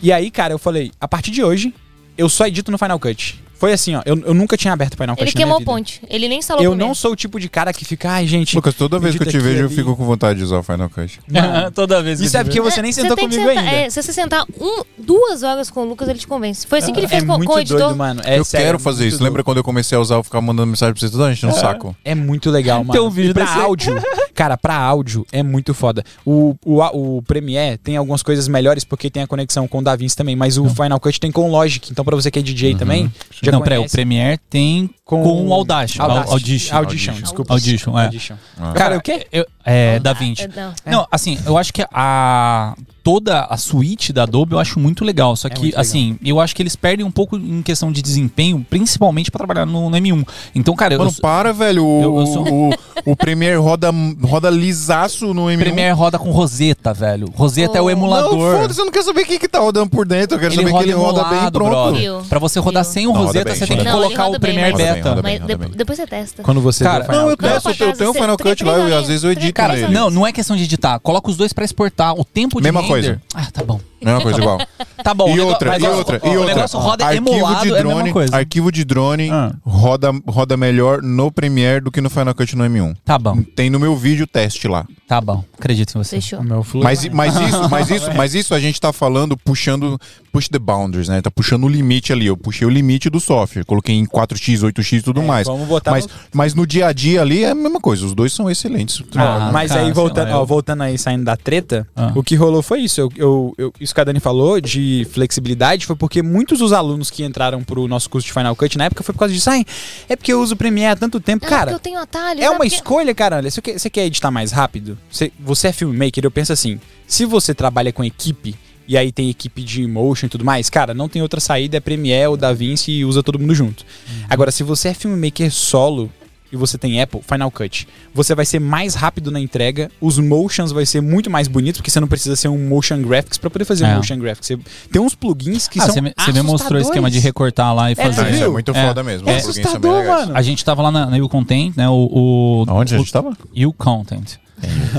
[SPEAKER 4] E aí, cara, eu falei, a partir de hoje, eu só edito no Final Cut. Foi assim, ó, eu, eu nunca tinha aberto o Final Cut
[SPEAKER 3] Ele
[SPEAKER 4] na minha
[SPEAKER 3] queimou o
[SPEAKER 4] vida.
[SPEAKER 3] ponte. Ele nem salou
[SPEAKER 4] Eu
[SPEAKER 3] primeiro.
[SPEAKER 4] não sou o tipo de cara que fica, ai, gente.
[SPEAKER 1] Lucas, toda vez que eu
[SPEAKER 4] Edita
[SPEAKER 1] te
[SPEAKER 4] aqui,
[SPEAKER 1] vejo, eu
[SPEAKER 4] ali.
[SPEAKER 1] fico com vontade de usar o Final Cut.
[SPEAKER 2] Toda vez
[SPEAKER 4] Isso é porque você
[SPEAKER 3] É,
[SPEAKER 4] nem sentou
[SPEAKER 3] tem que
[SPEAKER 4] comigo
[SPEAKER 3] sentar-
[SPEAKER 4] ainda.
[SPEAKER 3] É, se você sentar um, duas horas com o Lucas, ele te convence. Foi assim que ele fez
[SPEAKER 4] É
[SPEAKER 3] com,
[SPEAKER 4] muito
[SPEAKER 3] com o editor.
[SPEAKER 4] doido, mano. É
[SPEAKER 1] eu
[SPEAKER 4] sério,
[SPEAKER 1] quero
[SPEAKER 4] é
[SPEAKER 1] fazer
[SPEAKER 4] muito
[SPEAKER 1] isso. Lembra
[SPEAKER 4] doido.
[SPEAKER 1] quando eu comecei a usar, eu ficava mandando mensagem pra vocês toda a gente no um saco?
[SPEAKER 4] É muito legal, mano.
[SPEAKER 2] Tem um vídeo
[SPEAKER 4] e pra
[SPEAKER 2] desse aí.
[SPEAKER 4] áudio, cara, pra áudio é muito foda. O, o, a- o Premiere tem algumas coisas melhores porque tem a conexão com o DaVinci também, mas o Final Cut tem com o Logic. Então pra você que é DJ também,
[SPEAKER 2] Uhum.
[SPEAKER 4] já
[SPEAKER 2] Não, peraí, o
[SPEAKER 4] conhece.
[SPEAKER 2] Premiere tem
[SPEAKER 4] Com,
[SPEAKER 2] Com o Audacity. Au-
[SPEAKER 4] Audition.
[SPEAKER 2] Audition.
[SPEAKER 4] Audition,
[SPEAKER 1] Audition.
[SPEAKER 4] desculpa.
[SPEAKER 2] Audition, é.
[SPEAKER 4] Audition.
[SPEAKER 1] Ah.
[SPEAKER 4] Cara, o quê?
[SPEAKER 2] Eu- é, da Vinci.
[SPEAKER 3] Não.
[SPEAKER 2] Não, assim, eu acho que a toda a suíte da Adobe eu acho muito legal,
[SPEAKER 1] É
[SPEAKER 2] só que
[SPEAKER 4] muito legal.
[SPEAKER 2] assim, eu acho que eles perdem um pouco em questão de desempenho, principalmente pra trabalhar no, no M1. Então, cara, eu
[SPEAKER 1] Mano, para, velho. O,
[SPEAKER 2] eu- eu sou-
[SPEAKER 1] o, o Premiere roda, roda lisaço no M1.
[SPEAKER 2] Premiere roda com Rosetta, velho. Rosetta é o
[SPEAKER 1] Não,
[SPEAKER 2] emulador.
[SPEAKER 1] foda-se, eu não quero saber o que, que tá rodando por dentro. Eu quero saber que ele roda bem e
[SPEAKER 2] emulado,
[SPEAKER 1] pronto.
[SPEAKER 2] um brother.
[SPEAKER 3] Eu,
[SPEAKER 2] Pra você rodar
[SPEAKER 3] eu.
[SPEAKER 2] sem o
[SPEAKER 1] Não, roda
[SPEAKER 2] Rosetta,
[SPEAKER 1] bem,
[SPEAKER 2] você tem
[SPEAKER 1] roda
[SPEAKER 2] que
[SPEAKER 1] bem.
[SPEAKER 2] colocar
[SPEAKER 3] Roda
[SPEAKER 2] o
[SPEAKER 3] bem,
[SPEAKER 2] Premiere
[SPEAKER 3] roda
[SPEAKER 1] bem,
[SPEAKER 2] Beta.
[SPEAKER 1] roda bem.
[SPEAKER 3] Mas
[SPEAKER 1] Roda
[SPEAKER 3] de-
[SPEAKER 1] bem.
[SPEAKER 3] depois você testa.
[SPEAKER 4] Quando você
[SPEAKER 2] Cara,
[SPEAKER 4] vê
[SPEAKER 1] Não,
[SPEAKER 4] o Final
[SPEAKER 1] eu
[SPEAKER 4] Cut.
[SPEAKER 3] pra
[SPEAKER 1] testo, eu
[SPEAKER 3] casa,
[SPEAKER 1] tenho o Final
[SPEAKER 3] três
[SPEAKER 1] Cut lá, eu,
[SPEAKER 3] horinhas,
[SPEAKER 1] às vezes eu
[SPEAKER 3] três
[SPEAKER 1] edito
[SPEAKER 2] Cara,
[SPEAKER 1] nele.
[SPEAKER 2] não, não é questão de editar. Coloca os dois pra exportar. O tempo de
[SPEAKER 1] Mesma
[SPEAKER 2] render-
[SPEAKER 1] coisa.
[SPEAKER 2] Ah, tá bom.
[SPEAKER 1] Mesma é coisa, igual.
[SPEAKER 2] Tá bom. o
[SPEAKER 1] e
[SPEAKER 2] nego-
[SPEAKER 1] outra,
[SPEAKER 2] mas
[SPEAKER 1] e
[SPEAKER 2] ó,
[SPEAKER 1] outra,
[SPEAKER 2] ó,
[SPEAKER 1] e
[SPEAKER 2] O
[SPEAKER 1] outra.
[SPEAKER 2] negócio roda
[SPEAKER 1] arquivo
[SPEAKER 2] emulado,
[SPEAKER 1] de
[SPEAKER 2] é a mesma
[SPEAKER 1] drone,
[SPEAKER 2] coisa.
[SPEAKER 1] arquivo de drone
[SPEAKER 2] Ah.
[SPEAKER 1] roda, roda melhor no Premiere do que no Final Cut no M1.
[SPEAKER 2] Tá bom,
[SPEAKER 1] Tem no meu vídeo teste lá.
[SPEAKER 2] tá bom. Acredito em você.
[SPEAKER 3] Fechou. é
[SPEAKER 4] O meu fluxo.
[SPEAKER 1] Mas, mas isso, mas isso, mas isso a gente tá falando puxando push the boundaries, né? Tá puxando o limite ali. Eu puxei o limite do software, coloquei em 4x, 8x e tudo mais.
[SPEAKER 4] É, vamos botar
[SPEAKER 1] mas,
[SPEAKER 4] no-
[SPEAKER 1] mas no dia a dia ali é a mesma coisa. Os dois são excelentes.
[SPEAKER 2] Ah,
[SPEAKER 4] mas
[SPEAKER 2] cara,
[SPEAKER 4] aí,
[SPEAKER 2] sei
[SPEAKER 4] voltando,
[SPEAKER 2] lá, eu-
[SPEAKER 4] ó, voltando aí, saindo da treta,
[SPEAKER 2] Ah.
[SPEAKER 4] o que rolou foi isso. Eu, eu- eu- isso que a Dani falou de flexibilidade foi porque muitos dos alunos que entraram pro nosso curso de Final Cut na época foi por causa disso. Ai, é porque eu uso o Premiere há tanto tempo.
[SPEAKER 3] Ah,
[SPEAKER 4] cara,
[SPEAKER 3] porque eu tenho atalho.
[SPEAKER 4] é
[SPEAKER 3] sabe?
[SPEAKER 4] uma
[SPEAKER 3] Porque-
[SPEAKER 4] escolha, caralho. Você quer, você quer editar mais rápido? Você, você é filmmaker, eu penso assim, se você trabalha com equipe, e aí tem equipe de motion e tudo mais, cara, não tem outra saída, é Premiere ou DaVinci e usa todo mundo junto.
[SPEAKER 2] Uhum.
[SPEAKER 4] Agora, se você é filmmaker solo e você tem Apple, Final Cut, você vai ser mais rápido na entrega, os motions vai ser muito mais bonitos, porque você não precisa ser um motion graphics pra poder fazer
[SPEAKER 2] É.
[SPEAKER 4] um motion graphics. Você- tem uns plugins que
[SPEAKER 2] Ah,
[SPEAKER 4] são
[SPEAKER 2] você me, você me mostrou o
[SPEAKER 4] assustadores.
[SPEAKER 2] esquema de recortar lá e
[SPEAKER 1] Ah,
[SPEAKER 2] fazer.
[SPEAKER 1] isso é
[SPEAKER 4] viu?
[SPEAKER 1] muito
[SPEAKER 2] É.
[SPEAKER 1] foda mesmo.
[SPEAKER 4] É
[SPEAKER 1] Os plugins são bem
[SPEAKER 4] assustador,
[SPEAKER 1] legais.
[SPEAKER 4] mano.
[SPEAKER 2] A gente tava lá na, na YouContent, né? O, o,
[SPEAKER 1] Aonde a gente tá?
[SPEAKER 2] o-
[SPEAKER 1] tava?
[SPEAKER 2] You Content.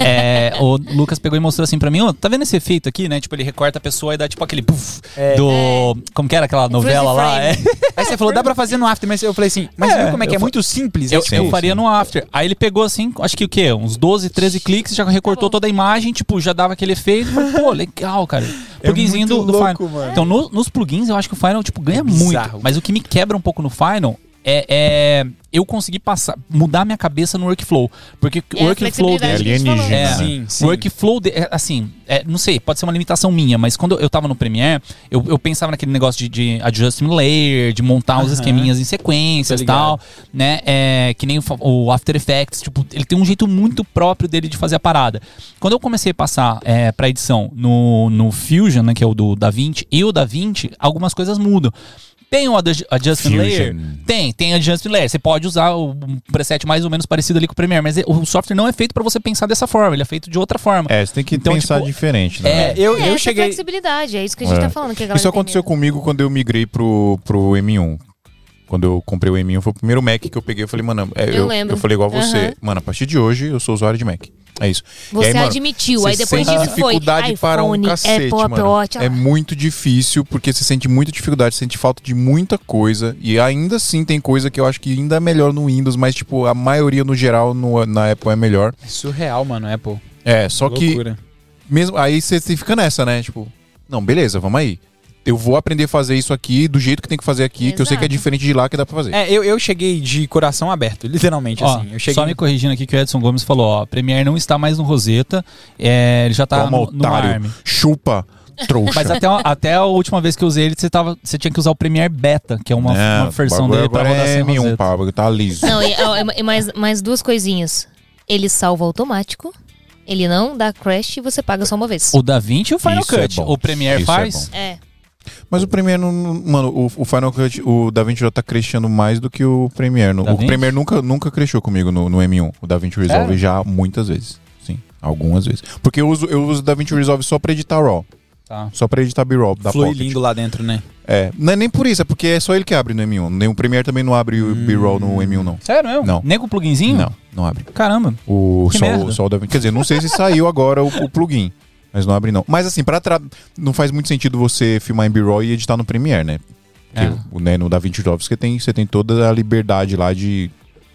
[SPEAKER 2] É, o Lucas pegou e mostrou assim pra mim, ó, tá vendo esse efeito aqui, né? Tipo, ele recorta a pessoa e dá tipo aquele puff do. Como que era aquela novela lá? É.
[SPEAKER 4] Aí você falou, dá pra fazer no After, mas eu falei assim, mas
[SPEAKER 2] É,
[SPEAKER 4] viu como é que
[SPEAKER 2] eu
[SPEAKER 4] é
[SPEAKER 2] fa-
[SPEAKER 4] muito simples?
[SPEAKER 2] Eu,
[SPEAKER 4] É tipo,
[SPEAKER 2] eu faria no After. Aí ele pegou assim, acho que o quê? Uns 12, 13
[SPEAKER 4] Tá
[SPEAKER 2] cliques, já recortou toda a imagem, tipo, já dava aquele efeito. Falei, Pô, legal, cara. Pluginzinho do,
[SPEAKER 4] É muito
[SPEAKER 2] do
[SPEAKER 4] louco,
[SPEAKER 2] Final.
[SPEAKER 4] mano.
[SPEAKER 2] Então, no- nos plugins, eu acho que o Final, tipo, ganha
[SPEAKER 4] É bizarro.
[SPEAKER 2] muito. Mas o que me quebra um pouco no Final é, é eu conseguir passar, mudar minha cabeça no workflow. Porque
[SPEAKER 3] É
[SPEAKER 2] o
[SPEAKER 3] a
[SPEAKER 2] workflow
[SPEAKER 3] flexibilidade
[SPEAKER 2] dele.
[SPEAKER 1] dele.
[SPEAKER 3] que a gente falou.
[SPEAKER 1] Alienígena.
[SPEAKER 2] É,
[SPEAKER 4] Sim, sim.
[SPEAKER 2] O workflow, de- é, assim, é, não sei, pode ser uma limitação minha, mas quando eu tava no Premiere, eu, eu pensava naquele negócio de, de adjustment layer, de montar os
[SPEAKER 4] Aham.
[SPEAKER 2] esqueminhas em sequências
[SPEAKER 4] Tô
[SPEAKER 2] e
[SPEAKER 4] ligado.
[SPEAKER 2] tal, né? É, que nem o, fa- o After Effects, tipo, ele tem um jeito muito próprio dele de fazer a parada. Quando eu comecei a passar é, pra edição no, no Fusion, né, que é o do DaVinci, e o DaVinci, algumas coisas mudam. Tem o adju- adjustment
[SPEAKER 1] Fusion.
[SPEAKER 2] layer, tem, tem adjustment layer. Você pode usar o- um preset mais ou menos parecido ali com o Premiere, mas e- o software não é feito pra você pensar dessa forma, ele é feito de outra forma.
[SPEAKER 1] É, você tem que
[SPEAKER 2] Então,
[SPEAKER 1] pensar
[SPEAKER 2] tipo,
[SPEAKER 1] diferente, né?
[SPEAKER 4] É, eu,
[SPEAKER 3] É,
[SPEAKER 4] eu
[SPEAKER 3] essa
[SPEAKER 4] cheguei.
[SPEAKER 3] flexibilidade, é isso que a gente
[SPEAKER 1] É.
[SPEAKER 3] tá falando. Que a galera
[SPEAKER 1] Isso
[SPEAKER 3] tem
[SPEAKER 1] aconteceu
[SPEAKER 3] medo.
[SPEAKER 1] comigo quando eu migrei pro, pro M1. Quando eu comprei o M1, foi o primeiro Mac que eu peguei. Eu falei, mano, é,
[SPEAKER 3] Eu
[SPEAKER 1] eu,
[SPEAKER 3] lembro.
[SPEAKER 1] eu falei igual a você.
[SPEAKER 3] Aham.
[SPEAKER 1] Mano, a partir de hoje eu sou usuário de Mac. É isso. E
[SPEAKER 3] Você
[SPEAKER 1] aí, mano,
[SPEAKER 3] admitiu, aí
[SPEAKER 1] você
[SPEAKER 3] depois
[SPEAKER 1] sente
[SPEAKER 3] disso foi
[SPEAKER 1] dificuldade
[SPEAKER 3] iPhone,
[SPEAKER 1] para um cacete,
[SPEAKER 3] Apple
[SPEAKER 1] mano.
[SPEAKER 3] Watch. ah.
[SPEAKER 1] É muito difícil, porque você sente muita dificuldade, sente falta de muita coisa. E ainda assim tem coisa que eu acho que ainda é melhor no Windows, mas, tipo, a maioria no geral no- na Apple é melhor.
[SPEAKER 4] É surreal, mano, Apple.
[SPEAKER 1] É, só que
[SPEAKER 4] Loucura.
[SPEAKER 1] mesmo aí você você fica nessa, né? Tipo, não, beleza, vamos aí. Eu vou aprender a fazer isso aqui do jeito que tem que fazer aqui, que eu sei que é
[SPEAKER 3] Exato.
[SPEAKER 1] diferente de lá que dá pra fazer.
[SPEAKER 4] É, eu, eu cheguei de coração aberto, literalmente,
[SPEAKER 2] Ó,
[SPEAKER 4] assim. Eu cheguei.
[SPEAKER 2] só me corrigindo aqui que o Edson Gomes falou, ó, Premiere não está mais no Rosetta, é, ele já tá
[SPEAKER 1] Toma,
[SPEAKER 2] no, no
[SPEAKER 1] otário.
[SPEAKER 2] ARM.
[SPEAKER 1] Chupa, trouxa.
[SPEAKER 2] Mas até, até a última vez que eu usei ele, você, tava, você tinha que usar o Premiere Beta, que é uma,
[SPEAKER 1] Não,
[SPEAKER 2] uma versão
[SPEAKER 1] o bagulho
[SPEAKER 2] dele pra
[SPEAKER 1] agora
[SPEAKER 2] rodar
[SPEAKER 1] é
[SPEAKER 2] sem
[SPEAKER 1] M1,
[SPEAKER 2] Rosetta.
[SPEAKER 1] pá, o bagulho tá liso.
[SPEAKER 3] Não, e, ó, e mais, mais duas coisinhas. Ele salva automático, ele não dá crash e você paga só uma vez.
[SPEAKER 2] O Da Vinci e o Final
[SPEAKER 1] Isso é
[SPEAKER 2] Cut.
[SPEAKER 1] bom.
[SPEAKER 2] o Premiere
[SPEAKER 1] Isso é
[SPEAKER 2] faz.
[SPEAKER 3] É.
[SPEAKER 1] Mas o Premiere, não, mano, o, o Final Cut, o DaVinci já tá crescendo mais do que o Premiere. No- O
[SPEAKER 2] DaVinci?
[SPEAKER 1] Premiere nunca, nunca cresceu comigo no, no M1. O DaVinci Resolve
[SPEAKER 2] É?
[SPEAKER 1] já muitas vezes. Sim, algumas vezes. Porque eu uso, eu uso o DaVinci Resolve só pra editar RAW.
[SPEAKER 2] Tá.
[SPEAKER 1] Só pra editar B-RAW da
[SPEAKER 4] Flui
[SPEAKER 1] Pocket.
[SPEAKER 2] tipo.
[SPEAKER 4] lindo lá dentro, né?
[SPEAKER 1] É, não é nem por isso, é porque é só ele que abre no M1. Nem o Premiere também não abre
[SPEAKER 2] Hum.
[SPEAKER 1] o B-Roll no M1, não.
[SPEAKER 2] Sério mesmo?
[SPEAKER 1] Não.
[SPEAKER 2] Nem com o pluginzinho?
[SPEAKER 1] Não, não abre.
[SPEAKER 2] Caramba.
[SPEAKER 1] O
[SPEAKER 2] Que merda.
[SPEAKER 1] sol, sol da Quer dizer, não sei se saiu agora o, o plugin, mas não abre, não. Mas assim, pra tra... não faz muito sentido você filmar em B-Roll e editar no Premiere, né? Porque
[SPEAKER 2] É.
[SPEAKER 1] o, né, no DaVinci Resolve você tem, você tem toda a liberdade lá de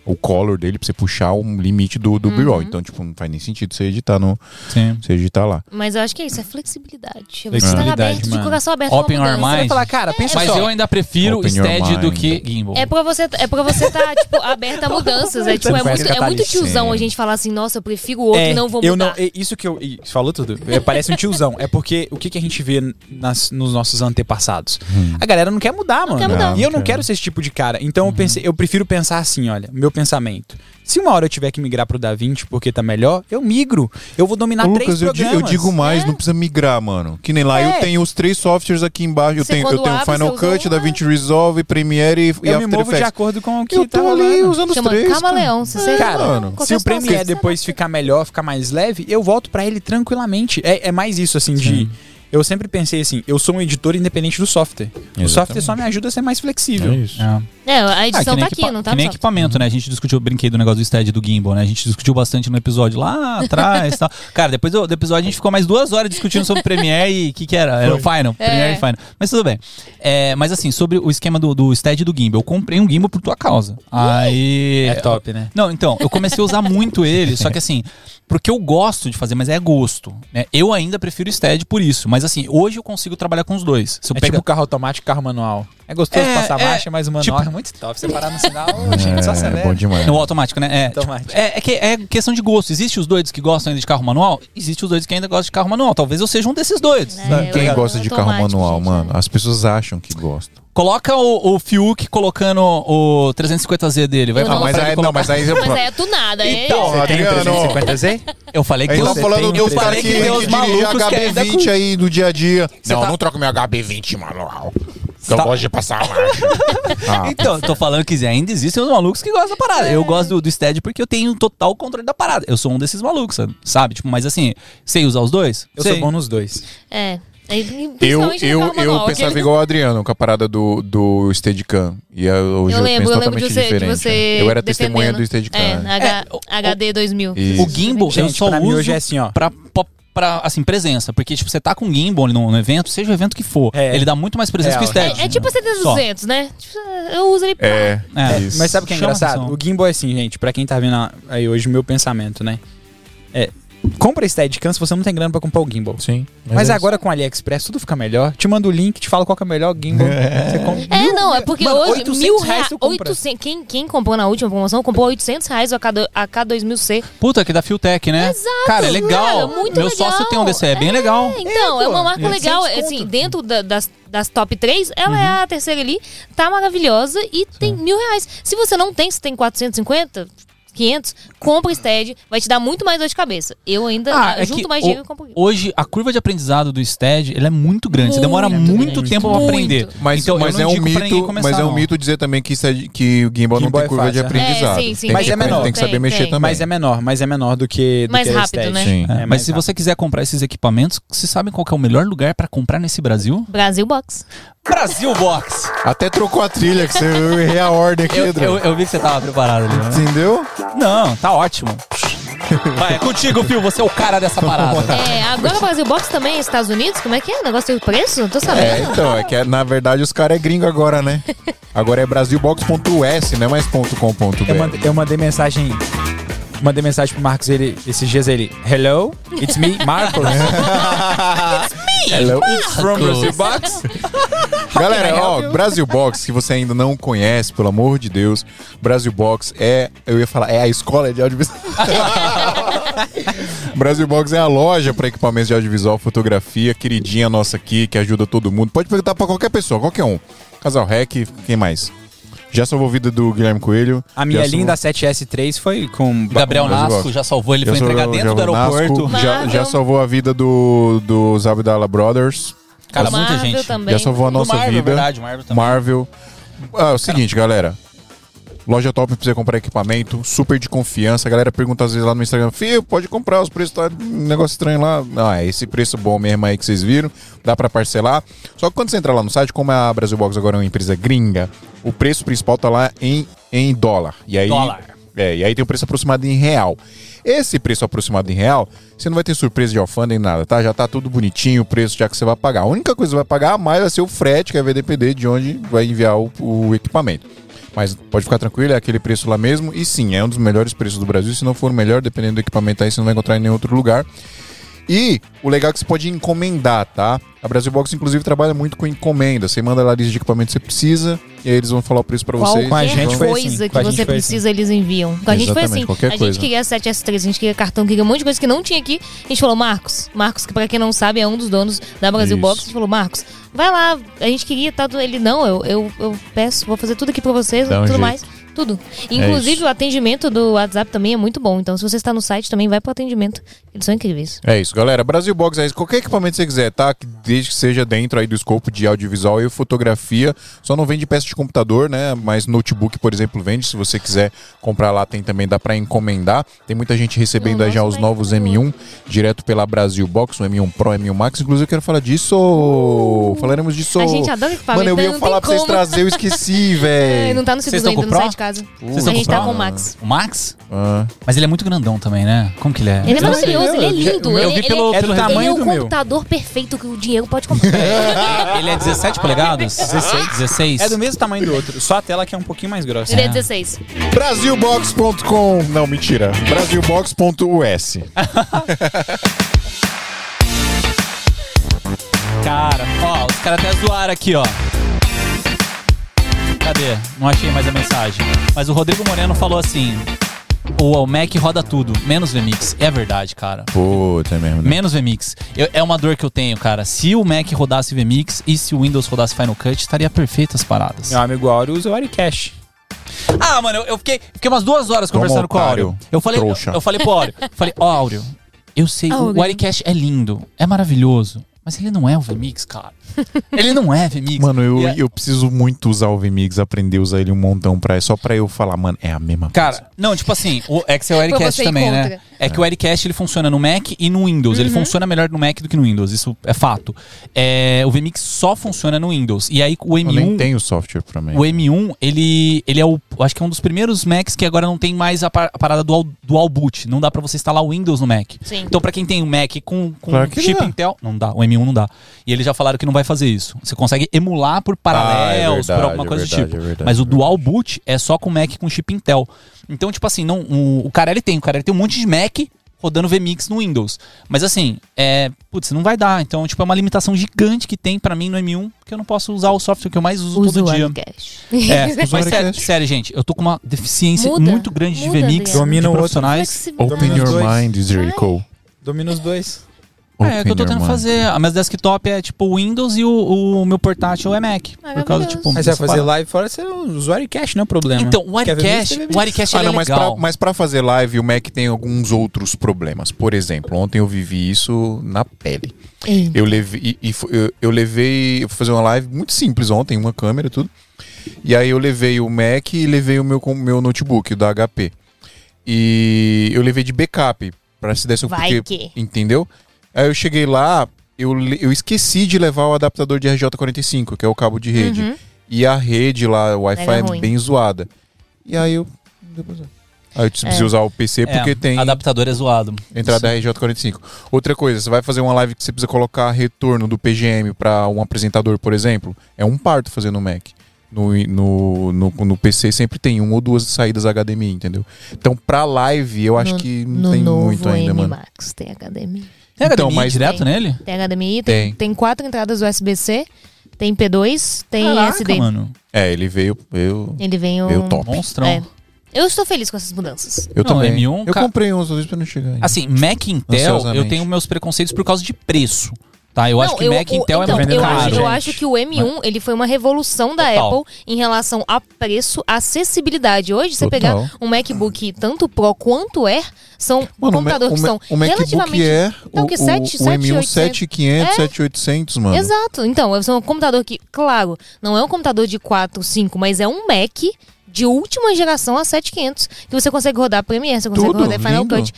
[SPEAKER 1] o color dele pra você puxar um limite do, do
[SPEAKER 2] Uhum.
[SPEAKER 1] B-roll. Então, tipo, não faz nem sentido você editar, no,
[SPEAKER 2] Sim.
[SPEAKER 1] você editar lá.
[SPEAKER 3] Mas eu acho que é isso, é flexibilidade. Você estar
[SPEAKER 4] Flexibilidade,
[SPEAKER 3] aberto, de
[SPEAKER 4] mano.
[SPEAKER 3] coração aberto. pra
[SPEAKER 2] Open
[SPEAKER 3] uma
[SPEAKER 2] Our
[SPEAKER 3] mudança.
[SPEAKER 2] Mind.
[SPEAKER 4] falar, cara, pensa
[SPEAKER 2] Mas
[SPEAKER 4] só.
[SPEAKER 2] eu ainda prefiro
[SPEAKER 1] Open your
[SPEAKER 2] stead do
[SPEAKER 1] mind.
[SPEAKER 2] que gimbal.
[SPEAKER 3] É pra você, é pra você tá, tipo, aberto a mudanças. É, tipo, é,
[SPEAKER 4] Parece
[SPEAKER 3] muito, é muito
[SPEAKER 1] catalista.
[SPEAKER 3] tiozão a gente falar assim, nossa, eu prefiro o outro e não vou mudar.
[SPEAKER 4] eu não- é isso que eu. e Você falou tudo. É, parece um tiozão. É porque o que, que a gente vê nas- nos nossos antepassados?
[SPEAKER 2] Hum.
[SPEAKER 4] A galera não quer mudar, mano.
[SPEAKER 3] quer mudar.
[SPEAKER 4] E eu não quero ser esse tipo de cara. Então
[SPEAKER 2] Uhum.
[SPEAKER 4] eu, pensei, eu prefiro pensar assim, olha, meu pensamento. Se uma hora eu tiver que migrar pro DaVinci porque tá melhor, eu migro. Eu vou dominar
[SPEAKER 1] Ô,
[SPEAKER 4] três
[SPEAKER 1] Lucas, eu, di-
[SPEAKER 4] programas.
[SPEAKER 1] eu digo mais,
[SPEAKER 3] É.
[SPEAKER 1] não precisa migrar, mano. Que nem lá,
[SPEAKER 4] É.
[SPEAKER 1] eu tenho os três softwares aqui embaixo. Eu
[SPEAKER 3] Você
[SPEAKER 1] tenho, eu
[SPEAKER 3] quando
[SPEAKER 1] tenho
[SPEAKER 3] abre,
[SPEAKER 1] Final
[SPEAKER 3] você usa
[SPEAKER 1] Cut,
[SPEAKER 3] um, né?
[SPEAKER 1] DaVinci Resolve, Premiere e, e
[SPEAKER 4] Eu me
[SPEAKER 1] After
[SPEAKER 4] movo de
[SPEAKER 1] Effects.
[SPEAKER 4] acordo com o que
[SPEAKER 1] Eu
[SPEAKER 4] tá
[SPEAKER 1] tô ali
[SPEAKER 4] rolando.
[SPEAKER 1] usando os
[SPEAKER 3] Chama
[SPEAKER 1] três. cara.
[SPEAKER 3] camaleão. Se você
[SPEAKER 4] Cara,
[SPEAKER 1] mano.
[SPEAKER 3] qualquer
[SPEAKER 4] se o
[SPEAKER 3] situação,
[SPEAKER 4] Premiere
[SPEAKER 3] você
[SPEAKER 2] né?
[SPEAKER 4] depois
[SPEAKER 3] adapta.
[SPEAKER 4] ficar melhor, ficar mais leve, eu volto pra ele tranquilamente. É, é mais isso, assim, de. Eu sempre pensei assim, eu sou um editor independente do software. O
[SPEAKER 1] Exatamente.
[SPEAKER 4] software só me ajuda a ser mais flexível.
[SPEAKER 1] É isso.
[SPEAKER 2] É.
[SPEAKER 3] É, a edição
[SPEAKER 2] nem
[SPEAKER 3] tá
[SPEAKER 2] equipa-
[SPEAKER 3] aqui, não tá?
[SPEAKER 2] que nem
[SPEAKER 3] no software.
[SPEAKER 2] equipamento, né? A gente discutiu, eu brinquei do negócio do stead do gimbal, né? A gente discutiu bastante no episódio lá atrás e tal. Cara, depois do, do episódio a gente ficou mais duas horas discutindo sobre Premiere e o que que era? Era o Final,
[SPEAKER 3] É.
[SPEAKER 2] Premiere e Final. Mas tudo bem. É, mas assim, sobre o esquema do, do stead e do gimbal. Eu comprei um gimbal por tua causa. Aí...
[SPEAKER 4] É top, né?
[SPEAKER 2] Não, então, eu comecei a usar muito ele, só que assim, porque eu gosto de fazer, mas é gosto, né? Eu ainda prefiro o stead por isso, mas assim, hoje eu consigo trabalhar com os dois. Se eu
[SPEAKER 4] é
[SPEAKER 2] pego-
[SPEAKER 4] tipo carro automático e carro manual. É gostoso
[SPEAKER 2] É,
[SPEAKER 4] passar
[SPEAKER 2] é,
[SPEAKER 4] marcha, mas o manual
[SPEAKER 2] tipo-
[SPEAKER 4] é muito top. Você parar no sinal, gente, só
[SPEAKER 1] É,
[SPEAKER 4] acelera.
[SPEAKER 1] bom demais.
[SPEAKER 2] No automático, né? É,
[SPEAKER 4] Automático.
[SPEAKER 2] tipo, é, é que, é questão de gosto. Existem os doidos que gostam ainda de carro manual, existe os doidos que ainda gostam de carro manual. Talvez eu seja um desses doidos.
[SPEAKER 3] É, eu
[SPEAKER 1] Quem
[SPEAKER 3] adoro
[SPEAKER 1] gosta de carro
[SPEAKER 3] automático,
[SPEAKER 1] manual,
[SPEAKER 3] gente,
[SPEAKER 1] mano?
[SPEAKER 3] né?
[SPEAKER 1] As pessoas acham que gostam.
[SPEAKER 2] Coloca o, o Fiuk colocando o 350Z dele. Vai
[SPEAKER 3] Eu
[SPEAKER 2] falar
[SPEAKER 3] não.
[SPEAKER 2] pra
[SPEAKER 1] Ah, mas, aí,
[SPEAKER 2] ele
[SPEAKER 1] não,
[SPEAKER 2] colocar.
[SPEAKER 1] mas aí...
[SPEAKER 3] Mas é tunada, é.
[SPEAKER 2] Então,
[SPEAKER 1] Ó, Adriano,
[SPEAKER 2] Eu falei que
[SPEAKER 1] aí tá
[SPEAKER 2] Deus,
[SPEAKER 1] falando do
[SPEAKER 2] eu
[SPEAKER 1] cara
[SPEAKER 2] falei
[SPEAKER 1] que,
[SPEAKER 2] que Deus
[SPEAKER 1] que dirige
[SPEAKER 2] malucos que ainda
[SPEAKER 1] HB20
[SPEAKER 2] curte.
[SPEAKER 1] aí do dia a dia. não,
[SPEAKER 2] tá-
[SPEAKER 1] não troca meu HB20 manual. que Eu
[SPEAKER 2] tá-
[SPEAKER 1] gosto de passar a marcha. Ah,
[SPEAKER 2] Então, eu tô falando que ainda existem os malucos que gostam da parada.
[SPEAKER 4] É.
[SPEAKER 2] Eu gosto do, do Stead porque eu tenho total controle da parada. Eu sou um desses malucos, sabe? sabe? Tipo, mas assim, sei usar os dois?
[SPEAKER 4] Eu
[SPEAKER 2] sei.
[SPEAKER 4] sou bom nos dois.
[SPEAKER 3] É. E
[SPEAKER 1] Eu,
[SPEAKER 3] principalmente no
[SPEAKER 1] eu,
[SPEAKER 3] carro
[SPEAKER 1] eu
[SPEAKER 3] manual,
[SPEAKER 1] pensava
[SPEAKER 3] aquele-
[SPEAKER 1] igual o Adriano com a parada do, do Steadicam. E eu, hoje
[SPEAKER 3] Eu
[SPEAKER 1] eu, penso
[SPEAKER 3] lembro, eu lembro
[SPEAKER 1] totalmente
[SPEAKER 3] de você, de
[SPEAKER 1] diferente. né?
[SPEAKER 3] você
[SPEAKER 1] eu era
[SPEAKER 3] defendendo.
[SPEAKER 1] testemunha do Steadicam.
[SPEAKER 3] É,
[SPEAKER 1] né?
[SPEAKER 3] H-
[SPEAKER 2] É, o-
[SPEAKER 3] HD 2000.
[SPEAKER 1] Isso.
[SPEAKER 2] O gimbal, eu
[SPEAKER 4] Gente,
[SPEAKER 2] só
[SPEAKER 4] pra
[SPEAKER 2] uso
[SPEAKER 4] mim hoje é assim, ó.
[SPEAKER 2] Pra, pra- pra, assim, presença. Porque, tipo, você tá com gimbal no, no evento, seja o evento que for,
[SPEAKER 4] É.
[SPEAKER 2] ele dá muito mais presença
[SPEAKER 4] É,
[SPEAKER 2] que o stead.
[SPEAKER 3] É, é tipo a CT200, né? Tipo, eu uso ele pra...
[SPEAKER 1] É,
[SPEAKER 2] É.
[SPEAKER 1] isso.
[SPEAKER 4] Mas sabe o que é
[SPEAKER 2] Chama
[SPEAKER 4] engraçado?
[SPEAKER 2] atenção.
[SPEAKER 4] O gimbal é assim, gente, pra quem tá vendo a- aí hoje o meu pensamento, né? É, compra Steadicam se você não tem grana pra comprar o gimbal.
[SPEAKER 1] Sim.
[SPEAKER 4] Mas
[SPEAKER 1] é
[SPEAKER 4] agora com AliExpress tudo fica melhor. Te mando o link, te falo qual que é o melhor gimbal. Você compra.
[SPEAKER 3] É, não, é porque
[SPEAKER 4] Mano,
[SPEAKER 3] hoje
[SPEAKER 4] 800
[SPEAKER 3] mil
[SPEAKER 4] reais
[SPEAKER 3] reais.
[SPEAKER 4] tu compra.
[SPEAKER 3] 800, quem, quem comprou na última promoção comprou 800 reais o AK- AK2000C.
[SPEAKER 2] Puta, que da Fiotech, né?
[SPEAKER 3] Exato,
[SPEAKER 2] Cara, é legal.
[SPEAKER 3] cara, muito
[SPEAKER 2] Meu
[SPEAKER 3] legal.
[SPEAKER 2] sócio tem um desse, é bem legal.
[SPEAKER 3] Então,
[SPEAKER 4] É,
[SPEAKER 3] é,
[SPEAKER 4] pô,
[SPEAKER 3] uma marca
[SPEAKER 4] é.
[SPEAKER 3] legal.
[SPEAKER 4] Sem desconto.
[SPEAKER 3] Assim, dentro da- das, das top 3, ela
[SPEAKER 2] Uhum.
[SPEAKER 3] é a terceira ali. Tá maravilhosa e tem mil reais. Se você não tem, se tem 450, 500, compra o Stead. Vai te dar muito mais dor de cabeça. Eu ainda
[SPEAKER 2] Ah,
[SPEAKER 3] ah,
[SPEAKER 2] é
[SPEAKER 3] junto
[SPEAKER 2] que
[SPEAKER 3] mais
[SPEAKER 2] o-
[SPEAKER 3] dinheiro e compro.
[SPEAKER 2] Hoje, a curva de aprendizado do STED, ela é muito grande. você
[SPEAKER 3] Muito
[SPEAKER 2] demora muito,
[SPEAKER 3] grande.
[SPEAKER 2] tempo pra
[SPEAKER 3] Muito.
[SPEAKER 2] aprender.
[SPEAKER 1] Mas,
[SPEAKER 2] então, eu
[SPEAKER 1] mas
[SPEAKER 2] não
[SPEAKER 1] é um
[SPEAKER 2] indico pra ninguém
[SPEAKER 1] mito,
[SPEAKER 2] começar,
[SPEAKER 1] mas é um
[SPEAKER 2] não.
[SPEAKER 1] mito dizer também que, isso é de- que o gimbal, não
[SPEAKER 4] Gimbal
[SPEAKER 1] tem
[SPEAKER 4] é
[SPEAKER 1] curva de
[SPEAKER 4] fácil, é.
[SPEAKER 1] aprendizado.
[SPEAKER 3] É, sim, sim.
[SPEAKER 1] Tem
[SPEAKER 4] Mas
[SPEAKER 1] que
[SPEAKER 4] é
[SPEAKER 1] aprender,
[SPEAKER 4] menor.
[SPEAKER 1] Tem que saber
[SPEAKER 3] Tem,
[SPEAKER 1] mexer
[SPEAKER 3] tem.
[SPEAKER 1] também.
[SPEAKER 4] Mas é menor, mas é menor do que do
[SPEAKER 3] Mais
[SPEAKER 4] que a
[SPEAKER 3] rápido,
[SPEAKER 4] Stead.
[SPEAKER 3] né?
[SPEAKER 1] Sim.
[SPEAKER 2] É,
[SPEAKER 4] É,
[SPEAKER 2] mas
[SPEAKER 4] mais
[SPEAKER 2] se
[SPEAKER 4] rápido.
[SPEAKER 2] você quiser comprar esses equipamentos, vocês sabem qual que é o melhor lugar pra comprar nesse Brasil?
[SPEAKER 3] Brasil Box.
[SPEAKER 2] Brasil Box!
[SPEAKER 1] Até trocou a trilha, que você eu errei a ordem aqui,
[SPEAKER 2] Eu,
[SPEAKER 1] Adriano.
[SPEAKER 2] eu- eu vi que você tava preparado ali, né?
[SPEAKER 1] Entendeu?
[SPEAKER 2] Não, tá ótimo. Vai, é contigo, Fio. Você é o cara dessa parada.
[SPEAKER 3] É, agora Brasil Box também é Estados Unidos? Como é que é? O negócio tem preço? Não tô
[SPEAKER 1] É,
[SPEAKER 3] sabendo.
[SPEAKER 1] então, é que na verdade os caras é gringo agora, né? Agora é brasilbox.us, não é mais
[SPEAKER 4] Eu
[SPEAKER 1] .com.br.
[SPEAKER 4] mandei, eu mandei mensagem. Mandei mensagem pro Marcos ele, esses dias ele. Hello, it's me, Marcos.
[SPEAKER 1] Hello,
[SPEAKER 3] Ah!
[SPEAKER 4] from Brazil
[SPEAKER 1] Box. Galera, ó, Brasil Box, que você ainda não conhece, pelo amor de Deus, Brasil Box é, eu ia falar, é a escola de audiovisual. Brasil Box é a loja para equipamentos de audiovisual, fotografia, queridinha nossa aqui, que ajuda todo mundo. Pode perguntar para qualquer pessoa, qualquer um. Casal Rec, quem mais? Já salvou vida do Guilherme Coelho.
[SPEAKER 4] A minha
[SPEAKER 1] Já salvou-
[SPEAKER 4] linda 7S3 foi com.
[SPEAKER 2] Gabriel
[SPEAKER 1] Brasil
[SPEAKER 2] Nasco
[SPEAKER 1] Box.
[SPEAKER 2] já salvou. Ele
[SPEAKER 1] já
[SPEAKER 2] foi
[SPEAKER 1] salvou-
[SPEAKER 2] entregar
[SPEAKER 1] já
[SPEAKER 2] dentro do
[SPEAKER 1] salvou
[SPEAKER 2] aeroporto.
[SPEAKER 1] Nasco, Já,
[SPEAKER 3] Marvel.
[SPEAKER 1] já salvou a vida do, dos Abdallah Brothers.
[SPEAKER 2] Cara,
[SPEAKER 3] Marvel
[SPEAKER 2] muita gente.
[SPEAKER 3] também.
[SPEAKER 1] Já salvou a nossa
[SPEAKER 2] do Marvel,
[SPEAKER 1] vida.
[SPEAKER 2] verdade, Marvel também.
[SPEAKER 1] Marvel. Ah, é o seguinte, galera. Loja top pra você comprar equipamento, super de confiança. A galera pergunta às vezes lá no Instagram, Fio, pode comprar, os preços tá um negócio estranho lá. Não, é esse preço bom mesmo aí que vocês viram, dá pra parcelar. Só que quando você entra lá no site, como a Brasil Box agora é uma empresa gringa, o preço principal tá lá em, em dólar. E aí,
[SPEAKER 2] Dólar.
[SPEAKER 1] É, e aí tem o preço aproximado em real. Esse preço aproximado em real, você não vai ter surpresa de alfândega nem nada, tá? Já tá tudo bonitinho o preço já que você vai pagar. A única coisa que você vai pagar a mais vai ser o frete, que é VDPD, de onde vai enviar o, o equipamento. Mas Mas pode ficar tranquilo, é aquele preço lá mesmo. E sim, é um dos melhores preços do Brasil. Se não for o melhor, dependendo do equipamento aí, você não vai encontrar em nenhum outro lugar. E o legal é que você pode encomendar, tá? A Brasil Box, inclusive, trabalha muito com encomenda. Você manda lá a lista de equipamento que você precisa e aí eles vão falar o preço pra vocês.
[SPEAKER 4] Com a
[SPEAKER 3] Qualquer
[SPEAKER 4] gente foi assim,
[SPEAKER 3] coisa
[SPEAKER 4] com a
[SPEAKER 3] que
[SPEAKER 4] gente
[SPEAKER 3] você
[SPEAKER 4] foi assim.
[SPEAKER 3] precisa, eles enviam. Com a gente foi
[SPEAKER 1] Exatamente,
[SPEAKER 3] assim.
[SPEAKER 1] qualquer
[SPEAKER 3] a
[SPEAKER 1] coisa.
[SPEAKER 3] gente queria 7S3, a gente queria cartão, queria um monte de coisa que não tinha aqui. A gente falou, Marcos, Marcos, que pra quem não sabe é um dos donos da Brasil
[SPEAKER 1] Isso.
[SPEAKER 3] Box. A gente falou, Marcos, vai lá, a gente queria, tá? do- Ele, não, eu, eu, eu peço, vou fazer tudo aqui pra vocês,
[SPEAKER 1] Dá um
[SPEAKER 3] tudo
[SPEAKER 1] jeito.
[SPEAKER 3] mais. Tudo. Inclusive,
[SPEAKER 1] isso.
[SPEAKER 3] o atendimento do WhatsApp também é muito bom. Então, se você está no site, também vai pro atendimento. Eles são incríveis.
[SPEAKER 1] É isso, galera. Brasil Box é isso. Qualquer equipamento que você quiser, tá? Que- Desde que seja dentro aí do escopo de audiovisual e fotografia. Só não vende peça de computador, né? Mas notebook, por exemplo, vende. Se você quiser comprar lá, tem também, dá pra encomendar. Tem muita gente recebendo
[SPEAKER 3] Não,
[SPEAKER 1] aí já
[SPEAKER 3] nossa,
[SPEAKER 1] os
[SPEAKER 3] vai
[SPEAKER 1] novos
[SPEAKER 3] tudo.
[SPEAKER 1] M1, direto pela Brasil Box, o M1 Pro, M1 Max. Inclusive, eu quero falar disso. Falaremos disso.
[SPEAKER 3] A gente adora equipamento,
[SPEAKER 1] Mano, eu ia
[SPEAKER 3] não tem
[SPEAKER 1] falar pra vocês
[SPEAKER 3] como.
[SPEAKER 1] trazer, eu esqueci,
[SPEAKER 3] É,
[SPEAKER 1] velho.
[SPEAKER 3] não tá no
[SPEAKER 2] Vocês
[SPEAKER 3] Cibus ainda,
[SPEAKER 2] estão
[SPEAKER 3] não
[SPEAKER 2] com Pro?
[SPEAKER 3] sai de casa.
[SPEAKER 2] Vocês
[SPEAKER 3] a
[SPEAKER 2] estão
[SPEAKER 3] gente
[SPEAKER 2] com
[SPEAKER 3] tá
[SPEAKER 2] Pro?
[SPEAKER 3] com o Max.
[SPEAKER 2] O Max?
[SPEAKER 1] Ah,
[SPEAKER 2] Mas ele é muito grandão também, né? Como que ele é?
[SPEAKER 3] Ele é
[SPEAKER 1] Eu não sei,
[SPEAKER 3] maravilhoso,
[SPEAKER 1] eu-
[SPEAKER 3] ele é
[SPEAKER 1] eu-
[SPEAKER 3] lindo.
[SPEAKER 2] eu
[SPEAKER 3] ele,
[SPEAKER 2] vi
[SPEAKER 3] ele
[SPEAKER 2] pelo-
[SPEAKER 3] é,
[SPEAKER 2] pelo
[SPEAKER 3] ele
[SPEAKER 4] tamanho
[SPEAKER 3] é o
[SPEAKER 4] do meu.
[SPEAKER 3] computador perfeito que o dinheiro pode comprar.
[SPEAKER 2] Ele é 17 polegadas? 16? 16?
[SPEAKER 4] É do mesmo tamanho do outro, só a tela que é um pouquinho mais grossa.
[SPEAKER 3] Ele é 16.
[SPEAKER 1] Brasilbox.com. Não, mentira. Brasilbox.us.
[SPEAKER 2] Cara, ó, os caras até zoaram aqui, ó. Cadê? Não achei mais a mensagem. Mas o Rodrigo Moreno falou assim: o Mac roda tudo, menos VMix. É verdade, cara.
[SPEAKER 1] Puta, é mesmo. né?
[SPEAKER 2] Menos VMix. Eu- é uma dor que eu tenho, cara. Se o Mac rodasse VMix e se o Windows rodasse Final Cut, estaria perfeito as paradas.
[SPEAKER 4] Meu amigo Áureo usa o Aricast.
[SPEAKER 2] Ah, mano, eu, eu fiquei, fiquei umas duas horas
[SPEAKER 1] Toma,
[SPEAKER 2] conversando com o
[SPEAKER 1] otário.
[SPEAKER 2] Áureo. Eu falei, eu,
[SPEAKER 1] Trouxa.
[SPEAKER 2] eu falei pro Áureo, eu falei, ó, Áureo, eu sei, o
[SPEAKER 3] Áureo.
[SPEAKER 2] Wirecast é lindo, é maravilhoso, mas ele não é o VMix, cara. Ele não é VMix.
[SPEAKER 1] Mano, eu,
[SPEAKER 2] E é-
[SPEAKER 1] eu preciso muito usar o VMix, aprender a usar ele um montão pra, só pra eu falar, mano, é a mesma coisa.
[SPEAKER 2] Cara, não, tipo assim, o, é que esse é o Wirecast
[SPEAKER 3] você
[SPEAKER 2] também, né?
[SPEAKER 3] encontra.
[SPEAKER 2] É que o Wirecast ele funciona no Mac e no Windows.
[SPEAKER 3] Uhum.
[SPEAKER 2] Ele funciona melhor no Mac do que no Windows, isso é fato. É, o VMix só funciona no Windows. E aí o
[SPEAKER 1] eu nem
[SPEAKER 2] M1
[SPEAKER 1] tenho software pra mim.
[SPEAKER 2] O M1, ele, ele é o. eu Acho que é um dos primeiros Macs que agora não tem mais a, par- a parada dual, dual boot. Não dá pra você instalar o Windows no Mac.
[SPEAKER 3] Sim.
[SPEAKER 2] Então, pra quem tem um Mac com, com
[SPEAKER 1] Claro que
[SPEAKER 2] chip
[SPEAKER 1] dá.
[SPEAKER 2] Intel. Não dá, o M1 não dá. E eles já falaram que não vai fazer isso. Você consegue emular por paralelos,
[SPEAKER 1] Ah, é verdade,
[SPEAKER 2] por alguma
[SPEAKER 1] é
[SPEAKER 2] coisa
[SPEAKER 1] verdade,
[SPEAKER 2] do tipo.
[SPEAKER 1] é verdade,
[SPEAKER 2] Mas
[SPEAKER 1] é
[SPEAKER 2] o dual boot é só com Mac com chip Intel. Então, tipo assim, não, o, o cara ele tem. O cara ele tem um monte de Mac. Rodando VMix no Windows. Mas assim, é. Putz, não vai dar. Então, tipo, é uma limitação gigante que tem pra mim no M1, que eu não posso usar o software que eu mais uso todo dia.
[SPEAKER 3] Usuário cash.
[SPEAKER 2] É,
[SPEAKER 1] Usuário
[SPEAKER 2] mas sério,
[SPEAKER 1] cash.
[SPEAKER 2] sério, gente, eu tô com uma deficiência
[SPEAKER 3] Muda,
[SPEAKER 2] muito grande de
[SPEAKER 3] muda,
[SPEAKER 2] VMix,
[SPEAKER 3] Adriano.
[SPEAKER 2] de
[SPEAKER 4] Domina o outro.
[SPEAKER 2] profissionais.
[SPEAKER 1] Open
[SPEAKER 4] Domina os
[SPEAKER 1] your
[SPEAKER 4] dois.
[SPEAKER 1] mind, Jericho.
[SPEAKER 4] Domina os dois.
[SPEAKER 2] É, é o que eu tô tentando fazer. A minha desktop é tipo Windows e o, o meu portátil é Mac. Por causa,
[SPEAKER 3] Maravilhoso.
[SPEAKER 2] tipo,
[SPEAKER 4] Mas você
[SPEAKER 2] dessa
[SPEAKER 4] vai fazer
[SPEAKER 2] parada.
[SPEAKER 4] live fora, você usa o Aricast, não é o problema.
[SPEAKER 2] Então, o
[SPEAKER 4] Quer ver
[SPEAKER 2] Wirecast,
[SPEAKER 4] vídeo, você vê
[SPEAKER 2] o Wirecast
[SPEAKER 1] Ah,
[SPEAKER 2] ele é
[SPEAKER 1] não, mas pra,
[SPEAKER 2] legal.
[SPEAKER 1] mas pra fazer live, o Mac tem alguns outros problemas. Por exemplo, ontem eu vivi isso na pele.
[SPEAKER 3] Ei,
[SPEAKER 1] Eu levei, e- e fo- eu, eu levei, eu fui fazer uma live muito simples ontem, uma câmera e tudo. E aí eu levei o Mac e levei o meu, com- meu notebook, o da HP. E eu levei de backup, pra se desse um
[SPEAKER 3] Vai
[SPEAKER 1] porque-
[SPEAKER 3] que.
[SPEAKER 1] Entendeu? Aí eu cheguei lá, eu, le- eu esqueci de levar o adaptador de RJ45, que é o cabo de rede.
[SPEAKER 3] Uhum.
[SPEAKER 1] E a rede lá, o
[SPEAKER 3] Pega
[SPEAKER 1] Wi-Fi é
[SPEAKER 3] ruim.
[SPEAKER 1] bem zoada. E aí eu. depois eu- Aí eu preciso usar o PC porque
[SPEAKER 2] É,
[SPEAKER 1] tem
[SPEAKER 2] Adaptador é zoado.
[SPEAKER 1] entrada RJ45. Outra coisa, você vai fazer uma live que você precisa colocar retorno do PGM pra um apresentador, por exemplo, é um parto fazer no Mac. No, no, no, no PC sempre tem uma ou duas saídas HDMI, entendeu? Então, pra live, eu acho
[SPEAKER 3] No-
[SPEAKER 1] que não
[SPEAKER 3] No
[SPEAKER 1] tem
[SPEAKER 3] novo
[SPEAKER 1] muito ainda,
[SPEAKER 3] M
[SPEAKER 1] mano.
[SPEAKER 3] Max tem HDMI.
[SPEAKER 2] Tem
[SPEAKER 1] Então,
[SPEAKER 2] HDMI
[SPEAKER 1] mas-
[SPEAKER 2] direto
[SPEAKER 3] Tem.
[SPEAKER 2] nele?
[SPEAKER 3] Tem HDMI, tem,
[SPEAKER 1] Tem.
[SPEAKER 3] tem. quatro entradas USB-C, tem P2, tem
[SPEAKER 2] Caraca,
[SPEAKER 3] SD.
[SPEAKER 2] mano.
[SPEAKER 1] É, ele veio. Eu,
[SPEAKER 3] Ele vem um...
[SPEAKER 1] veio top.
[SPEAKER 2] Monstrão.
[SPEAKER 3] É. Eu estou feliz com essas mudanças.
[SPEAKER 1] Eu
[SPEAKER 2] Não,
[SPEAKER 1] também.
[SPEAKER 2] M1,
[SPEAKER 1] eu
[SPEAKER 2] ca-
[SPEAKER 1] comprei uns dois pra não chegar ainda.
[SPEAKER 2] Assim, Mac e Intel, eu
[SPEAKER 1] Ansiosamente.
[SPEAKER 2] tenho meus preconceitos por causa de preço. Tá? Eu acho
[SPEAKER 3] Não,
[SPEAKER 2] que
[SPEAKER 3] eu-
[SPEAKER 2] Mac e
[SPEAKER 3] o-
[SPEAKER 2] Intel é
[SPEAKER 3] então,
[SPEAKER 2] muito
[SPEAKER 3] eu
[SPEAKER 2] caro.
[SPEAKER 3] acho, eu
[SPEAKER 2] gente.
[SPEAKER 3] acho que o M1 ele foi uma revolução da
[SPEAKER 2] Total.
[SPEAKER 3] Apple em relação a preço, acessibilidade. Hoje, você
[SPEAKER 1] Total.
[SPEAKER 3] pegar um MacBook, tanto Pro quanto Air, são
[SPEAKER 1] Mano, o Ma-
[SPEAKER 3] computadores
[SPEAKER 1] o,
[SPEAKER 3] que
[SPEAKER 1] Ma-
[SPEAKER 3] são
[SPEAKER 1] o MacBook
[SPEAKER 3] relativamente.
[SPEAKER 1] Air,
[SPEAKER 3] Então,
[SPEAKER 1] o,
[SPEAKER 3] que
[SPEAKER 1] o- um,
[SPEAKER 3] sete-
[SPEAKER 1] o M1
[SPEAKER 3] sete,
[SPEAKER 1] 7500, 7800, mano.
[SPEAKER 3] Exato. Então, é um computador que, claro, não é um computador de 4, 5, mas é um Mac de última geração a 7500, que você consegue rodar Premiere, você consegue
[SPEAKER 1] Tudo,
[SPEAKER 3] rodar Final
[SPEAKER 1] lindo.
[SPEAKER 3] Cut.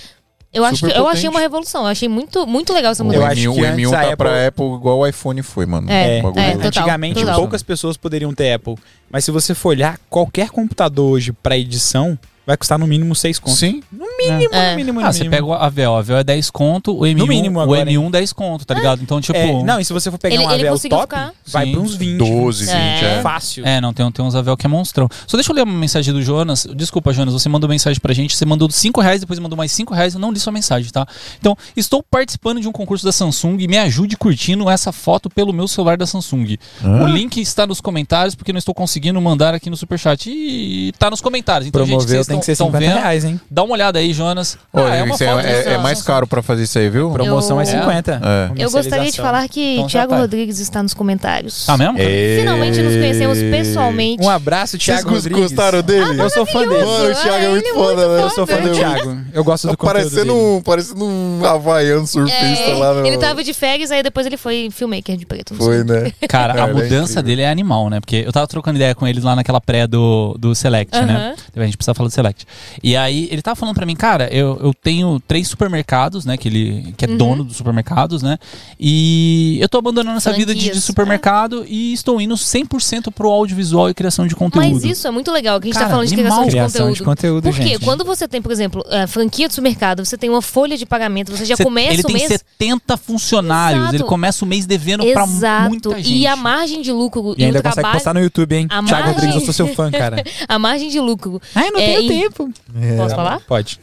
[SPEAKER 3] Eu, acho que,
[SPEAKER 1] Super
[SPEAKER 3] eu
[SPEAKER 1] potente.
[SPEAKER 3] achei uma revolução. Eu achei muito, muito legal essa
[SPEAKER 1] O
[SPEAKER 4] Eu
[SPEAKER 3] mudança.
[SPEAKER 4] acho
[SPEAKER 1] M1,
[SPEAKER 4] que
[SPEAKER 1] o M1 tá
[SPEAKER 4] antes a
[SPEAKER 1] pra Apple igual o iPhone foi, mano.
[SPEAKER 3] É,
[SPEAKER 1] O bagulho tipo,
[SPEAKER 3] é,
[SPEAKER 1] louco.
[SPEAKER 3] total,
[SPEAKER 4] Antigamente,
[SPEAKER 3] total.
[SPEAKER 4] poucas pessoas poderiam ter Apple. Mas se você for olhar, qualquer computador hoje pra edição vai custar no mínimo 6 contos.
[SPEAKER 1] Sim,
[SPEAKER 4] No
[SPEAKER 2] mínimo,
[SPEAKER 3] É.
[SPEAKER 2] no mínimo, no mínimo.
[SPEAKER 4] Ah, você
[SPEAKER 2] Você pega o AVO, AVO é 10 conto, o M1,
[SPEAKER 4] mínimo
[SPEAKER 2] o
[SPEAKER 4] agora,
[SPEAKER 2] M1 10 conto, tá ligado? Então, tipo...
[SPEAKER 4] É, não, e se você for pegar
[SPEAKER 3] Ele-
[SPEAKER 4] um
[SPEAKER 3] ele
[SPEAKER 4] Avel
[SPEAKER 3] conseguiu
[SPEAKER 4] top,
[SPEAKER 3] ficar.
[SPEAKER 4] vai
[SPEAKER 2] Sim.
[SPEAKER 4] pra uns 20.
[SPEAKER 1] 12, 20,
[SPEAKER 3] É.
[SPEAKER 1] é.
[SPEAKER 4] Fácil.
[SPEAKER 2] É, não, tem, tem uns Avel que é monstrão. Só deixa eu ler uma mensagem do Jonas. Desculpa, Jonas, você mandou mensagem pra gente. Você mandou 5 reais, depois mandou mais 5 reais. Eu não li sua mensagem, tá? Então, estou participando de um concurso da Samsung e me ajude curtindo essa foto pelo meu celular da Samsung. O link está nos comentários, porque não estou conseguindo mandar aqui no superchat. E tá nos comentários. Então, gente,
[SPEAKER 4] Promoveu
[SPEAKER 2] vocês
[SPEAKER 4] tem
[SPEAKER 2] tão-
[SPEAKER 4] que ser
[SPEAKER 2] tão
[SPEAKER 4] 50
[SPEAKER 2] vendo.
[SPEAKER 4] reais, hein?
[SPEAKER 2] Dá uma olhada aí, Jonas.
[SPEAKER 1] Ô,
[SPEAKER 2] Ah, é uma
[SPEAKER 1] isso é,
[SPEAKER 2] foto
[SPEAKER 1] é-
[SPEAKER 2] dessa
[SPEAKER 1] é mais
[SPEAKER 2] Samsung.
[SPEAKER 1] caro pra fazer isso aí, viu?
[SPEAKER 4] Promoção é
[SPEAKER 3] Eu-
[SPEAKER 4] 50.
[SPEAKER 1] É.
[SPEAKER 3] Eu gostaria de
[SPEAKER 4] Comercialização.
[SPEAKER 3] falar que
[SPEAKER 2] Então já
[SPEAKER 3] Thiago
[SPEAKER 2] tá.
[SPEAKER 3] Rodrigues está nos comentários.
[SPEAKER 2] Tá
[SPEAKER 1] É,
[SPEAKER 2] mesmo?
[SPEAKER 3] Finalmente nos conhecemos pessoalmente.
[SPEAKER 4] Um abraço,
[SPEAKER 1] Vocês
[SPEAKER 4] Thiago
[SPEAKER 1] gos-
[SPEAKER 4] Rodrigues.
[SPEAKER 1] gostaram dele?
[SPEAKER 4] Eu sou fã dele.
[SPEAKER 3] maravilhoso.
[SPEAKER 1] Mano, o Thiago é
[SPEAKER 3] Ah,
[SPEAKER 1] muito
[SPEAKER 3] ele
[SPEAKER 1] foda, velho.
[SPEAKER 4] Eu sou fã do
[SPEAKER 1] Maravilhoso.
[SPEAKER 4] Thiago. Eu gosto do conteúdo
[SPEAKER 1] Tá Parecendo
[SPEAKER 4] dele.
[SPEAKER 1] um, parecendo um havaiano surfista
[SPEAKER 3] É,
[SPEAKER 1] lá. No...
[SPEAKER 3] Ele tava de férias, aí depois ele foi filmmaker de preto. não
[SPEAKER 1] Foi,
[SPEAKER 3] sei.
[SPEAKER 1] né?
[SPEAKER 2] Cara,
[SPEAKER 1] Cara,
[SPEAKER 2] a
[SPEAKER 1] é
[SPEAKER 2] mudança
[SPEAKER 1] incrível.
[SPEAKER 2] dele é animal, né? Porque eu tava trocando ideia com ele lá naquela pré do, do Select, né? A gente precisa falar do Select. E aí, ele tava falando pra mim, cara, eu, eu tenho três supermercados, né? Que ele
[SPEAKER 3] Uhum.
[SPEAKER 2] que é dono dos supermercados, né? E eu tô abandonando essa vida de, de
[SPEAKER 3] Franquias. né?
[SPEAKER 2] supermercado e estou indo 100% pro audiovisual e criação de conteúdo.
[SPEAKER 3] Mas isso é muito legal, que a gente
[SPEAKER 2] Cara,
[SPEAKER 3] tá falando de criação
[SPEAKER 2] animal.
[SPEAKER 3] de
[SPEAKER 4] Criação
[SPEAKER 3] conteúdo.
[SPEAKER 4] de conteúdo,
[SPEAKER 3] Porque
[SPEAKER 4] gente.
[SPEAKER 3] quando você tem, por exemplo, a franquia do supermercado, você tem uma folha de pagamento, você já
[SPEAKER 2] Cê-
[SPEAKER 3] começa
[SPEAKER 2] ele
[SPEAKER 3] o
[SPEAKER 2] tem
[SPEAKER 3] mês.
[SPEAKER 2] 70 funcionários,
[SPEAKER 3] é Exato.
[SPEAKER 2] ele começa o mês devendo pra
[SPEAKER 3] Exato.
[SPEAKER 2] muita gente.
[SPEAKER 3] E a margem de lucro
[SPEAKER 4] E
[SPEAKER 3] e,
[SPEAKER 4] ainda
[SPEAKER 3] o
[SPEAKER 4] consegue
[SPEAKER 3] trabalho.
[SPEAKER 4] postar no YouTube, hein?
[SPEAKER 3] A
[SPEAKER 4] Thiago
[SPEAKER 3] margem-
[SPEAKER 4] Rodrigues, eu sou seu fã, cara.
[SPEAKER 3] A margem de lucro.
[SPEAKER 2] Ai, não
[SPEAKER 3] É,
[SPEAKER 2] tenho
[SPEAKER 3] e-
[SPEAKER 2] tempo.
[SPEAKER 3] Posso falar?
[SPEAKER 4] Pode.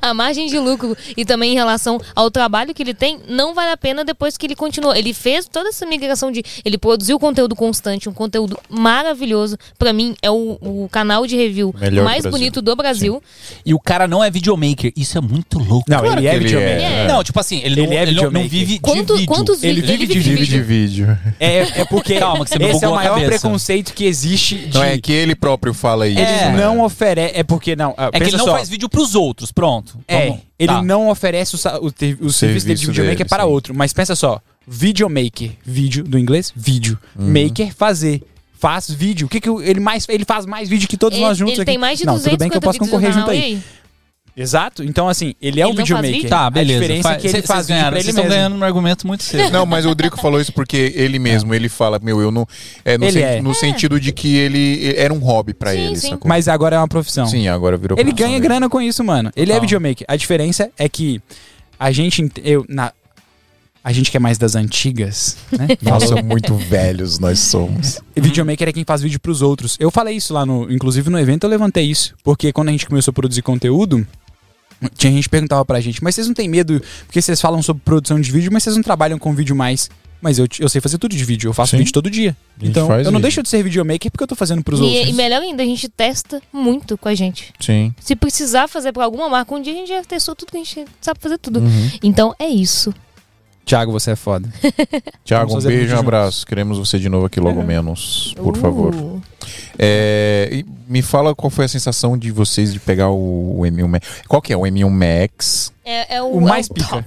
[SPEAKER 3] A margem de lucro e também em relação ao trabalho que ele tem, não vale a pena depois que ele continuou. Ele fez toda essa migração de. Ele produziu conteúdo constante, um conteúdo maravilhoso. Pra mim, é o, o canal de review
[SPEAKER 1] Melhor do
[SPEAKER 3] mais
[SPEAKER 1] Brasil.
[SPEAKER 3] bonito do Brasil.
[SPEAKER 2] E o cara não é videomaker. Isso é muito louco.
[SPEAKER 4] Não, ele é
[SPEAKER 1] que ele
[SPEAKER 4] videomaker.
[SPEAKER 3] é.
[SPEAKER 2] Não, tipo assim, ele,
[SPEAKER 4] Ele
[SPEAKER 2] não,
[SPEAKER 4] é
[SPEAKER 2] ele não- não
[SPEAKER 4] videomaker.
[SPEAKER 2] vive
[SPEAKER 3] Quanto-
[SPEAKER 2] de vídeo.
[SPEAKER 3] quantos
[SPEAKER 4] Ele
[SPEAKER 3] vídeos?
[SPEAKER 4] vive de
[SPEAKER 1] Vive de vídeo.
[SPEAKER 4] É, é porque.
[SPEAKER 2] Calma, que você me
[SPEAKER 4] Esse é
[SPEAKER 2] bugou
[SPEAKER 4] o
[SPEAKER 2] a
[SPEAKER 4] maior
[SPEAKER 2] cabeça.
[SPEAKER 4] preconceito que existe de.
[SPEAKER 1] Não é que ele próprio fala isso. né?
[SPEAKER 4] Eles
[SPEAKER 2] É.
[SPEAKER 4] não oferecem. É porque, não. ah,
[SPEAKER 2] É que
[SPEAKER 4] pensa
[SPEAKER 2] ele não
[SPEAKER 4] só.
[SPEAKER 2] faz vídeo pros outros, pronto.
[SPEAKER 4] É,
[SPEAKER 2] Vamos-
[SPEAKER 4] ele
[SPEAKER 2] tá.
[SPEAKER 4] não oferece o, sa- o, ter- o serviço dele de
[SPEAKER 1] Serviço
[SPEAKER 4] videomaker
[SPEAKER 1] dele,
[SPEAKER 4] para
[SPEAKER 1] sim.
[SPEAKER 4] outro. Mas pensa só, videomaker, vídeo do inglês, vídeo. Maker, fazer. Faz vídeo. O que, que o- ele mais ele faz mais vídeo que todos
[SPEAKER 3] Ele,
[SPEAKER 4] nós juntos
[SPEAKER 3] ele
[SPEAKER 4] aqui?
[SPEAKER 3] É, tem mais de
[SPEAKER 4] não,
[SPEAKER 3] 250
[SPEAKER 4] tudo bem que eu posso
[SPEAKER 3] vídeos no
[SPEAKER 4] concorrer junto
[SPEAKER 3] canal,
[SPEAKER 4] aí.
[SPEAKER 3] e aí?
[SPEAKER 4] Exato. Então assim, ele
[SPEAKER 3] Ele
[SPEAKER 4] é um
[SPEAKER 3] não faz
[SPEAKER 4] videomaker.
[SPEAKER 3] vídeo?
[SPEAKER 2] Tá, beleza.
[SPEAKER 4] A diferença
[SPEAKER 2] Fa-
[SPEAKER 4] é que ele
[SPEAKER 2] cês- cês
[SPEAKER 4] faz vídeo
[SPEAKER 2] ganharam,
[SPEAKER 4] pra
[SPEAKER 2] vocês
[SPEAKER 4] ele
[SPEAKER 2] estão
[SPEAKER 4] mesmo.
[SPEAKER 2] ganhando no argumento muito cedo.
[SPEAKER 1] Não, mas o Drico falou isso porque ele mesmo, ele fala, meu, eu não. É no,
[SPEAKER 4] Ele
[SPEAKER 1] sen-
[SPEAKER 4] é.
[SPEAKER 1] no sentido de que ele era um hobby pra
[SPEAKER 3] Sim,
[SPEAKER 1] ele,
[SPEAKER 3] sim.
[SPEAKER 1] sacou?
[SPEAKER 4] Mas agora é uma profissão.
[SPEAKER 1] Sim, agora virou
[SPEAKER 4] Ele
[SPEAKER 1] profissão
[SPEAKER 4] ganha
[SPEAKER 1] dele.
[SPEAKER 4] grana com isso, mano. Ele é
[SPEAKER 2] Tá.
[SPEAKER 4] videomaker. A diferença é que a gente ent- eu na a gente que é mais das antigas, né?
[SPEAKER 1] Nossa, muito velhos nós somos.
[SPEAKER 4] E
[SPEAKER 3] Uhum.
[SPEAKER 4] Videomaker é quem faz vídeo pros outros. Eu falei isso lá no. Inclusive no evento eu levantei isso. Porque quando a gente começou a produzir conteúdo, tinha gente que perguntava pra gente, mas vocês não têm medo, porque vocês falam sobre produção de vídeo, mas vocês não trabalham com vídeo mais. Mas eu, eu sei fazer tudo de vídeo, eu faço
[SPEAKER 1] Sim.
[SPEAKER 4] vídeo todo dia.
[SPEAKER 1] gente
[SPEAKER 4] Então, eu
[SPEAKER 1] faz
[SPEAKER 4] não
[SPEAKER 1] vídeo.
[SPEAKER 4] deixo de ser videomaker porque eu tô fazendo pros
[SPEAKER 3] E,
[SPEAKER 4] outros.
[SPEAKER 3] e é melhor ainda, a gente testa muito com a gente.
[SPEAKER 1] Sim.
[SPEAKER 3] Se precisar fazer pra alguma marca, um dia a gente já testou tudo que a gente sabe fazer tudo.
[SPEAKER 4] Uhum.
[SPEAKER 3] Então é isso.
[SPEAKER 4] Tiago, você é foda.
[SPEAKER 1] Tiago, um
[SPEAKER 4] fazer
[SPEAKER 1] beijo e
[SPEAKER 4] vídeo
[SPEAKER 1] um
[SPEAKER 4] juntos. Uhum.
[SPEAKER 1] abraço. Queremos você de novo aqui logo menos, por
[SPEAKER 3] Uh.
[SPEAKER 1] favor. É, e me fala qual foi a sensação de vocês de pegar o, o M1 Max. Qual que é? O M1 Max?
[SPEAKER 3] É, é o,
[SPEAKER 4] O mais
[SPEAKER 3] é o-
[SPEAKER 4] pica.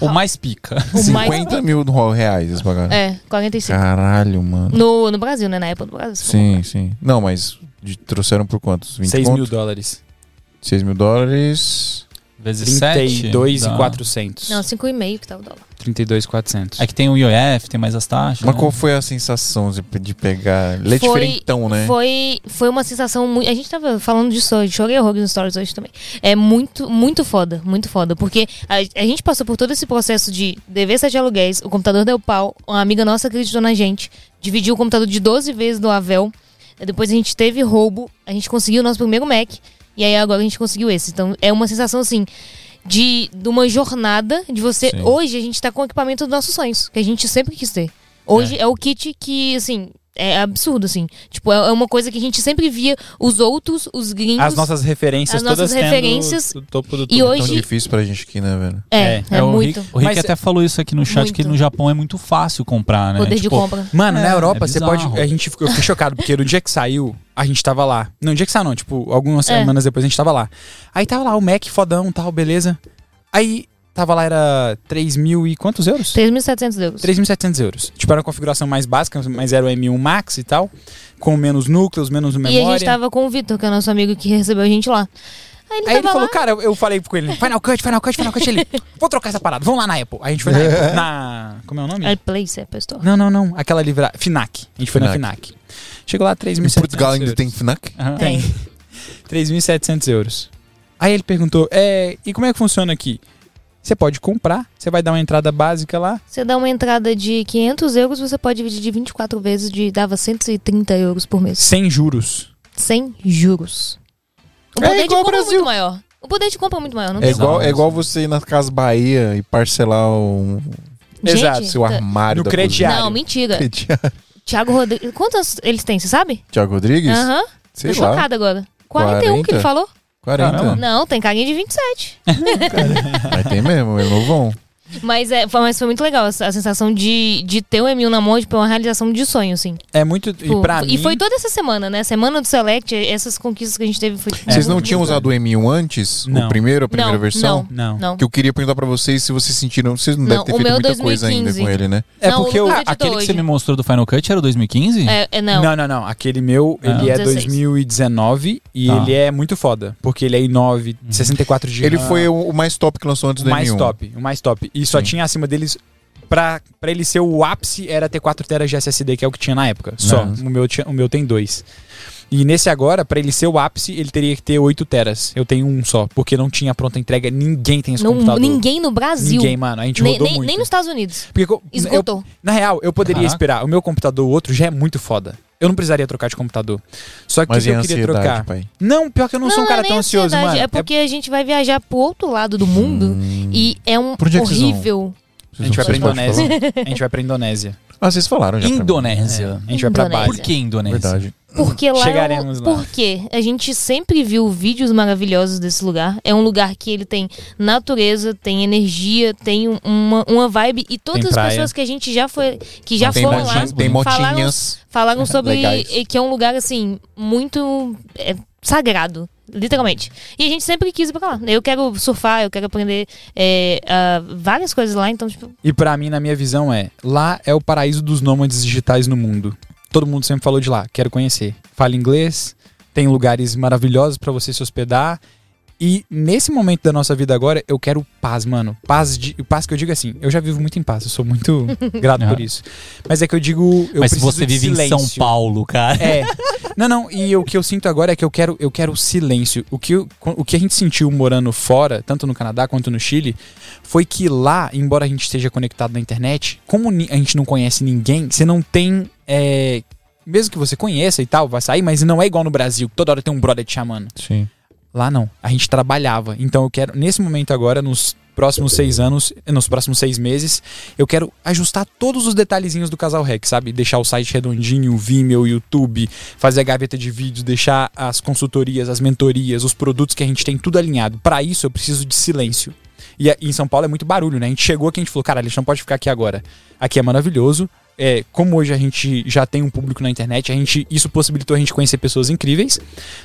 [SPEAKER 2] O mais pica.
[SPEAKER 3] O mais-
[SPEAKER 1] 50 mil ro- reais eles pagaram.
[SPEAKER 3] É, 45.
[SPEAKER 1] Caralho, mano.
[SPEAKER 3] No, no Brasil, né? Na época do Brasil.
[SPEAKER 1] Sim, sim. Não, mas de- trouxeram por quantos? 20
[SPEAKER 4] 6
[SPEAKER 1] conto?
[SPEAKER 4] mil dólares.
[SPEAKER 1] 6 mil dólares.
[SPEAKER 2] Vezes 7.
[SPEAKER 4] 32,400.
[SPEAKER 3] Não, 5,5 que tá o dólar.
[SPEAKER 4] 32,400.
[SPEAKER 2] É que tem o IOF, tem mais as taxas.
[SPEAKER 1] Mas
[SPEAKER 2] né?
[SPEAKER 1] qual foi a sensação de, de pegar? Ele é
[SPEAKER 3] Foi-
[SPEAKER 1] diferentão, né?
[SPEAKER 3] Foi, foi uma sensação muito. A gente tava falando disso hoje, chorei horrores nos stories hoje também. É muito, muito foda, muito foda. Porque a, a gente passou por todo esse processo de dever sete aluguéis, o computador deu pau, uma amiga nossa acreditou na gente, dividiu o computador de 12 vezes do Avel. Depois a gente teve roubo, a gente conseguiu o nosso primeiro Mac, e aí agora a gente conseguiu esse. Então é uma sensação assim. De, de uma jornada de você.
[SPEAKER 1] Sim.
[SPEAKER 3] Hoje a gente tá com o equipamento dos nossos sonhos, que a gente sempre quis ter. Hoje é, o kit que, assim, é absurdo, assim. Tipo, é é uma coisa que a gente sempre via os outros, os gringos.
[SPEAKER 4] As nossas referências,
[SPEAKER 3] As nossas
[SPEAKER 4] todas tendo
[SPEAKER 3] referências.
[SPEAKER 4] do topo do
[SPEAKER 3] E
[SPEAKER 4] topo.
[SPEAKER 1] Tão
[SPEAKER 3] hoje-
[SPEAKER 1] difícil pra gente aqui, né, velho?
[SPEAKER 3] É, é,
[SPEAKER 2] o
[SPEAKER 3] muito.
[SPEAKER 2] Rick, o Rick
[SPEAKER 4] Mas-
[SPEAKER 2] até falou isso aqui no chat,
[SPEAKER 3] Muito.
[SPEAKER 2] que no Japão é muito fácil comprar, né?
[SPEAKER 3] Poder de
[SPEAKER 2] Tipo,
[SPEAKER 3] compra.
[SPEAKER 4] Mano,
[SPEAKER 2] É,
[SPEAKER 4] na Europa,
[SPEAKER 2] é
[SPEAKER 4] você
[SPEAKER 2] bizarro.
[SPEAKER 4] pode. A gente ficou, eu fiquei chocado, porque no dia que saiu, a gente tava lá. Não, no dia que saiu, não, tipo, algumas
[SPEAKER 3] É.
[SPEAKER 4] semanas depois a gente tava lá. Aí tava lá o Mac fodão tal, beleza. Aí tava lá, era 3 mil e quantos euros?
[SPEAKER 3] 3.700 euros.
[SPEAKER 4] 3.700 euros. Tipo, era uma configuração mais básica, mas era o M1 Max e tal. Com menos núcleos, menos
[SPEAKER 3] E
[SPEAKER 4] memória.
[SPEAKER 3] a gente tava com o Vitor, que é nosso amigo que recebeu a gente lá. Aí ele
[SPEAKER 4] Aí ele
[SPEAKER 3] tava
[SPEAKER 4] falou,
[SPEAKER 3] lá.
[SPEAKER 4] cara, eu, eu falei com ele, Final Cut, Final Cut, Final Cut. Ele, vou trocar essa parada, vamos lá na Apple. Aí a gente foi na Apple, na... Como é o nome?
[SPEAKER 3] Aí Play, é, Store.
[SPEAKER 4] Não, não, não. Aquela livraria. Finac. A gente foi na Finac. Chegou lá
[SPEAKER 1] Em
[SPEAKER 4] 3.700
[SPEAKER 1] Portugal ainda
[SPEAKER 3] É.
[SPEAKER 4] euros.
[SPEAKER 1] tem FNAC?
[SPEAKER 2] Aham.
[SPEAKER 4] Tem. 3.700 euros. Aí ele perguntou: é, e como é que funciona aqui? Você pode comprar, você vai dar uma entrada básica lá.
[SPEAKER 3] Você dá uma entrada de 500 euros, você pode dividir de 24 vezes, de dava 130 euros por mês.
[SPEAKER 4] Sem juros.
[SPEAKER 3] Sem juros. O
[SPEAKER 1] É
[SPEAKER 3] poder de
[SPEAKER 1] igual ao
[SPEAKER 3] compra é
[SPEAKER 1] Brasil.
[SPEAKER 3] muito maior. O poder de compra é muito maior, não
[SPEAKER 1] É
[SPEAKER 3] tem
[SPEAKER 1] igual,
[SPEAKER 2] Exato.
[SPEAKER 1] é igual você ir na Casa Bahia e parcelar um
[SPEAKER 3] Gente,
[SPEAKER 4] exato,
[SPEAKER 1] seu
[SPEAKER 3] tá-
[SPEAKER 1] armário.
[SPEAKER 4] No
[SPEAKER 1] da
[SPEAKER 4] crediário.
[SPEAKER 1] cozinha.
[SPEAKER 3] Não, mentira.
[SPEAKER 1] Crediário.
[SPEAKER 3] Thiago Rodrigues. Quantos eles têm, você sabe?
[SPEAKER 1] Tiago Rodrigues?
[SPEAKER 3] Aham.
[SPEAKER 1] Sei
[SPEAKER 3] Tô
[SPEAKER 1] lá,
[SPEAKER 3] chocada agora. 41
[SPEAKER 1] 40?
[SPEAKER 3] que ele falou?
[SPEAKER 1] 40.
[SPEAKER 4] Caramba.
[SPEAKER 3] Não, tem carinha de 27.
[SPEAKER 1] Mas tem mesmo, é novão.
[SPEAKER 3] Mas, é, foi- mas foi muito legal essa- a sensação de, de ter o Emil na mão, tipo, é uma realização de sonho, assim.
[SPEAKER 4] É muito.
[SPEAKER 3] Tipo,
[SPEAKER 4] e pra mim.
[SPEAKER 3] foi toda essa semana, né? Semana do Select, essas conquistas que a gente teve foi tipo,
[SPEAKER 1] Vocês
[SPEAKER 3] muito
[SPEAKER 1] não tinham
[SPEAKER 3] legal.
[SPEAKER 1] usado o M1 antes? O
[SPEAKER 4] Não.
[SPEAKER 1] primeiro, a primeira
[SPEAKER 3] Não,
[SPEAKER 1] versão?
[SPEAKER 4] Não.
[SPEAKER 3] Não.
[SPEAKER 1] Que eu queria perguntar pra vocês se vocês sentiram. Vocês não, devem
[SPEAKER 3] Não,
[SPEAKER 1] ter
[SPEAKER 3] o
[SPEAKER 1] feito
[SPEAKER 3] meu é
[SPEAKER 1] muita coisa ainda
[SPEAKER 3] 2015.
[SPEAKER 1] com ele, né?
[SPEAKER 4] É
[SPEAKER 3] Não,
[SPEAKER 4] porque
[SPEAKER 3] o
[SPEAKER 4] eu.
[SPEAKER 3] Lucas
[SPEAKER 2] Aquele
[SPEAKER 3] editou
[SPEAKER 2] que
[SPEAKER 3] hoje.
[SPEAKER 2] você me mostrou do Final Cut era o 2015?
[SPEAKER 3] É, é, não.
[SPEAKER 4] Não. não, não, Aquele meu,
[SPEAKER 2] Ah.
[SPEAKER 4] ele é
[SPEAKER 3] 16.
[SPEAKER 4] 2019 e
[SPEAKER 2] Tá.
[SPEAKER 4] ele é muito foda. Porque ele é i9, 64 GB.
[SPEAKER 1] Uhum. Ele foi o, o mais top que lançou antes
[SPEAKER 4] o
[SPEAKER 1] do
[SPEAKER 4] mais
[SPEAKER 1] M1.
[SPEAKER 4] top. O mais top. E só
[SPEAKER 1] Sim.
[SPEAKER 4] tinha acima deles. Pra, pra ele ser o ápice, era ter 4 teras de SSD, que é o que tinha na
[SPEAKER 1] Né?
[SPEAKER 4] época. Só.
[SPEAKER 1] Nossa.
[SPEAKER 4] O meu, tinha- o meu tem dois. E nesse agora, pra ele ser o ápice, ele teria que ter 8 teras. Eu tenho um só, porque não tinha pronta entrega. Ninguém tem esse
[SPEAKER 3] Não-
[SPEAKER 4] computador.
[SPEAKER 3] ninguém no Brasil.
[SPEAKER 4] Ninguém, mano. A gente
[SPEAKER 3] nem,
[SPEAKER 4] rodou
[SPEAKER 3] nem-
[SPEAKER 4] muito.
[SPEAKER 3] nem nos Estados Unidos.
[SPEAKER 4] Porque co- É, eu-
[SPEAKER 3] Esgotou.
[SPEAKER 4] na real, eu poderia
[SPEAKER 2] Caraca.
[SPEAKER 4] esperar. O meu computador, o outro, já é muito foda. Eu não precisaria trocar de computador. Só que o
[SPEAKER 1] Mas
[SPEAKER 4] que
[SPEAKER 1] e a
[SPEAKER 4] eu queria
[SPEAKER 1] ansiedade,
[SPEAKER 4] trocar.
[SPEAKER 1] pai?
[SPEAKER 4] Não, pior que eu não, sou um cara
[SPEAKER 3] é
[SPEAKER 4] tão
[SPEAKER 3] nem
[SPEAKER 4] ansioso,
[SPEAKER 3] ansiedade,
[SPEAKER 4] mano.
[SPEAKER 3] É porque a gente vai viajar pro outro lado do mundo e é um
[SPEAKER 1] Por onde é que vocês vão?
[SPEAKER 3] horrível.
[SPEAKER 4] A gente vai pra
[SPEAKER 1] Vocês não podem
[SPEAKER 4] Indonésia. A gente vai pra Indonésia.
[SPEAKER 1] falar? Ah, vocês falaram já. pra mim.
[SPEAKER 2] Indonésia.
[SPEAKER 4] A gente vai pra
[SPEAKER 3] Indonésia.
[SPEAKER 4] Bali.
[SPEAKER 2] Por que Indonésia?
[SPEAKER 1] Verdade.
[SPEAKER 3] Porque lá, é
[SPEAKER 4] Chegaremos lá.
[SPEAKER 3] Porque a gente sempre viu vídeos maravilhosos desse lugar. É um lugar que ele tem natureza, tem energia, tem um- uma, uma vibe e todas
[SPEAKER 4] Tem
[SPEAKER 3] as
[SPEAKER 4] praia.
[SPEAKER 3] pessoas que a gente já foi que já
[SPEAKER 1] tem,
[SPEAKER 3] foram
[SPEAKER 1] motin-
[SPEAKER 3] lá
[SPEAKER 1] tem
[SPEAKER 3] falaram,
[SPEAKER 1] motinhas.
[SPEAKER 3] falaram sobre
[SPEAKER 1] Legais.
[SPEAKER 3] eh, que é um lugar assim muito é, sagrado. Literalmente. E a gente sempre quis ir pra lá. Eu quero surfar, eu quero aprender eh, ah, várias coisas lá, então, tipo,
[SPEAKER 4] E pra mim, na minha visão, é: lá é o paraíso dos nômades digitais no mundo. Todo mundo sempre falou de lá, quero conhecer. Fala inglês, tem lugares maravilhosos pra você se hospedar. E nesse momento da nossa vida agora, eu quero paz, mano. Paz de, paz que eu digo assim, eu já vivo muito em paz, eu sou muito grato por
[SPEAKER 2] Ah.
[SPEAKER 4] isso. Mas é que eu digo, eu
[SPEAKER 2] Mas se
[SPEAKER 4] preciso
[SPEAKER 2] você
[SPEAKER 4] de
[SPEAKER 2] vive em
[SPEAKER 4] silêncio.
[SPEAKER 2] São Paulo, cara.
[SPEAKER 4] É. Não, não, e o que eu sinto agora é que eu quero, eu quero silêncio. O que, eu- o que a gente sentiu morando fora, tanto no Canadá quanto no Chile, foi que lá, embora a gente esteja conectado na internet, como ni- a gente não conhece ninguém, você não tem. é, mesmo que você conheça e tal, vai sair, mas não é igual no Brasil, que toda hora tem um brother te chamando.
[SPEAKER 1] Sim.
[SPEAKER 4] Lá não. A gente trabalhava. Então eu quero, nesse momento agora, nos próximos seis anos, nos próximos seis meses, eu quero ajustar todos os detalhezinhos do Casal Rec, sabe? Deixar o site redondinho, o Vimeo, o YouTube, fazer a gaveta de vídeos, deixar as consultorias, as mentorias, os produtos que a gente tem tudo alinhado. Pra isso eu preciso de silêncio. E a- em São Paulo é muito barulho, né? A gente chegou aqui e a gente falou, cara, a gente não pode ficar aqui agora. Aqui é maravilhoso. É, como hoje a gente já tem um público na internet, a gente, isso possibilitou a gente conhecer pessoas incríveis.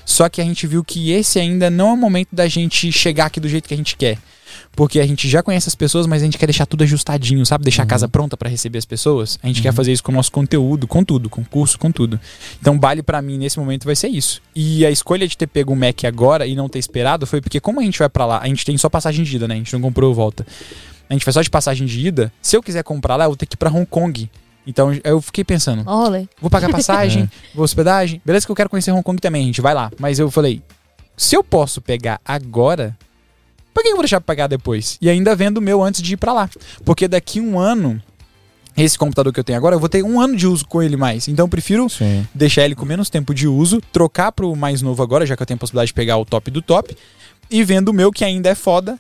[SPEAKER 4] Só que a gente viu que esse ainda não é o momento da gente chegar aqui do jeito que a gente quer. Porque a gente já conhece as pessoas, mas a gente quer deixar tudo ajustadinho, sabe? Deixar a casa pronta pra receber as pessoas. A gente quer fazer isso com o nosso conteúdo, com tudo, com curso, com tudo. Então, Bali pra mim nesse momento vai ser isso. E a escolha de ter pego o Mac agora e não ter esperado foi porque como a gente vai pra lá, a gente tem só passagem de ida, né? A gente não comprou volta. A gente vai só de passagem de ida. Se eu quiser comprar lá, eu vou ter que ir pra Hong Kong. Então, eu fiquei pensando,
[SPEAKER 3] ó, rolê.
[SPEAKER 4] vou pagar passagem, vou hospedagem. Beleza que eu quero conhecer Hong Kong também, gente, vai lá. Mas eu falei, se eu posso pegar agora, por que eu vou deixar pra pagar depois? E ainda vendo o meu antes de ir pra lá. Porque daqui um ano, esse computador que eu tenho agora, eu vou ter um ano de uso com ele mais. Então eu prefiro
[SPEAKER 1] Sim.
[SPEAKER 4] deixar ele com menos tempo de uso, trocar pro mais novo agora, já que eu tenho a possibilidade de pegar o top do top, e vendo o meu que ainda é foda,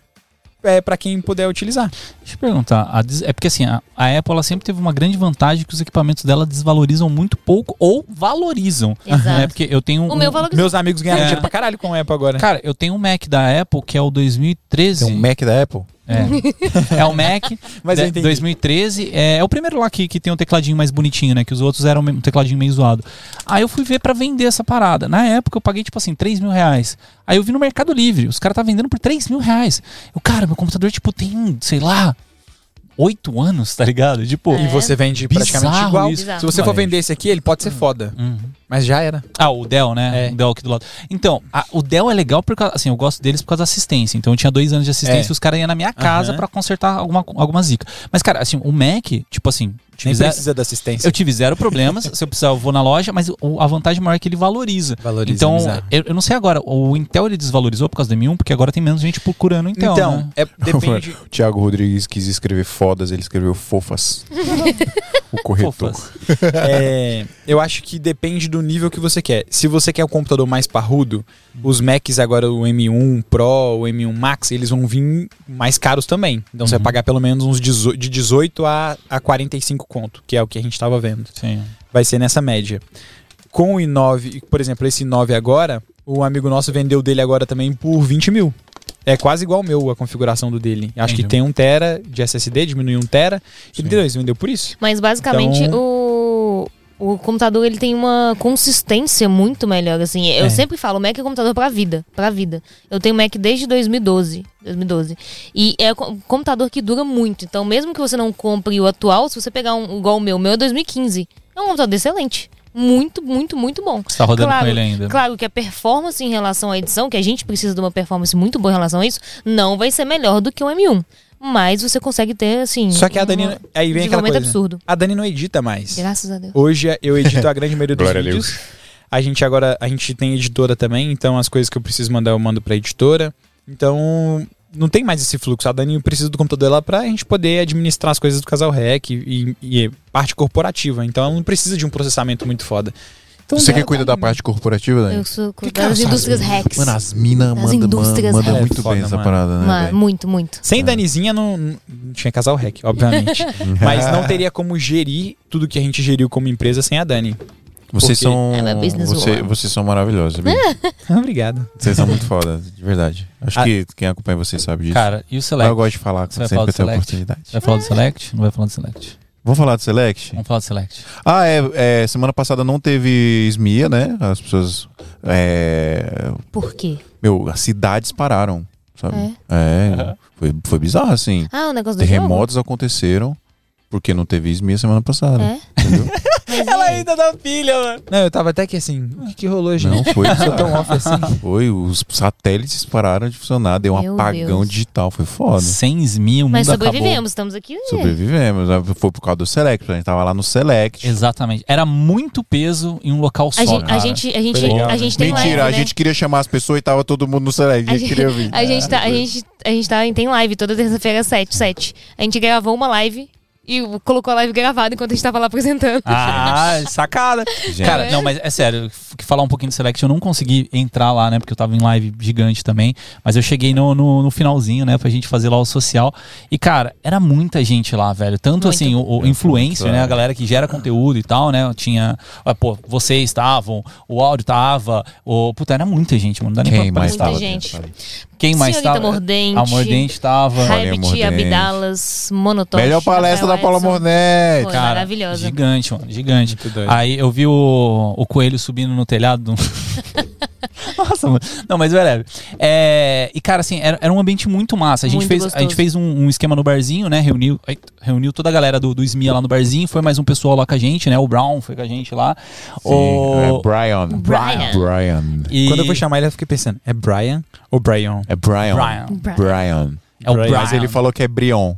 [SPEAKER 4] é para quem puder utilizar.
[SPEAKER 2] Deixa eu perguntar. a des- é porque assim, a, a Apple ela sempre teve uma grande vantagem que os equipamentos dela desvalorizam muito pouco ou valorizam.
[SPEAKER 3] Exato.
[SPEAKER 2] Né? Porque eu tenho um.
[SPEAKER 3] O meu valor
[SPEAKER 4] Meus amigos ganharam
[SPEAKER 2] É.
[SPEAKER 4] dinheiro pra caralho com o Apple agora.
[SPEAKER 2] Cara, eu tenho um Mac da Apple que é o 2013.
[SPEAKER 1] Tem um Mac da Apple?
[SPEAKER 2] É, é o Mac. né,
[SPEAKER 4] Mas eu
[SPEAKER 2] de-
[SPEAKER 4] entendi.
[SPEAKER 2] 2013. É, é o primeiro lá que, que tem um tecladinho mais bonitinho, né? Que os outros eram um tecladinho meio zoado. Aí eu fui ver pra vender essa parada. Na época eu paguei, tipo assim, 3 mil reais. Aí eu vi no Mercado Livre, os caras tá vendendo por 3 mil reais. Eu, cara, meu computador, tipo, tem, sei lá, 8 anos, tá ligado? Tipo.
[SPEAKER 4] E você vende praticamente
[SPEAKER 2] Bizarro
[SPEAKER 4] igual.
[SPEAKER 2] isso.
[SPEAKER 4] Se você for
[SPEAKER 2] Mas-
[SPEAKER 4] vender esse aqui, ele pode ser foda.
[SPEAKER 2] Uhum.
[SPEAKER 4] Mas já era.
[SPEAKER 2] Ah, o Dell, né?
[SPEAKER 4] É.
[SPEAKER 2] O Dell aqui do lado. Então, a- o Dell é legal porque, assim, eu gosto deles por causa da assistência. Então, eu tinha dois anos de assistência
[SPEAKER 4] É.
[SPEAKER 2] e os caras iam na minha casa
[SPEAKER 4] Aham.
[SPEAKER 2] pra consertar alguma, alguma zica. Mas, cara, assim, o Mac, tipo assim, tive
[SPEAKER 4] Nem
[SPEAKER 2] zero-
[SPEAKER 4] precisa da assistência.
[SPEAKER 2] Eu tive zero problemas. se eu precisar, eu vou na loja, mas o- a vantagem maior é que ele valoriza.
[SPEAKER 4] Valoriza,
[SPEAKER 2] então,
[SPEAKER 4] bizarro.
[SPEAKER 2] eu, eu não sei agora, o Intel ele desvalorizou por causa do M1, porque agora tem menos gente procurando o Intel.
[SPEAKER 4] Então,
[SPEAKER 2] né?
[SPEAKER 4] é, depende.
[SPEAKER 1] O Thiago Rodrigues quis escrever fodas, ele escreveu fofas. o corretor.
[SPEAKER 2] Fofas.
[SPEAKER 4] É, eu acho que depende do nível que você quer. Se você quer um computador mais parrudo,
[SPEAKER 2] Hum.
[SPEAKER 4] os Macs agora, o M1 Pro, o M1 Max, eles vão vir mais caros também. Então
[SPEAKER 2] Uhum.
[SPEAKER 4] você vai pagar pelo menos uns 18 de 18 a, a 45 conto, que é o que a gente estava vendo.
[SPEAKER 2] Sim.
[SPEAKER 4] Vai ser nessa média. Com o i9, e, por exemplo, esse i9 agora, o amigo nosso vendeu dele agora também por 20 mil. É quase igual ao meu a configuração do dele. Acho que
[SPEAKER 2] Entendi.
[SPEAKER 4] tem 1 tera de SSD, diminuiu 1 tera. E dois, vendeu por isso.
[SPEAKER 3] Mas basicamente
[SPEAKER 4] Então-
[SPEAKER 3] o. O computador ele tem uma consistência muito melhor, assim. Eu
[SPEAKER 4] É.
[SPEAKER 3] sempre falo, o Mac é computador pra vida, pra vida. Eu tenho Mac desde 2012, 2012. E é co- um computador que dura muito. Então, mesmo que você não compre o atual, se você pegar um igual o meu, o meu é 2015. É um computador excelente. Muito, muito, muito bom.
[SPEAKER 2] Você tá rodando com ele ainda.
[SPEAKER 3] Claro que a performance em relação à edição, que a gente precisa de uma performance muito boa em relação a isso, não vai ser melhor do que o M1. Mas você consegue ter, assim.
[SPEAKER 4] Só que a Dani.
[SPEAKER 3] um
[SPEAKER 4] Aí vem aquela
[SPEAKER 3] desenvolvimento
[SPEAKER 4] coisa.
[SPEAKER 3] absurdo.
[SPEAKER 4] A Dani não edita mais.
[SPEAKER 3] Graças a Deus.
[SPEAKER 4] Hoje é, eu edito a grande maioria dos
[SPEAKER 1] Glória a
[SPEAKER 4] vídeos. A gente agora. A gente tem editora também, então as coisas que eu preciso mandar eu mando pra editora. Então. Não tem mais esse fluxo. A Dani precisa do computador dela pra gente poder administrar as coisas do casal rec e, e- e parte corporativa. Então ela não precisa de um processamento muito foda. Então,
[SPEAKER 1] Você que
[SPEAKER 4] dela-
[SPEAKER 1] cuida da parte corporativa, Dani?
[SPEAKER 3] Eu sou
[SPEAKER 1] Que cara
[SPEAKER 3] das
[SPEAKER 1] sabe?
[SPEAKER 3] indústrias Rex.
[SPEAKER 1] Mano, as minas
[SPEAKER 3] Das
[SPEAKER 1] mandam
[SPEAKER 3] indústrias
[SPEAKER 1] manda
[SPEAKER 4] reais.
[SPEAKER 1] muito
[SPEAKER 4] Foda,
[SPEAKER 1] bem essa
[SPEAKER 4] mano.
[SPEAKER 1] parada, né?
[SPEAKER 3] Mano,
[SPEAKER 1] velho?
[SPEAKER 3] muito, muito.
[SPEAKER 4] Sem
[SPEAKER 1] Ah.
[SPEAKER 4] Danizinha não, não tinha casal rec, obviamente. Mas não teria como gerir tudo que a gente geriu como empresa sem a Dani.
[SPEAKER 1] Vocês
[SPEAKER 4] Porque-
[SPEAKER 1] são.
[SPEAKER 3] É, mas business
[SPEAKER 1] você-
[SPEAKER 3] woman.
[SPEAKER 1] vocês são maravilhosos, sabia?
[SPEAKER 4] Obrigado.
[SPEAKER 1] Vocês são muito foda, de verdade. Acho
[SPEAKER 4] Ah.
[SPEAKER 1] que quem acompanha vocês sabe disso.
[SPEAKER 2] Cara, e o
[SPEAKER 1] Mas
[SPEAKER 2] Select?
[SPEAKER 1] eu gosto de falar
[SPEAKER 2] Você vai
[SPEAKER 1] sempre
[SPEAKER 2] falar
[SPEAKER 1] que eu
[SPEAKER 2] do
[SPEAKER 1] tenho
[SPEAKER 2] Select?
[SPEAKER 1] oportunidade.
[SPEAKER 2] Vai
[SPEAKER 3] É.
[SPEAKER 2] falar do Select? Não vai falar do Select.
[SPEAKER 1] Vamos falar do Select?
[SPEAKER 2] Vamos falar do Select.
[SPEAKER 1] Ah, é, é, Semana passada não teve SMIA, né? As pessoas. é,
[SPEAKER 3] Por quê?
[SPEAKER 1] meu, as cidades pararam, sabe? É. foi, foi bizarro, assim.
[SPEAKER 3] Ah, o negócio do
[SPEAKER 1] Terremotos aconteceram porque não teve SMIA semana passada.
[SPEAKER 3] É?
[SPEAKER 1] Entendeu?
[SPEAKER 3] Ela
[SPEAKER 4] ainda dá filha, mano. Não, eu tava até aqui assim, o que, que rolou, gente?
[SPEAKER 1] Não foi.
[SPEAKER 4] Sou
[SPEAKER 1] bizarro.
[SPEAKER 4] tão off assim.
[SPEAKER 1] Foi, os satélites pararam de funcionar, deu um
[SPEAKER 3] Meu
[SPEAKER 1] apagão
[SPEAKER 3] Deus.
[SPEAKER 1] digital, foi foda.
[SPEAKER 2] 100 mil, o mundo
[SPEAKER 3] Mas sobrevivemos,
[SPEAKER 2] acabou.
[SPEAKER 3] estamos aqui. né?
[SPEAKER 1] Sobrevivemos, né? foi por causa do Select, a gente tava lá no Select.
[SPEAKER 2] Exatamente. Era muito peso em um local só,
[SPEAKER 3] A, gente,
[SPEAKER 2] cara.
[SPEAKER 3] a gente, a gente,
[SPEAKER 4] legal,
[SPEAKER 3] a
[SPEAKER 4] né?
[SPEAKER 3] gente tem
[SPEAKER 1] Mentira,
[SPEAKER 3] live,
[SPEAKER 1] a
[SPEAKER 3] né?
[SPEAKER 1] gente queria chamar as pessoas e tava todo mundo no Select, a gente, queria vir.
[SPEAKER 3] A gente, tá, a, gente, a gente tá, tem live toda terça-feira, 7, 7. A gente gravou uma live e colocou a live gravada enquanto a gente tava lá apresentando.
[SPEAKER 2] Ah, sacada.
[SPEAKER 1] Gente.
[SPEAKER 2] Cara, não, mas é sério, f- que falar um pouquinho do Select, eu não consegui entrar lá, né? Porque eu tava em live gigante também. Mas eu cheguei no, no, no finalzinho, né? Pra gente fazer lá o social. E, cara, era muita gente lá, velho. Tanto
[SPEAKER 3] Muito.
[SPEAKER 2] assim, o,
[SPEAKER 1] É,
[SPEAKER 2] o influencer, né? A galera que gera conteúdo e tal, né? Tinha. ó, Pô, vocês estavam, o áudio tava. O... Puta, era muita gente, mano. Não dá nem
[SPEAKER 1] Quem
[SPEAKER 2] pra, pra
[SPEAKER 1] mais
[SPEAKER 3] Muita
[SPEAKER 1] tava?
[SPEAKER 2] listar.
[SPEAKER 3] gente.
[SPEAKER 1] dentro?
[SPEAKER 2] Quem mais
[SPEAKER 3] Senhorita
[SPEAKER 2] tava?
[SPEAKER 3] Mordente.
[SPEAKER 2] A Mordente tava.
[SPEAKER 1] Raia
[SPEAKER 3] Rabbit,
[SPEAKER 1] Mordente.
[SPEAKER 3] Abidalas, Monotosh.
[SPEAKER 1] Melhor palestra da
[SPEAKER 3] Rafael
[SPEAKER 1] Paula
[SPEAKER 3] Edson.
[SPEAKER 1] Mornet.
[SPEAKER 3] Foi
[SPEAKER 2] Cara,
[SPEAKER 3] maravilhosa.
[SPEAKER 2] Gigante, mano, gigante.
[SPEAKER 4] Muito doido.
[SPEAKER 2] Aí eu vi o, o coelho subindo no telhado. Nossa, mano. Não, mas velho. É, e, cara, assim, era, era um ambiente muito massa. A gente,
[SPEAKER 3] Muito
[SPEAKER 2] fez, a gente
[SPEAKER 3] gostoso.
[SPEAKER 2] fez um, um esquema no barzinho, né? Reuniu, ai, reuniu toda a galera do, do SMIA lá no barzinho. Foi mais um pessoal lá com a gente, né? O Brown foi com a gente lá.
[SPEAKER 1] Sim, é
[SPEAKER 2] o...
[SPEAKER 1] Brian.
[SPEAKER 3] Brian.
[SPEAKER 1] Brian.
[SPEAKER 2] e-
[SPEAKER 4] Quando eu fui chamar ele, eu fiquei pensando, é Brian ou Brian?
[SPEAKER 1] É Brian.
[SPEAKER 2] Brian.
[SPEAKER 3] Brian.
[SPEAKER 1] Brian.
[SPEAKER 2] É o
[SPEAKER 4] Brian.
[SPEAKER 2] Brian.
[SPEAKER 1] Mas ele falou que é Brion.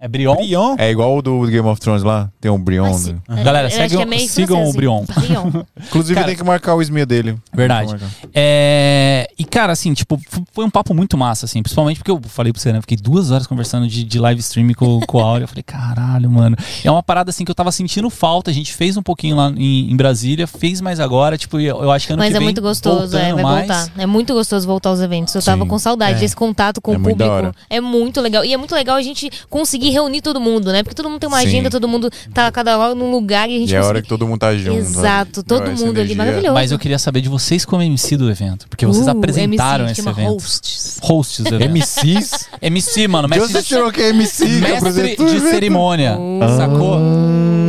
[SPEAKER 2] É Brion.
[SPEAKER 4] Brian?
[SPEAKER 1] É igual o do Game of Thrones lá, tem um Brion.
[SPEAKER 3] Mas se-
[SPEAKER 1] né?
[SPEAKER 3] é,
[SPEAKER 2] Galera,
[SPEAKER 3] eu acho que
[SPEAKER 2] sigam-
[SPEAKER 3] é meio
[SPEAKER 2] sigam o
[SPEAKER 3] francês,
[SPEAKER 2] Brion.
[SPEAKER 3] hein? Brion.
[SPEAKER 1] Inclusive
[SPEAKER 2] Cara-
[SPEAKER 1] tem que marcar o esmia dele.
[SPEAKER 2] Verdade.
[SPEAKER 1] Tem que marcar.
[SPEAKER 2] É, e, cara, assim, tipo, f- foi um papo muito massa, assim. Principalmente porque eu falei pra você, né? eu Fiquei duas horas conversando de, de live stream com, com a Áurea. Eu falei, caralho, mano. É uma parada, assim, que eu tava sentindo falta. A gente fez um pouquinho lá em, em Brasília, fez mais agora. Tipo, e eu, eu acho que ano
[SPEAKER 3] Mas
[SPEAKER 2] que
[SPEAKER 3] é
[SPEAKER 2] vem,
[SPEAKER 3] muito gostoso, é,
[SPEAKER 2] voltando
[SPEAKER 3] vai
[SPEAKER 2] mais.
[SPEAKER 3] voltar. É muito gostoso voltar aos eventos. Eu tava
[SPEAKER 1] Sim,
[SPEAKER 3] com saudade
[SPEAKER 4] é.
[SPEAKER 3] desse contato com
[SPEAKER 1] É
[SPEAKER 3] o
[SPEAKER 1] muito da hora.
[SPEAKER 3] público. É muito legal. E é muito legal a gente conseguir reunir todo mundo, né? Porque todo mundo tem uma
[SPEAKER 1] Sim.
[SPEAKER 3] agenda, todo mundo tá cada hora num lugar e a gente
[SPEAKER 1] E é a hora
[SPEAKER 3] conseguir-
[SPEAKER 1] que todo mundo tá junto.
[SPEAKER 3] Exato,
[SPEAKER 1] sabe?
[SPEAKER 3] todo
[SPEAKER 1] Essa
[SPEAKER 3] mundo ali,
[SPEAKER 1] energia.
[SPEAKER 3] maravilhoso.
[SPEAKER 2] Mas eu queria saber de vocês como MC do evento. Porque
[SPEAKER 3] Uh,
[SPEAKER 2] vocês apresentaram
[SPEAKER 3] MC,
[SPEAKER 2] esse
[SPEAKER 3] chama
[SPEAKER 2] evento.
[SPEAKER 3] Hosts.
[SPEAKER 2] Hosts do evento.
[SPEAKER 1] MCs?
[SPEAKER 2] MC, mano.
[SPEAKER 1] De
[SPEAKER 2] Mestre
[SPEAKER 1] onde você
[SPEAKER 2] de
[SPEAKER 1] tirou que é MC? que
[SPEAKER 2] mestre
[SPEAKER 1] apresentou o
[SPEAKER 2] de
[SPEAKER 1] evento?
[SPEAKER 2] cerimônia. Sacou?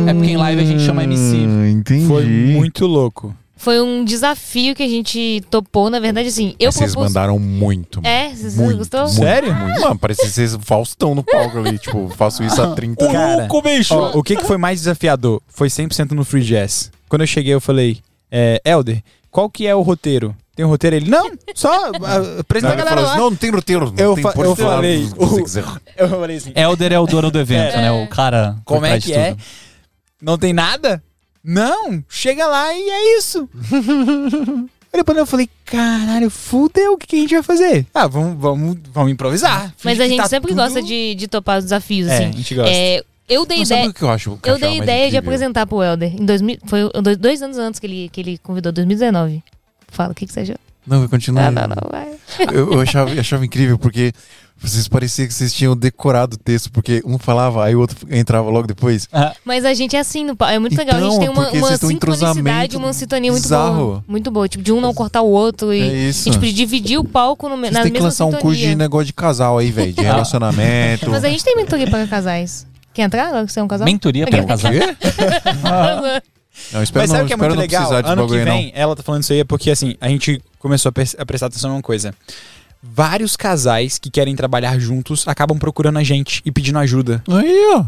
[SPEAKER 2] É porque em live a gente chama MC.
[SPEAKER 1] Ah, Entendi.
[SPEAKER 4] Foi muito louco.
[SPEAKER 3] Foi um desafio que a gente topou, na verdade, assim. Eu
[SPEAKER 1] Mas vocês
[SPEAKER 3] propus.
[SPEAKER 1] mandaram muito. mano.
[SPEAKER 3] É, vocês
[SPEAKER 1] Muito,
[SPEAKER 3] gostou?
[SPEAKER 1] muito,
[SPEAKER 4] Sério?
[SPEAKER 1] Muito. Mano, parecia vocês Faustão no palco ali. Tipo, faço isso há 30 anos.
[SPEAKER 4] Cara,
[SPEAKER 2] Louco, bicho!
[SPEAKER 4] Ó, o que, que foi mais desafiador? Foi 100% no Free Jazz. Quando eu cheguei, eu falei, é, Elder, qual que é o roteiro? Tem um roteiro? Ele, não, só ah,
[SPEAKER 1] Não,
[SPEAKER 4] apresenta a
[SPEAKER 1] ele
[SPEAKER 4] galera
[SPEAKER 1] falou assim,
[SPEAKER 4] lá.
[SPEAKER 1] não, não tem roteiro. Não
[SPEAKER 4] Eu
[SPEAKER 1] tem
[SPEAKER 4] fa-
[SPEAKER 1] por
[SPEAKER 4] eu
[SPEAKER 1] falar
[SPEAKER 4] falei,
[SPEAKER 1] do que você
[SPEAKER 4] o-
[SPEAKER 1] quiser.
[SPEAKER 4] Eu falei assim,
[SPEAKER 2] é Elder é o dono do evento, né? O cara. por
[SPEAKER 4] como é
[SPEAKER 2] trás de
[SPEAKER 4] que é?
[SPEAKER 2] tudo.
[SPEAKER 4] Não tem nada? Não, chega lá e é isso. Aí depois eu falei, caralho, fudeu, o que, que a gente vai fazer? Ah, vamos, vamos, vamos improvisar.
[SPEAKER 3] Mas
[SPEAKER 4] Finge
[SPEAKER 3] a
[SPEAKER 4] que
[SPEAKER 3] gente
[SPEAKER 4] tá
[SPEAKER 3] sempre
[SPEAKER 4] tudo-
[SPEAKER 3] gosta de, de topar os desafios,
[SPEAKER 4] É,
[SPEAKER 3] assim.
[SPEAKER 4] a gente gosta.
[SPEAKER 3] É, eu dei
[SPEAKER 1] Mas
[SPEAKER 3] ideia.
[SPEAKER 1] sabe o que eu acho? que
[SPEAKER 3] Eu
[SPEAKER 1] acho
[SPEAKER 3] dei
[SPEAKER 1] mais
[SPEAKER 3] ideia de
[SPEAKER 1] incrível?
[SPEAKER 3] apresentar pro Helder. Em 2000, foi o- dois, dois anos antes que ele, que ele convidou, 2019. Fala, o que, que você achou?
[SPEAKER 1] Não, vai continuar.
[SPEAKER 3] Não, não, não, vai.
[SPEAKER 1] Eu, eu achava, eu achava incrível, porque vocês pareciam que vocês tinham decorado o texto, porque um falava, aí o outro entrava logo depois.
[SPEAKER 3] Mas a gente é assim, no, pau. é muito legal. A gente
[SPEAKER 1] Então,
[SPEAKER 3] tem uma,
[SPEAKER 1] porque
[SPEAKER 3] uma
[SPEAKER 1] vocês têm um
[SPEAKER 3] sincronicidade,
[SPEAKER 1] entrosamento
[SPEAKER 3] uma sintonia muito boa.
[SPEAKER 1] bizarro.
[SPEAKER 3] Muito boa. Tipo, de um não cortar o outro
[SPEAKER 1] É
[SPEAKER 3] e.
[SPEAKER 1] isso.
[SPEAKER 3] e tipo, de dividir o palco no, me-
[SPEAKER 1] Vocês
[SPEAKER 3] na
[SPEAKER 1] têm que
[SPEAKER 3] mesma
[SPEAKER 1] lançar um
[SPEAKER 3] sintonia.
[SPEAKER 1] curso de negócio de casal aí,
[SPEAKER 4] Ah.
[SPEAKER 1] velho, de relacionamento.
[SPEAKER 3] Mas a gente tem mentoria para casais. Quer entrar agora que você é um casal?
[SPEAKER 2] Mentoria pra casal.
[SPEAKER 1] Não, espero
[SPEAKER 4] Mas sabe
[SPEAKER 1] não,
[SPEAKER 4] o que é
[SPEAKER 1] espero
[SPEAKER 4] muito
[SPEAKER 1] não
[SPEAKER 4] legal?
[SPEAKER 1] precisar de
[SPEAKER 4] Ano
[SPEAKER 1] bagulho, aí,
[SPEAKER 4] que
[SPEAKER 1] não.
[SPEAKER 4] vem, ela tá falando isso aí é porque, assim, a gente começou a, pre- a prestar atenção numa coisa. Vários casais que querem trabalhar juntos acabam procurando a gente e pedindo ajuda.
[SPEAKER 1] Aí, ó.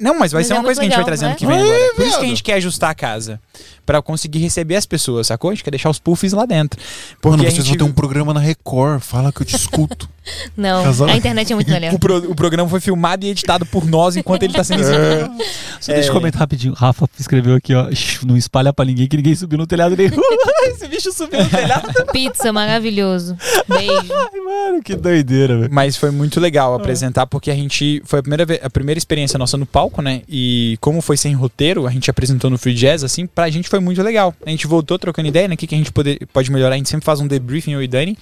[SPEAKER 4] Não, mas vai
[SPEAKER 3] Mas
[SPEAKER 4] ser
[SPEAKER 3] é
[SPEAKER 4] uma
[SPEAKER 3] muito
[SPEAKER 4] coisa que a
[SPEAKER 3] legal,
[SPEAKER 4] gente vai trazer
[SPEAKER 3] né?
[SPEAKER 4] ano que vem agora. Por isso que a gente quer ajustar a casa. Pra conseguir receber as pessoas, sacou? A gente quer deixar os puffs lá dentro. Porque
[SPEAKER 1] Mano,
[SPEAKER 4] a
[SPEAKER 1] vocês
[SPEAKER 4] gente...
[SPEAKER 1] vão ter um programa na Record. Fala que eu te escuto.
[SPEAKER 3] Não,
[SPEAKER 1] Casal?
[SPEAKER 3] a internet é muito melhor.
[SPEAKER 4] o, pro- o programa foi filmado e editado por nós enquanto ele tá
[SPEAKER 3] É.
[SPEAKER 4] sendo exibido.
[SPEAKER 2] Só
[SPEAKER 4] É.
[SPEAKER 2] deixa eu comentar rapidinho. Rafa escreveu aqui, ó. "Shh, Não espalha pra ninguém que ninguém subiu no telhado nenhum. Esse bicho subiu no telhado.
[SPEAKER 3] Pizza, maravilhoso. Beijo.
[SPEAKER 2] Ai, mano, que doideira, velho.
[SPEAKER 4] Mas foi muito legal apresentar, porque a gente. Foi a primeira, ve- a primeira experiência nossa no palco, né? E como foi sem roteiro, a gente apresentou no Free Jazz, assim, pra gente foi muito legal. A gente voltou trocando ideia, né? O que, que a gente pode, pode melhorar? A gente sempre faz um debriefing, eu e Dani.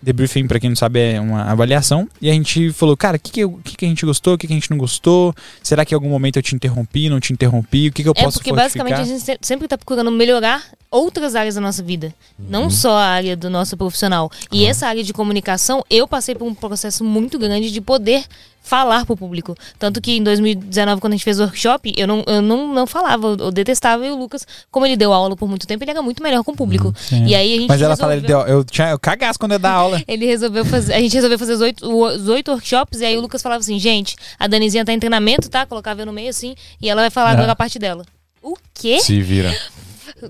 [SPEAKER 4] Debriefing, pra quem não sabe, é uma avaliação. E a gente falou, cara, o que, que, eu- o que, que a gente gostou, o que, que a gente não gostou? Será que em algum momento eu te interrompi, não te interrompi? O que, que eu
[SPEAKER 3] É
[SPEAKER 4] posso
[SPEAKER 3] porque
[SPEAKER 4] fortificar?
[SPEAKER 3] basicamente a gente se- sempre está procurando melhorar outras áreas da nossa vida.
[SPEAKER 4] Uhum.
[SPEAKER 3] Não só a área do nosso profissional. E essa área de comunicação, eu passei por um processo muito grande de poder falar pro público. Tanto que em 2019, quando a gente fez o workshop, eu não, eu não, não falava, eu- eu detestava. E o Lucas, como ele deu aula por muito tempo, ele era muito melhor com o público. e aí a gente
[SPEAKER 4] Uhum, Mas ela fala,
[SPEAKER 3] resolveu...
[SPEAKER 4] ele deu, eu, tinha- eu cagaço quando eu dar aula.
[SPEAKER 3] Ele resolveu fazer. A gente resolveu fazer os oito, o- os oito workshops, e aí o Lucas falava assim, gente, a Danizinha tá em treinamento, tá? Colocava eu no meio assim, e ela vai falar agora a parte dela. O quê?
[SPEAKER 1] Se vira.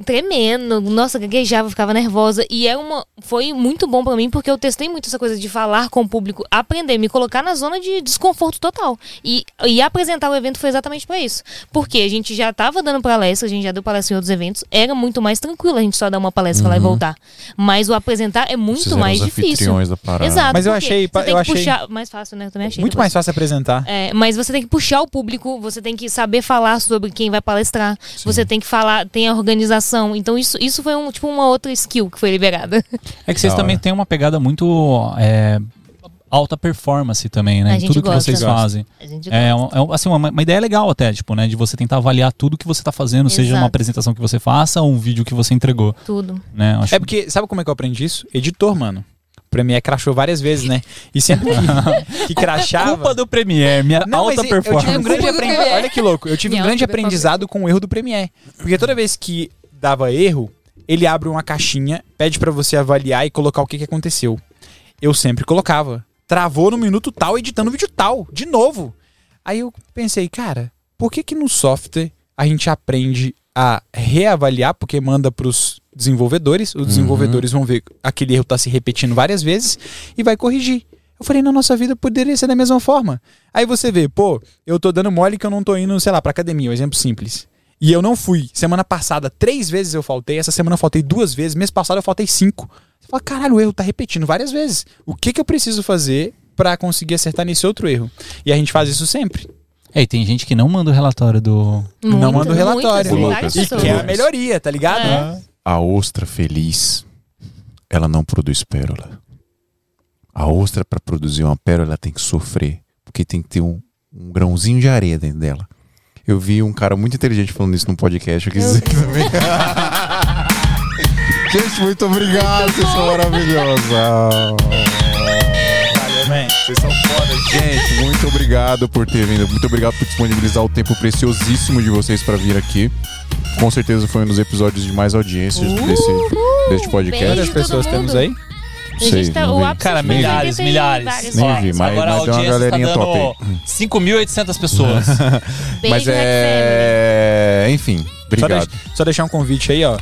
[SPEAKER 3] Tremendo, nossa, gaguejava, ficava nervosa. E é uma. Foi muito bom pra mim, porque eu testei muito essa coisa de falar com o público, aprender, me colocar na zona de desconforto total. E, e apresentar o evento foi exatamente pra isso. Porque a gente já tava dando palestra, a gente já deu palestra em outros eventos, era muito mais tranquilo a gente só dar uma palestra lá e voltar. Mas o apresentar é muito
[SPEAKER 1] Vocês Uhum. eram
[SPEAKER 3] mais
[SPEAKER 1] os
[SPEAKER 3] difícil.
[SPEAKER 1] anfitriões da parada.
[SPEAKER 3] Exato.
[SPEAKER 4] Mas eu
[SPEAKER 3] porque
[SPEAKER 4] achei-
[SPEAKER 3] você tem
[SPEAKER 4] eu
[SPEAKER 3] que
[SPEAKER 4] achei-
[SPEAKER 3] puxar mais fácil, né? Eu também achei.
[SPEAKER 4] Muito
[SPEAKER 3] depois.
[SPEAKER 4] mais fácil apresentar.
[SPEAKER 3] É, mas você tem que puxar o público, você tem que saber falar sobre quem vai palestrar, você tem que falar, tem a organização. Então isso, isso foi um tipo uma outra skill que foi liberada.
[SPEAKER 2] É que vocês
[SPEAKER 1] Da hora.
[SPEAKER 2] também têm uma pegada muito é, alta performance também,
[SPEAKER 3] A
[SPEAKER 2] né? Em
[SPEAKER 3] gente
[SPEAKER 2] tudo que
[SPEAKER 3] gosta.
[SPEAKER 2] vocês
[SPEAKER 3] Gosta.
[SPEAKER 2] fazem.
[SPEAKER 3] A gente
[SPEAKER 2] É, um- é um- assim, uma, uma ideia legal até, tipo, né? De você tentar avaliar tudo que você tá fazendo, seja
[SPEAKER 3] Exato.
[SPEAKER 2] uma apresentação que você faça ou um vídeo que você entregou,
[SPEAKER 3] tudo.
[SPEAKER 2] né? Eu Acho
[SPEAKER 4] É porque, sabe como é que eu aprendi isso? Editor, mano. O Premiere crachou várias vezes, né? E sempre que, que crachava.
[SPEAKER 2] culpa do Premiere, minha
[SPEAKER 4] Não, mas
[SPEAKER 2] alta
[SPEAKER 4] eu- eu tive
[SPEAKER 2] performance.
[SPEAKER 4] um grande
[SPEAKER 3] Culpa do
[SPEAKER 4] aprendizado.
[SPEAKER 3] Premiere.
[SPEAKER 4] Olha que louco. Eu tive um
[SPEAKER 3] Minha
[SPEAKER 4] grande
[SPEAKER 3] alta performance.
[SPEAKER 4] aprendizado com o erro do Premiere. Porque toda vez que dava erro, ele abre uma caixinha, pede pra você avaliar e colocar o que, que aconteceu. Eu sempre colocava. Travou no minuto tal, editando o vídeo tal, de novo. Aí eu pensei, cara, por que que no software a gente aprende a reavaliar, porque manda pros desenvolvedores, os desenvolvedores vão ver aquele erro tá se repetindo várias vezes e vai corrigir. Eu falei, na nossa vida poderia ser da mesma forma. Aí você vê, pô, eu tô dando mole que eu não tô indo, sei lá, pra academia, um exemplo simples. E eu não fui. Semana passada, três vezes eu faltei, essa semana eu faltei duas vezes, mês passado eu faltei cinco. Você fala, caralho, o erro tá repetindo várias vezes. O que que eu preciso fazer pra conseguir acertar nesse outro erro? E a gente faz isso sempre.
[SPEAKER 2] É, e tem gente que não manda o relatório do.
[SPEAKER 4] Não manda
[SPEAKER 3] Muitas,
[SPEAKER 4] o relatório.
[SPEAKER 3] muitas,
[SPEAKER 1] Ô,
[SPEAKER 3] várias
[SPEAKER 1] Lucas,
[SPEAKER 4] E
[SPEAKER 3] pessoas.
[SPEAKER 4] que é a melhoria, tá ligado?
[SPEAKER 3] É.
[SPEAKER 1] A ostra feliz, ela não produz pérola. A ostra, para produzir uma pérola, ela tem que sofrer. Porque tem que ter um, um grãozinho de areia dentro dela. Eu vi um cara muito inteligente falando isso num podcast. Eu quis dizer aqui também. Gente, muito obrigado. Vocês são maravilhosos. Vocês são foda, gente. Muito obrigado por ter vindo. Muito obrigado por disponibilizar o tempo preciosíssimo de vocês para vir aqui. Com certeza foi um dos episódios de mais audiência desse,
[SPEAKER 3] Uhul!
[SPEAKER 1] desse podcast.
[SPEAKER 3] Beijo.
[SPEAKER 4] Quantas pessoas
[SPEAKER 3] todo mundo.
[SPEAKER 4] temos aí?
[SPEAKER 3] A gente tá-
[SPEAKER 1] Sei, não
[SPEAKER 3] o
[SPEAKER 1] vi.
[SPEAKER 3] ápice
[SPEAKER 2] Cara,
[SPEAKER 3] foi
[SPEAKER 2] milhares,
[SPEAKER 3] 80 e um
[SPEAKER 2] milhares.
[SPEAKER 3] vários.
[SPEAKER 1] Nem vi, mas-
[SPEAKER 2] agora
[SPEAKER 1] mas deu
[SPEAKER 2] a
[SPEAKER 1] uma
[SPEAKER 2] audiência
[SPEAKER 1] galerinha
[SPEAKER 2] tá
[SPEAKER 1] top
[SPEAKER 2] dando 5.800 pessoas.
[SPEAKER 3] Beijo,
[SPEAKER 1] Mas
[SPEAKER 3] Red Family.
[SPEAKER 1] é. Enfim,
[SPEAKER 4] Só,
[SPEAKER 1] obrigado.
[SPEAKER 4] deix- só deixar um convite aí, ó.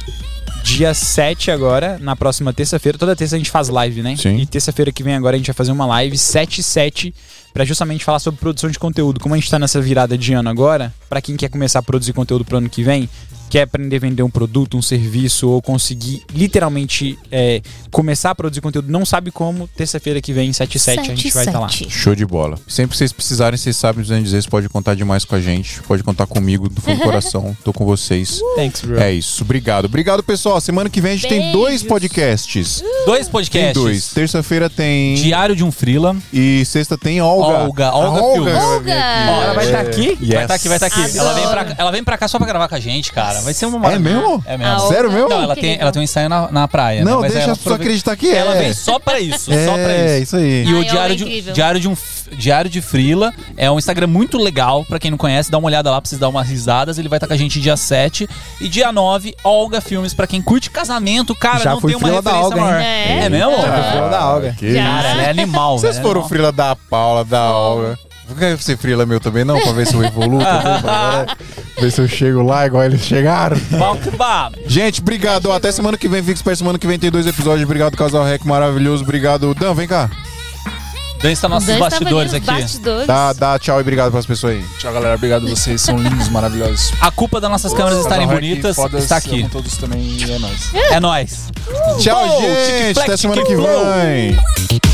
[SPEAKER 4] Dia 7 agora, na próxima terça-feira. Toda terça a gente faz live, né?
[SPEAKER 1] Sim.
[SPEAKER 4] E terça-feira que vem agora a gente vai fazer uma live 7 e 7 pra justamente falar sobre produção de conteúdo. Como a gente tá nessa virada de ano agora, pra quem quer começar a produzir conteúdo pro ano que vem, quer aprender a vender um produto, um serviço ou conseguir literalmente é, começar a produzir conteúdo, não sabe como, terça-feira que vem, 7 e 7, a gente vai estar lá.
[SPEAKER 1] Show de bola. Sempre que vocês precisarem, vocês sabem, precisando dizer, vocês podem contar demais com a gente. Pode contar comigo, do fundo do coração. Tô com vocês.
[SPEAKER 4] Thanks, bro.
[SPEAKER 1] É isso. Obrigado. Obrigado, pessoal. Semana que vem a gente tem dois
[SPEAKER 3] Beijos.
[SPEAKER 1] podcasts.
[SPEAKER 2] Dois
[SPEAKER 1] Tem
[SPEAKER 2] podcasts.
[SPEAKER 1] dois. Terça-feira tem.
[SPEAKER 2] Diário de um Frila.
[SPEAKER 1] E sexta tem Olga.
[SPEAKER 2] Olga,
[SPEAKER 1] A
[SPEAKER 2] Olga Filmes.
[SPEAKER 1] vai vir aqui.
[SPEAKER 2] Olga. Ela vai
[SPEAKER 4] tá aqui?
[SPEAKER 1] É. Yes.
[SPEAKER 2] Vai estar aqui, vai estar aqui.
[SPEAKER 3] Ah. Adoro.
[SPEAKER 2] Ela vem, pra, ela vem pra cá só pra gravar com a gente, cara. Vai ser uma
[SPEAKER 1] É
[SPEAKER 2] maravilha.
[SPEAKER 1] mesmo?
[SPEAKER 2] É
[SPEAKER 3] A
[SPEAKER 2] mesmo.
[SPEAKER 3] outra-
[SPEAKER 1] Sério mesmo?
[SPEAKER 2] Não, ela tem, ela tem um ensaio na, na praia. né?
[SPEAKER 1] Não,
[SPEAKER 2] Mas
[SPEAKER 1] deixa
[SPEAKER 2] ela
[SPEAKER 1] a pessoa
[SPEAKER 2] aproveita-
[SPEAKER 1] acreditar que é.
[SPEAKER 2] Ela vem só pra isso,
[SPEAKER 1] é,
[SPEAKER 2] só pra isso.
[SPEAKER 1] isso aí.
[SPEAKER 2] E
[SPEAKER 3] Ai,
[SPEAKER 2] o
[SPEAKER 3] ela
[SPEAKER 2] diário
[SPEAKER 3] é
[SPEAKER 2] de,
[SPEAKER 3] incrível.
[SPEAKER 2] diário, de um, F- diário de Frila é um Instagram muito legal, pra quem não conhece, dá uma olhada lá pra vocês dar umas risadas. Ele vai estar com a gente dia 7 e dia 9, Olga Filmes, pra quem curte casamento, cara,
[SPEAKER 4] Já
[SPEAKER 2] não
[SPEAKER 4] fui
[SPEAKER 2] tem uma
[SPEAKER 4] Frila da
[SPEAKER 2] referência
[SPEAKER 4] Olga, hein?
[SPEAKER 2] maior.
[SPEAKER 3] É?
[SPEAKER 2] mesmo?
[SPEAKER 4] Já fui. da Olga.
[SPEAKER 1] que
[SPEAKER 3] Já.
[SPEAKER 1] isso.
[SPEAKER 2] Cara, ela é animal,
[SPEAKER 1] Vocês
[SPEAKER 2] velho,
[SPEAKER 1] foram
[SPEAKER 2] é animal.
[SPEAKER 1] frila da Paula, da Olga. Por que você frila meu também, não? Pra ver se eu evoluo. pra ver- pra ver se eu chego lá igual eles chegaram.
[SPEAKER 2] Vamos que vamos.
[SPEAKER 1] Gente, obrigado. Até semana que vem. Fica esperto. Semana que vem tem dois episódios. Obrigado, Casal Rec maravilhoso. Obrigado. Dan, vem cá.
[SPEAKER 2] Dan está nossos
[SPEAKER 3] Dan estava
[SPEAKER 2] bastidores
[SPEAKER 3] ali nos
[SPEAKER 2] aqui.
[SPEAKER 3] Bastidores.
[SPEAKER 1] Dá, dá tchau e obrigado pras pessoas aí.
[SPEAKER 5] Tchau, galera. Obrigado vocês. São lindos, maravilhosos. Tá,
[SPEAKER 2] A culpa das nossas câmeras estarem
[SPEAKER 5] Foda-se,
[SPEAKER 2] bonitas
[SPEAKER 5] foda-se,
[SPEAKER 2] está aqui.
[SPEAKER 5] amo todos também e é nóis.
[SPEAKER 2] É nóis.
[SPEAKER 1] Tchau,
[SPEAKER 2] Uou,
[SPEAKER 1] gente.
[SPEAKER 2] tic-tac,
[SPEAKER 1] Até semana que
[SPEAKER 2] tic-flow.
[SPEAKER 1] vem.